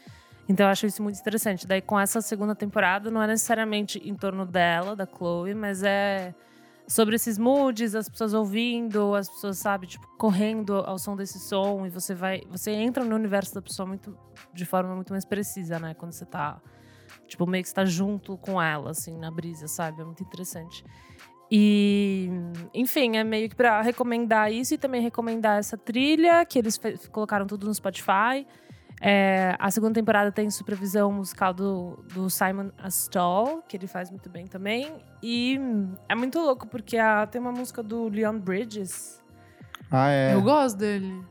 C: Então eu acho isso muito interessante. Daí com essa segunda temporada, não é necessariamente em torno dela, da Chloe, mas é sobre esses moods, as pessoas ouvindo, as pessoas, sabe, tipo, correndo ao som desse som, e você vai. Você entra no universo da pessoa muito, de forma muito mais precisa, né? Quando você tá. Tipo, meio que você tá junto com ela, assim, na brisa, sabe? É muito interessante. E, enfim, é meio que pra recomendar isso e também recomendar essa trilha, que eles fe- colocaram tudo no Spotify. É, a segunda temporada tem supervisão musical do, do Simon Astall, que ele faz muito bem também. E hum, é muito louco, porque a- tem uma música do Leon Bridges.
A: Ah, é.
B: Eu gosto dele.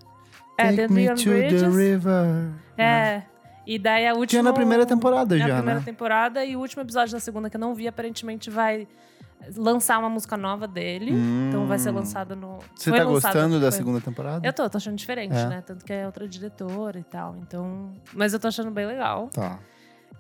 C: É,
A: Take
C: tem
A: me
C: Leon
A: to the
C: Bridges.
A: river.
C: É. E daí a última.
A: Tinha né? na primeira temporada
C: na
A: já,
C: primeira
A: né?
C: temporada e o último episódio da segunda que eu não vi, aparentemente vai lançar uma música nova dele.
A: Hum.
C: Então vai ser lançada no.
A: Você
C: foi
A: tá
C: lançada,
A: gostando da
C: foi-
A: segunda temporada?
C: Eu tô, tô achando diferente,
A: É.
C: né? Tanto que é outra diretora e tal. Então. Mas eu tô achando bem legal.
A: Tá.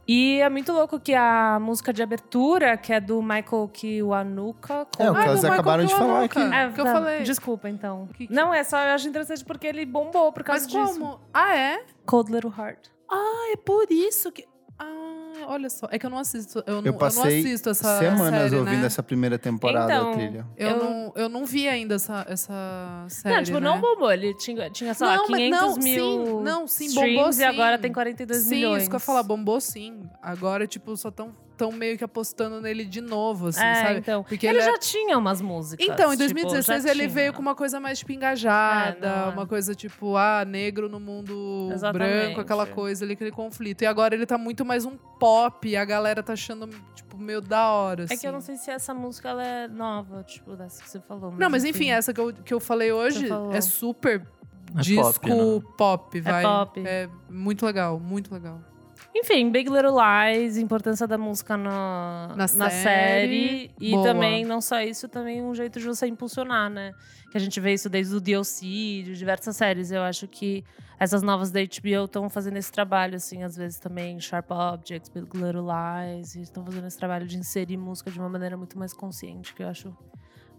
C: E é muito louco que a música de abertura, que é do Michael Kiwanuka...
A: É, o
C: com-
A: que
B: Ah,
A: elas
B: do Michael
A: acaram de falar
B: Kiwanuka.
A: aqui.
B: É, o que eu
C: tá.
B: falei.
C: Desculpa, então.
B: que-
C: Não, é só... Eu acho interessante porque ele bombou por
B: Mas
C: causa disso.
B: como? Ah, é?
C: Cold Little Heart.
B: Ah, é por isso que. Ah, olha só. É que eu não assisto. Eu, não,
A: Eu passei
B: eu não assisto essa
A: Semanas
B: série,
A: ouvindo
B: né?
A: essa primeira temporada
C: Então,
A: da trilha.
B: Eu,
C: Eu-
B: Não, eu não vi ainda essa, essa série.
C: não, tipo,
B: né?
C: não bombou. Ele tinha, tinha sei lá,
B: Não, mas
C: 500
B: não,
C: mil
B: sim, não, sim,
C: streams
B: bombou
C: e
B: sim.
C: agora tem 42
B: sim,
C: milhões.
B: isso que eu ia falar, bombou sim. Agora, tipo, só tão, tão meio que apostando nele de novo, assim,
C: é,
B: sabe?
C: então.
B: Porque
C: ele,
B: ele é-
C: já tinha umas músicas.
B: Então, em
C: tipo,
B: 2016
C: já
B: ele
C: tinha.
B: veio com uma coisa mais tipo engajada,
C: É, não, é.
B: uma coisa tipo, ah, negro no mundo
C: Exatamente.
B: branco, aquela coisa ali, aquele conflito. E agora ele tá muito mais um pop, e a galera tá achando, tipo, meio da hora.
C: É que eu não
B: assim.
C: sei se essa música ela é nova, tipo, dessa que você falou.
B: Não, mas enfim, essa que eu, que eu falei hoje
C: falou.
B: é super
D: É
B: disco
D: pop, né?
B: pop, vai.
C: pop.
B: É muito legal, muito legal.
C: Enfim, Big Little Lies, importância da música na,
B: Na série.
C: série. E
B: Boa.
C: também, não só isso, também um jeito de você impulsionar, né? Que a gente vê isso desde o DLC, de diversas séries. Eu acho que essas novas da HBO estão fazendo esse trabalho, assim, às vezes também Sharp Objects, Big Little Lies. e Estão fazendo esse trabalho de inserir música de uma maneira muito mais consciente, que eu acho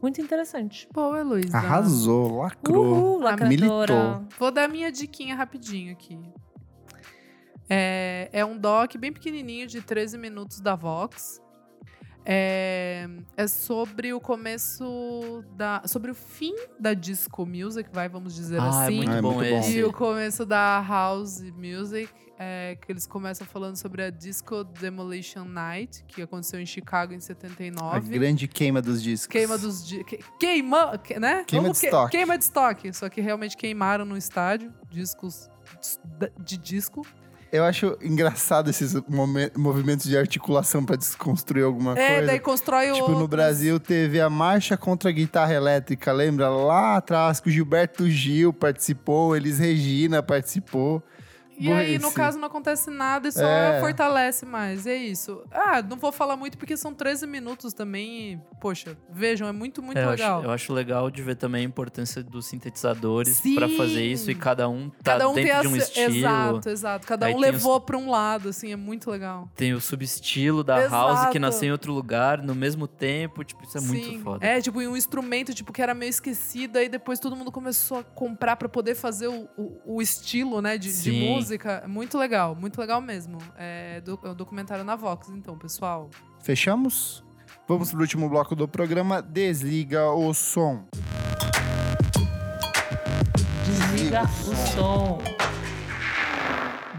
C: muito interessante.
B: Boa, Heloísa.
A: Arrasou, lacrou.
B: Ah,
C: Uhul, lacradora.
A: militou.
B: Vou dar minha diquinha rapidinho aqui. É, é um doc bem pequenininho de 13 minutos da Vox. É, é sobre o começo da... Sobre o fim da disco music, vai, vamos dizer
D: Ah, é
B: assim.
D: muito
A: Ah, é
D: bom
A: muito bom.
D: esse.
B: E o começo da House Music, é, que eles começam falando sobre a Disco Demolition Night, que aconteceu em Chicago em
A: A
B: 79.
A: grande queima dos discos.
B: Queima dos. di- que- Queima. que- Né?
A: Queima
B: Vamos
A: de estoque.
B: Queima de estoque. Só que realmente queimaram no estádio discos dis- da- de disco.
A: Eu acho engraçado esses momen- movimentos de articulação pra desconstruir alguma
B: é,
A: coisa.
B: daí constrói
A: Tipo,
B: o.
A: no Brasil teve a marcha contra a guitarra elétrica, lembra? Lá atrás, que o Gilberto Gil participou, Elis Regina participou.
B: E aí, no
A: Esse.
B: caso, não acontece nada e só
A: É.
B: fortalece mais. E é isso. Ah, não vou falar muito porque são 13 minutos também. E, poxa, vejam, é muito, muito
D: É, eu, acho,
B: legal.
D: eu acho legal de ver também a importância dos sintetizadores pra fazer isso e
B: Sim.
D: cada um tá
B: Cada um
D: dentro
B: tem
D: de um
B: a-
D: estilo.
B: Exato, exato. Cada
D: Aí
B: um
D: tem os-
B: levou pra um lado, assim, é muito legal.
D: Tem o subestilo da house
B: Exato.
D: que nasceu em outro lugar no mesmo tempo, tipo, isso é
B: Sim.
D: muito foda.
B: É, tipo, e um instrumento tipo, que era meio esquecido, aí depois todo mundo começou a comprar pra poder fazer o, o- o estilo, né, de, de
D: Sim.
B: música. Muito legal, muito legal mesmo. É do, é um documentário na Vox, então, pessoal.
A: Fechamos? Vamos pro último bloco do programa, Desliga o Som.
C: Desliga o som.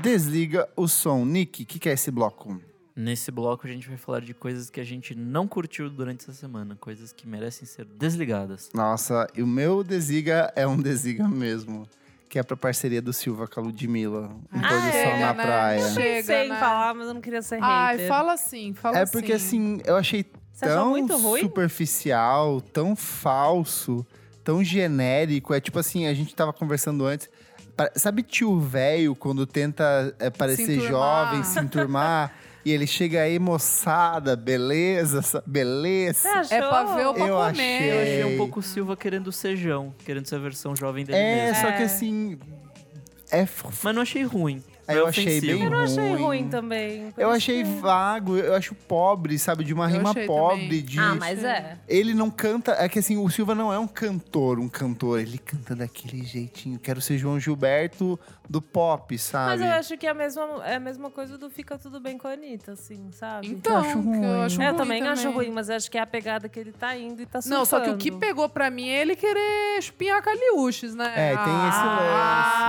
A: Desliga o Som. Nick, o que, que é esse bloco?
D: Nesse bloco a gente vai falar de coisas que a gente não curtiu durante essa semana, coisas que merecem ser desligadas.
A: Nossa, e o meu Desliga é um Desliga mesmo. Que é pra parceria do Silva com a Ludmilla. Um
B: Ah,
A: pôr do sol
B: chega,
A: na
B: né?
A: praia.
B: Chega,
C: Pensei em
B: né?
C: falar, mas eu não queria ser É hater.
B: Ai, fala assim, fala
A: É porque assim, eu achei
C: Você achou
A: tão
C: muito ruim?
A: superficial, tão falso, tão genérico. É tipo assim, a gente tava conversando antes. pa- Sabe tio velho quando tenta é, parecer
B: enturmar.
A: jovem, se enturmar? e ele chega aí, moçada, beleza, sa-
C: Você
A: beleza.
C: achou?
B: É pra ver ou pra
A: Eu
B: comer.
D: Eu achei
A: Ei.
D: um pouco o Silva querendo ser Jão, querendo ser a versão jovem dele
A: É,
D: mesmo.
A: só que assim. É f-
D: Mas não achei ruim.
A: Aí
D: Não é
A: eu achei bem
D: ofensivo.
C: Eu não achei
A: ruim.
C: ruim também. por
A: Eu
C: isso
A: achei
C: que- é.
A: vago, eu acho pobre, sabe? De uma
B: Eu
A: rima
B: achei
A: pobre,
B: também.
A: de.
C: Ah, mas é.
A: Ele não canta. É que assim, o Silva não é um cantor, um cantor. Ele canta daquele jeitinho. Quero ser João Gilberto do pop, sabe?
C: Mas eu acho que é a mesma, é a mesma coisa do Fica Tudo Bem com a Anitta, assim, sabe?
B: Então,
A: Eu acho
B: que eu
A: ruim.
B: acho
C: É, eu
B: ruim
C: também, acho ruim, mas eu acho que é a pegada que ele tá indo e tá surfando.
B: Não, só que o que pegou pra mim é ele querer espinhar caliúches, né?
A: É, tem esse
B: Ah,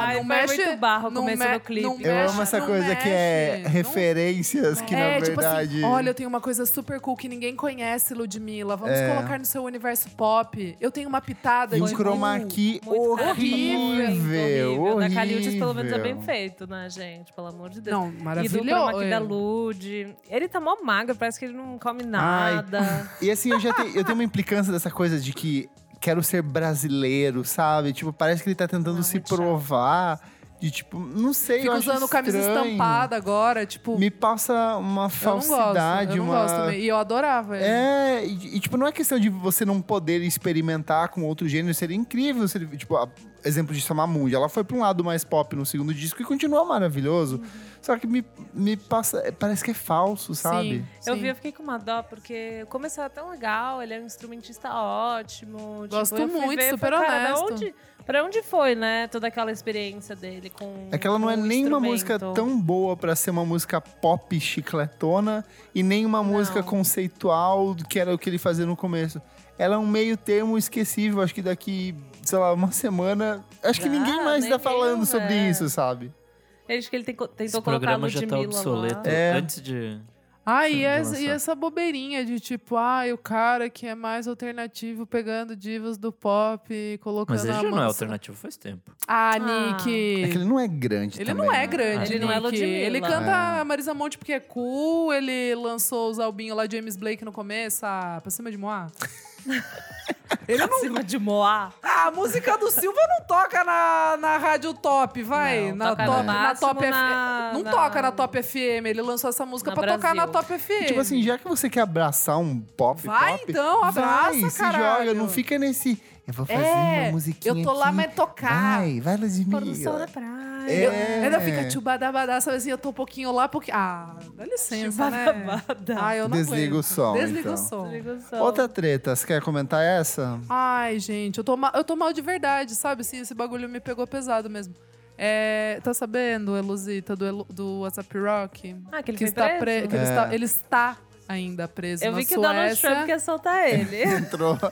C: lance.
B: não
C: Foi
B: mexe,
C: muito barro o
B: não
C: começo
B: me-
C: do clipe.
B: não
A: Eu
B: mexe,
A: amo essa
B: não
A: coisa que é
B: mexe, não-
A: referências que, na
B: é,
A: verdade.
B: tipo assim, olha, eu tenho uma coisa super cool que ninguém conhece, Ludmilla. Vamos colocar no seu universo pop. Eu tenho uma pitada
A: É. e um
B: de
A: chroma
B: blue.
A: key
C: Muito
A: horrível.
C: horrível. Da Caliutes, pelo menos, é
A: horrível.
C: bem feito, né, gente? Pelo amor de Deus.
B: Não,
C: E do chroma
B: maravilhoso.
C: key da Lud. Ele tá mó magro, parece que ele não come nada.
A: E assim, eu já tenho, eu tenho uma implicância dessa coisa de que quero ser brasileiro, sabe? Tipo, parece que ele tá tentando
C: Não,
A: se
C: muito chato.
A: provar. De tipo, não sei, eu
B: Fica
A: acho
B: usando camisa
A: estranho.
B: estampada agora, tipo,
A: Me passa uma
B: eu não gosto.
A: falsidade,
B: Eu não
A: uma.
B: gosto também. E eu adorava ele.
A: É, e, e, tipo, não é questão de você não poder experimentar com outro gênero, seria incrível se ele, tipo, a- exemplo disso, a Mamundi. Ela foi pra um lado mais pop no segundo disco e continua maravilhoso.
B: Uhum.
A: Só que me, me passa. é, Parece que é falso, sabe?
B: Sim,
C: Eu
B: sim.
C: vi, eu fiquei com uma dó, porque começava tão legal, ele é um instrumentista ótimo.
B: Gosto
C: tipo, eu fui
B: muito,
C: ver, eu
B: super
C: falei, "Cara, da
B: honesto."
C: Onde, pra onde foi, né, toda aquela experiência dele com
A: É que ela não
C: com
A: é
B: Um
C: o
A: nem uma música
C: instrumento?
A: tão boa pra ser uma música pop chicletona e nem uma música conceitual do que era o que ele fazia no começo. Ela é um meio termo esquecível, acho que daqui, sei lá, uma semana. Acho que
C: Ah,
A: ninguém mais tá
C: nem
A: falando
C: eu,
A: sobre
C: é.
A: isso, sabe?
C: Eu Acho que ele tentou,
D: Esse
C: tentou colocar a
D: programa já tá
C: Ludmilla
D: obsoleto.
C: lá.
A: É.
D: Antes de.
B: Ah,
D: Sim,
B: e, essa-
D: nossa.
B: e essa bobeirinha de tipo, ah, o cara que é mais alternativo pegando divas do pop e colocando
D: Mas ele
B: a
D: já não é
B: mansão-
D: alternativo faz tempo.
B: Ah,
C: Ah.
B: Nick.
A: É que ele não é grande
B: Ele
A: também.
B: não é grande,
C: Ele não é
B: Nick.
C: Ludmilla.
B: Ele canta
A: É.
B: a Marisa Monte porque é cool, ele lançou os albinhos lá de James Blake no começo, a Pra Cima de Moá.
C: Ele Cima de Moá.
B: Ah, a música do Silva não toca na, na Rádio Top, vai.
C: Não,
B: na,
C: toca
A: no
B: top, na
C: máximo
B: Top
C: na-
B: F- Não
C: na-
B: toca na Top FM, ele lançou essa música
C: Na
B: pra tocar na
C: Brasil.
B: Top FM.
A: Tipo assim, já que você quer abraçar um pop
B: é. Vai
A: pop,
B: então, abraça,
A: vai, se
B: caralho.
A: joga, não fica nesse... Eu vou fazer
B: É,
A: uma musiquinha
B: eu tô lá,
A: aqui.
B: mas tocar.
A: Vai, vai,
C: Produção
A: Ludmilla.
C: da praia.
A: É.
B: Eu, Ainda fica tchubadabadá, sabe assim, eu tô um pouquinho lá porque... Ah, dá licença, né? Ah, eu não
A: Desliga o
B: aguento.
A: som,
B: Desliga
A: então.
B: o som.
A: Outra treta, você quer comentar essa?
B: Ai, gente, eu tô, ma- eu tô mal de verdade, sabe? Assim, esse bagulho me pegou pesado mesmo. É, tá sabendo, Elusita, do, Elu- do WhatsApp Rock?
C: Ah, que ele
B: que
C: foi
B: está
C: preso?
B: pre- que ele, está, ele está ainda preso
C: Eu
B: na
C: vi que o Donald
B: Suécia.
C: Trump quer soltar ele.
A: Entrou. V-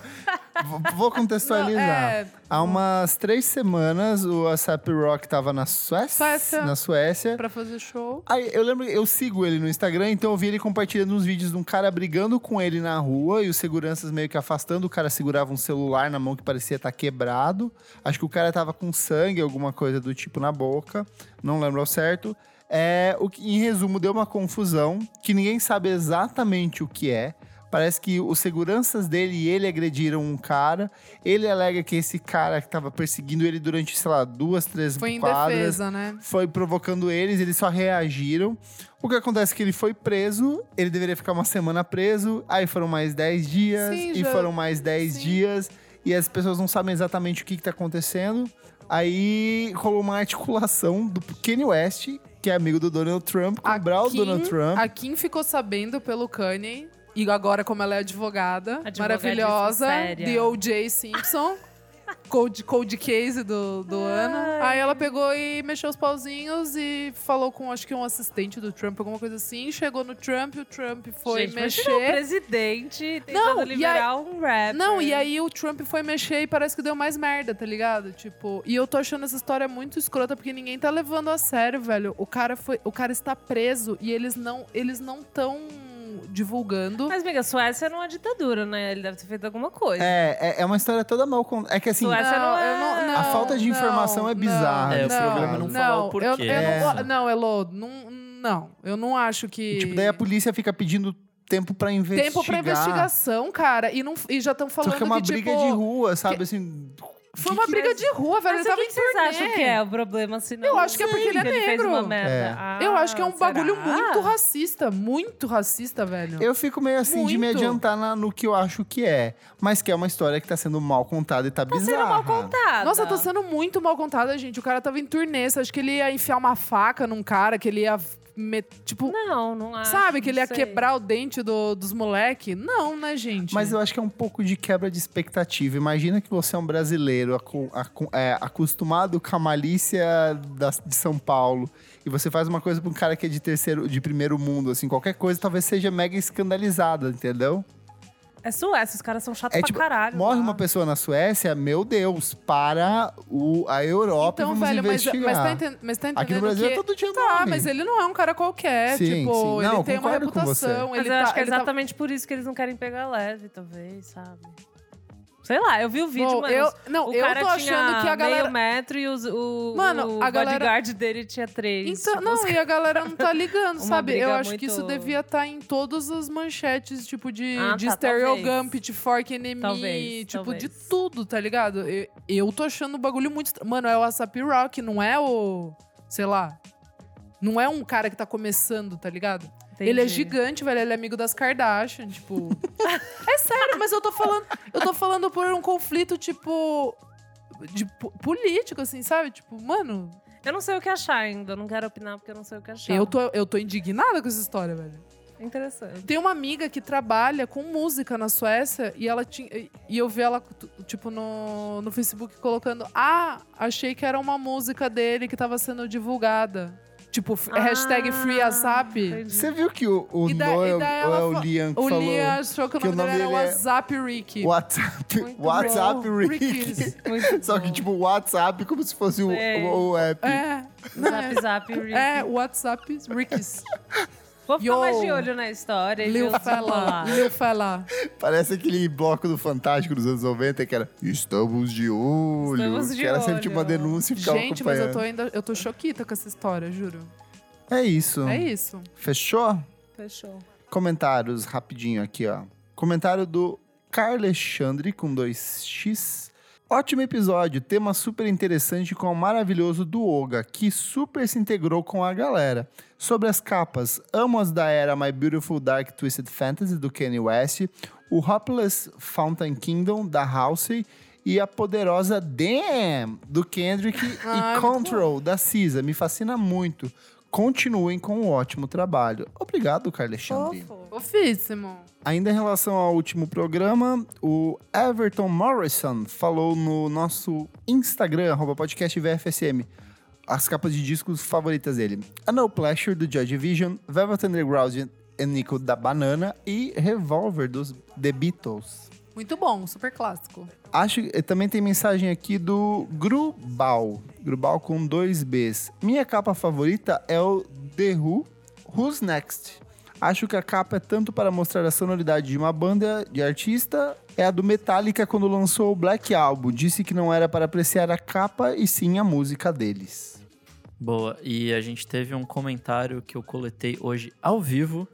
A: Vou contextualizar.
B: é.
A: Há umas três semanas, o WhatsApp Rock tava na Suécia.
B: Suécia.
A: Na Suécia.
B: Pra fazer show.
A: Aí, eu lembro, eu sigo ele no Instagram, então eu vi ele compartilhando uns vídeos de um cara brigando com ele na rua e os seguranças meio que afastando. O cara segurava um celular na mão que parecia estar quebrado. Acho que o cara tava com sangue, alguma coisa do tipo na boca. Não lembro ao certo. É, o que, em resumo, deu uma confusão que ninguém sabe exatamente o que é. Parece que os seguranças dele e ele agrediram um cara. Ele alega que esse cara que tava perseguindo ele durante, sei lá, duas, três
B: Foi em
A: quadras
B: defesa, né?
A: foi provocando eles, eles só reagiram. O que acontece é que ele foi preso, ele deveria ficar uma semana preso, aí foram mais 10 dias,
B: Sim,
A: e
B: já-
A: foram mais 10
B: sim.
A: dias, e as pessoas não sabem exatamente o que, que tá acontecendo. Aí rolou uma articulação do Kanye West, que é amigo do Donald Trump,
B: A
A: comprar o
B: Kim-
A: Donald Trump.
B: A Kim ficou sabendo pelo Kanye. E agora, como ela é advogada,
C: Advogadíssima,
B: maravilhosa,
C: séria.
B: de O.J. Simpson, cold, cold case do, do ano. Aí ela pegou e mexeu os pauzinhos e falou com, acho que um assistente do Trump, alguma coisa assim. Chegou no Trump, o Trump foi
C: Gente, imagina o
B: mexer.
C: presidente tentando
B: Não, e aí-
C: liberar um rap.
B: Não, e aí o Trump foi mexer e parece que deu mais merda, tá ligado? Tipo, e eu tô achando essa história muito escrota porque ninguém tá levando a sério, velho. O cara foi, o cara está preso e eles não, eles não tão divulgando.
C: Mas, amiga, Suécia não é ditadura, né? Ele deve ter feito alguma coisa.
A: É, é, é uma história toda mal contada. É que assim,
C: Suécia- essa não é-
B: Ah, eu
A: A falta de informação é bizarra,
D: É, o programa não fala o porquê,
B: Eu, eu
C: É.
D: né?
B: não, go- não, Elô, não, não, eu não acho que...
A: tipo, daí a polícia fica pedindo tempo pra investigar.
B: Tempo pra investigação, cara, e, não, e já estão falando
A: Só que é uma briga
B: tipo,
A: de rua, sabe? Assim.
B: Foi
A: que
B: uma
A: que-
B: briga de rua, velho, ele
C: Mas o
B: tava
C: que,
B: em
C: que vocês
B: turnê.
C: acham que é o problema? Se não,
B: Eu acho que é porque ele é
C: Fez
B: negro.
C: uma merda.
A: É.
C: Ah,
B: Eu acho que é um
C: será?
B: bagulho muito racista, muito racista, velho.
A: Eu fico meio assim de me
B: Muito.
A: adiantar na- no que eu acho que é. Mas que é uma história que tá sendo mal contada e tá,
C: Tá
A: bizarra.
C: sendo mal contada.
B: Nossa, eu tô sendo muito mal contada, gente. O cara tava em turnê, você acha que ele ia enfiar uma faca num cara, que ele ia, me- tipo,
C: Não, não acho.
B: sabe, que ele
C: não
B: ia
C: sei.
B: quebrar o dente do- dos moleque? Não, né, gente?
A: Mas eu acho que é um pouco de quebra de expectativa. Imagina que você é um brasileiro acu- acu- é, acostumado com a malícia da- de São Paulo. E você faz uma coisa pra um cara que é de terceiro, de primeiro mundo, assim, qualquer coisa talvez seja mega escandalizada, entendeu?
C: É Suécia, os caras são chatos
A: É
C: pra
A: tipo,
C: caralho.
A: Morre
C: lá.
A: uma pessoa na Suécia, meu Deus, para o, a Europa e
B: Então,
A: vamos
B: velho, mas,
A: investigar.
B: mas tá enten- mas tá entendendo
A: Aqui no Brasil
B: que...
A: é todo dia
B: Tá,
A: morre.
B: mas ele não é um cara qualquer.
A: Sim,
B: tipo,
A: sim.
B: ele
A: Não,
B: tem uma
A: concordo com você.
B: reputação.
C: Mas
B: Ele
C: eu
B: tá,
C: acho que é
B: ele tá-
C: exatamente por isso que eles não querem pegar leve, talvez, sabe? Sei lá, eu vi o vídeo,
B: Bom,
C: mano.
B: eu- não,
C: o
B: eu
C: cara
B: tô
C: tinha
B: achando que a galera-
C: meio metro e os- o,
B: Mano,
C: o
B: a galera-
C: bodyguard dele tinha três.
B: Então,
C: Tipo,
B: não,
C: os
B: e a galera não tá ligando,
C: Uma
B: sabe? Eu
C: briga
B: acho que isso
C: muito-
B: devia estar em todas as manchetes, tipo, de,
C: Ah,
B: de
C: tá,
B: Stereo
C: talvez.
B: Gump, de Fork Enemy,
C: Talvez,
B: tipo, de
C: talvez.
B: tudo, tá ligado? Eu, eu tô achando o bagulho muito. estra- Mano, é o WhatsApp Rock, não é o. Sei lá. Não é um cara que tá começando, tá ligado? Ele é
C: Entendi.
B: gigante, velho. Ele é amigo das Kardashian, tipo. é sério, mas eu tô falando. Eu tô falando por um conflito, tipo. de po- político, assim, sabe? Tipo, mano,
C: Eu não sei o que achar ainda, eu não quero opinar porque eu não sei o que achar.
B: eu tô, eu tô indignada com essa história, velho.
C: Interessante.
B: Tem uma amiga que trabalha com música na Suécia e ela tinha. E eu vi ela, t- tipo, no, no Facebook colocando. Ah, achei que era uma música dele que tava sendo divulgada. Tipo, f-
C: Ah,
B: hashtag free ASAP.
C: entendi.
A: Você viu que o, o
B: Uhum. E da-
A: Noel,
B: e
A: ou
B: daí
A: é
B: ela
A: o
B: fa-
A: Liam que
B: O
A: falou
B: Lia achou que o
A: que
B: nome,
A: o nome
B: dele era
A: dele é-
B: WhatsApp Rick.
A: WhatsApp,
C: Muito
A: WhatsApp
B: bom.
A: Rick.
B: Rickies.
C: Muito
A: Só que
C: bom.
A: tipo WhatsApp como se fosse o,
C: Sei.
A: o, o app.
B: É. não é.
C: Zap Zap Rick.
B: É, WhatsApp Ricks.
C: Vou ficar
B: Yo.
C: mais de olho na história. e
B: Lil
C: ver o que tá
B: Fela.
C: rolar.
B: Lil Fela.
A: Parece aquele bloco do Fantástico dos anos 90 que era Estamos de olho.
C: Estamos de
A: que era sempre
C: olho.
A: tipo uma denúncia e ficava
B: Gente, mas
A: acompanhando.
B: eu tô ainda. Eu tô choquita com essa história, juro.
A: É isso.
B: É isso.
A: Fechou?
C: Fechou.
A: Comentários rapidinho aqui, ó. Comentário do Carlexandre com 2x. Ótimo episódio, tema super interessante com o maravilhoso do Oga, que super se integrou com a galera. Sobre as capas, amo as da era My Beautiful Dark Twisted Fantasy do Kanye West, o Hopeless Fountain Kingdom da Halsey e a poderosa Damn do Kendrick
B: Ah,
A: e
B: muito
A: Control da Cisa. Me fascina muito. Continuem com o ótimo trabalho. Obrigado, Carlexandre.
B: Fofíssimo.
A: Ainda em relação ao último programa, o Everton Morrison falou no nosso Instagram, arroba podcast VFSM, as capas de discos favoritas dele. A No Pleasure, do Joy Division, Velvet Underground e Nico da Banana e Revolver, dos The Beatles.
B: Muito bom, super clássico.
A: Acho eh, também tem mensagem aqui do Grubal. Grubal com dois Bs. Minha capa favorita é o The Who, Who's Next. Acho que a capa é tanto para mostrar a sonoridade de uma banda de artista. É a do Metallica quando lançou o Black Album. Disse que não era para apreciar a capa e sim a música deles.
D: Boa. E a gente teve um comentário que eu coletei hoje ao vivo.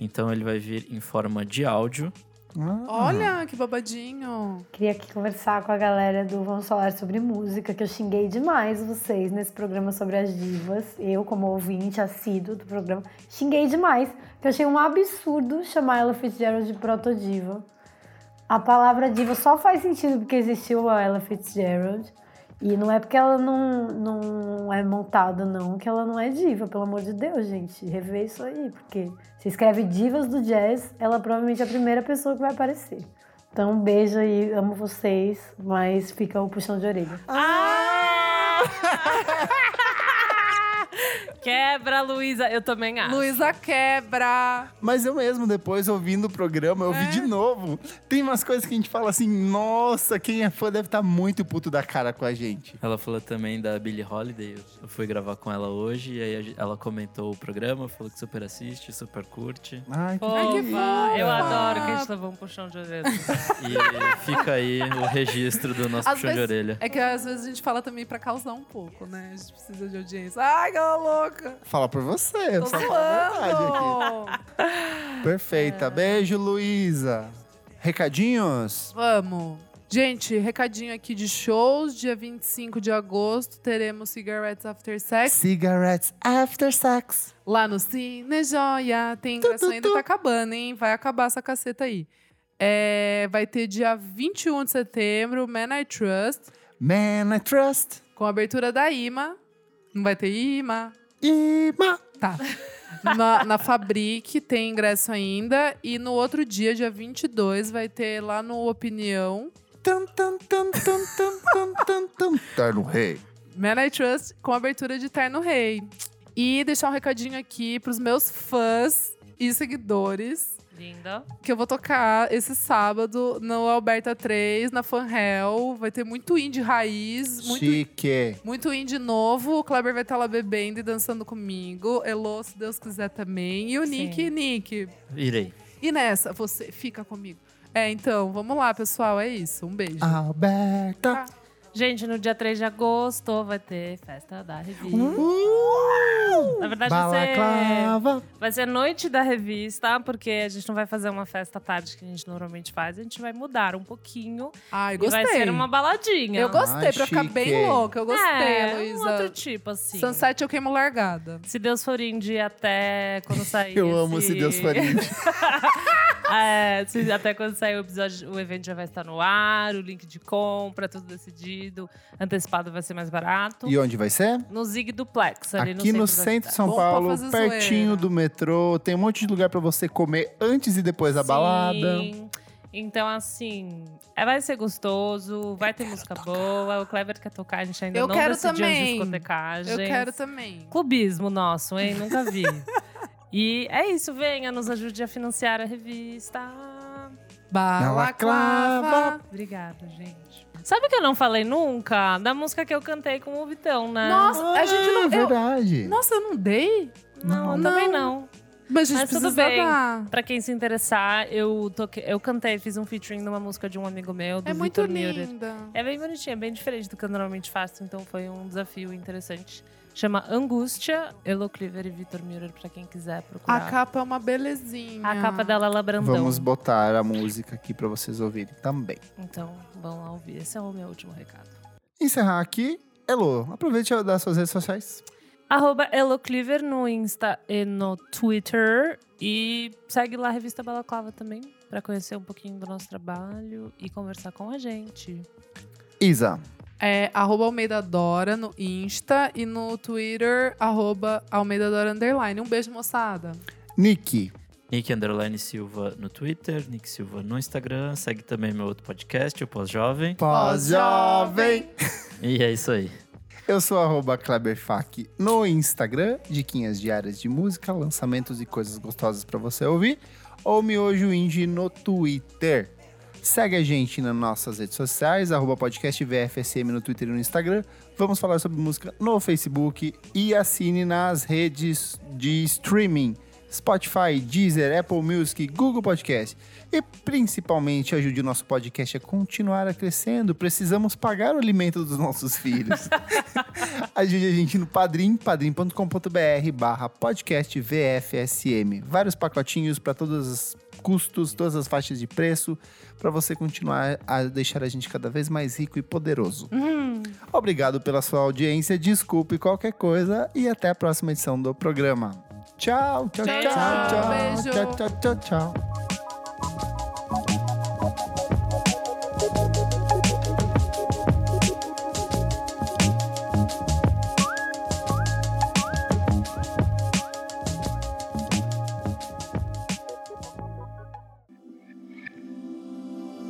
D: Então ele vai vir em forma de áudio.
A: Ah.
B: Olha, que babadinho.
H: Queria aqui conversar com a galera do Vamos Falar sobre Música, que eu xinguei demais vocês nesse programa sobre as divas. Eu, como ouvinte assíduo do programa, xinguei demais, que eu achei um absurdo chamar Ella Fitzgerald de protodiva. A palavra diva só faz sentido porque existiu a Ella Fitzgerald. E não é porque ela não, não é montada, não, que ela não é diva, pelo amor de Deus, gente. Revê isso aí, porque se escreve divas do jazz, ela provavelmente é a primeira pessoa que vai aparecer. Então, um beijo aí, amo vocês, mas fica o puxão de orelha.
C: Quebra, Luísa. Eu também acho.
B: Luísa quebra.
A: Mas eu mesmo, depois ouvindo o programa, eu vi de novo. Tem umas coisas que a gente fala assim: nossa, quem é fã deve estar muito puto da cara com a gente.
D: Ela falou também da Billie Holiday. Eu fui gravar com ela hoje. E aí a gen- ela comentou o programa, falou que super assiste, super curte.
A: Ai, que
C: Fofa.
B: fofa.
C: Ah, Eu adoro que a gente levou um puxão de orelha.
D: E fica aí o registro do nosso
B: Às
D: puxão de
B: vezes-
D: orelha.
B: É que às vezes a gente fala também pra causar um pouco, né? A gente precisa de audiência. Ai, gala louca.
A: Fala por você.
B: Tô
A: só fala a é verdade aqui.
B: zoando.
A: Perfeita. Beijo, Luísa. Recadinhos?
B: Vamos. Gente, recadinho aqui de shows. Dia 25 de agosto teremos Cigarettes After Sex
A: Cigarettes after sex.
B: lá no Cine Joia. Tem ingresso
A: tu,
B: ainda, tá acabando, hein? Vai acabar essa caceta aí. É, vai ter dia 21 de setembro, Man I Trust,
A: Man, I trust.
B: com a abertura da IMA. Não vai ter IMA,
A: Ima.
B: Tá. Na, na Fabric tem ingresso ainda. E no outro dia, dia 22, vai ter lá no Opinião
A: Tan, tan, tan, tan, tan, tan, tan, tan. Terno rei.
B: Man I Trust com abertura de Terno Rei. E deixar um recadinho aqui pros meus fãs e seguidores.
C: Linda.
B: Que eu vou tocar esse sábado no Alberta 3, na Fan Hell. Vai ter muito indie raiz, muito
A: Chique.
B: Muito indie novo, o Kleber vai estar lá bebendo e dançando comigo. Elô, se Deus quiser também. E o Nick,
C: Sim.
B: Nick.
D: Irei.
B: E nessa, você fica comigo. É, então, vamos lá, pessoal. É isso. Um beijo.
A: Ah. Alberta.
C: Gente, no dia 3 de agosto vai ter festa da revista.
A: Uh!
C: Na verdade, vai
A: Balaclava.
C: ser, vai ser noite da revista, porque a gente não vai fazer uma festa à tarde que a gente normalmente faz. A gente vai mudar um pouquinho.
B: Ai,
C: E
B: gostei.
C: vai ser uma baladinha.
B: Eu gostei,
A: Ai,
B: pra ficar
A: chique.
B: bem louca. Eu gostei,
C: é, Um
B: Luísa.
C: outro tipo, assim.
B: Sunset eu queimo largada.
C: Se Deus for indie até quando sair
A: Eu amo
C: esse-
A: se Deus for indie.
C: É, se- até quando sair o episódio, o evento já vai estar no ar, o link de compra, tudo decidido. Antecipado vai ser mais barato.
A: E onde vai ser?
C: No Zig Duplex, ali
A: Aqui no centro de
C: da cidade.
A: São
B: Bom pra
A: Paulo,
B: fazer
A: pertinho
B: zoeira.
A: do metrô. Tem um monte de lugar pra você comer antes e depois da balada.
C: Sim. Então, assim, é, vai ser gostoso, vai ter música boa, o Clever quer tocar, a gente ainda
B: Eu
C: não
B: quero
C: decidiu
B: também.
C: as discotecagens.
B: Eu quero também.
C: Clubismo nosso, hein? Nunca vi. e é isso, venha, nos ajude a financiar a revista.
B: Balaclava.
C: Obrigada, gente. Sabe o que eu não falei nunca? Da música que eu cantei com o Vitão, né?
B: Nossa, a gente
A: Ah,
B: não. Eu,
A: verdade.
B: nossa, eu não dei?
C: não, também não.
B: Mas a gente
C: Mas tudo
B: precisa
C: bem.
B: dar.
C: Pra quem se interessar, eu, toque... eu cantei, fiz um featuring numa música de um amigo meu, do
B: É muito
C: Vitor Meurer.
B: linda.
C: É bem bonitinho, é bem diferente do que eu normalmente faço, então foi um desafio interessante. Chama Angústia, Elo Cleaver e Vitor Miller, pra quem
A: Tá.
C: quiser
B: A
C: procurar.
B: capa é uma belezinha.
C: A capa da Lala Brandão.
A: Vamos botar a música aqui pra vocês ouvirem também.
C: Então, vão lá ouvir. Esse é o meu último recado.
A: Encerrar aqui. Elo, aproveite e das suas redes sociais.
C: Arroba Elo Cleaver no Insta e no Twitter. E segue lá a revista Balaclava também, pra conhecer um pouquinho do nosso trabalho e conversar com a gente.
A: Isa,
B: É arroba Almeida Dora no Insta e no Twitter, arroba Almeida Dora Underline. Um beijo, moçada.
A: Nick,
D: Nick Underline Silva no Twitter, Nick Silva no Instagram. Segue também meu outro podcast, o Pós-Jovem.
A: pós-jovem.
D: E é isso aí.
A: Eu sou arroba KleberFac no Instagram, diquinhas diárias de música, lançamentos e coisas gostosas pra você ouvir, ou Miojo Indie no Twitter. Segue a gente nas nossas redes sociais, arroba podcast VFSM no Twitter e no Instagram. Vamos falar sobre música no Facebook e assine nas redes de streaming. Spotify, Deezer, Apple Music, Google Podcast. E principalmente ajude o nosso podcast a continuar a crescendo. Precisamos pagar o alimento dos nossos filhos. Ajude a gente no Padrim, padrim.com.br barra podcast VFSM. Vários pacotinhos para todos os custos, todas as faixas de preço, para você continuar a deixar a gente cada vez mais rico e poderoso. Obrigado pela sua audiência, desculpe qualquer coisa e até a próxima edição do programa. Tchau, tchau, tchau,
B: Tchau,
A: tchau,
B: beijo.
A: tchau, tchau, tchau, tchau.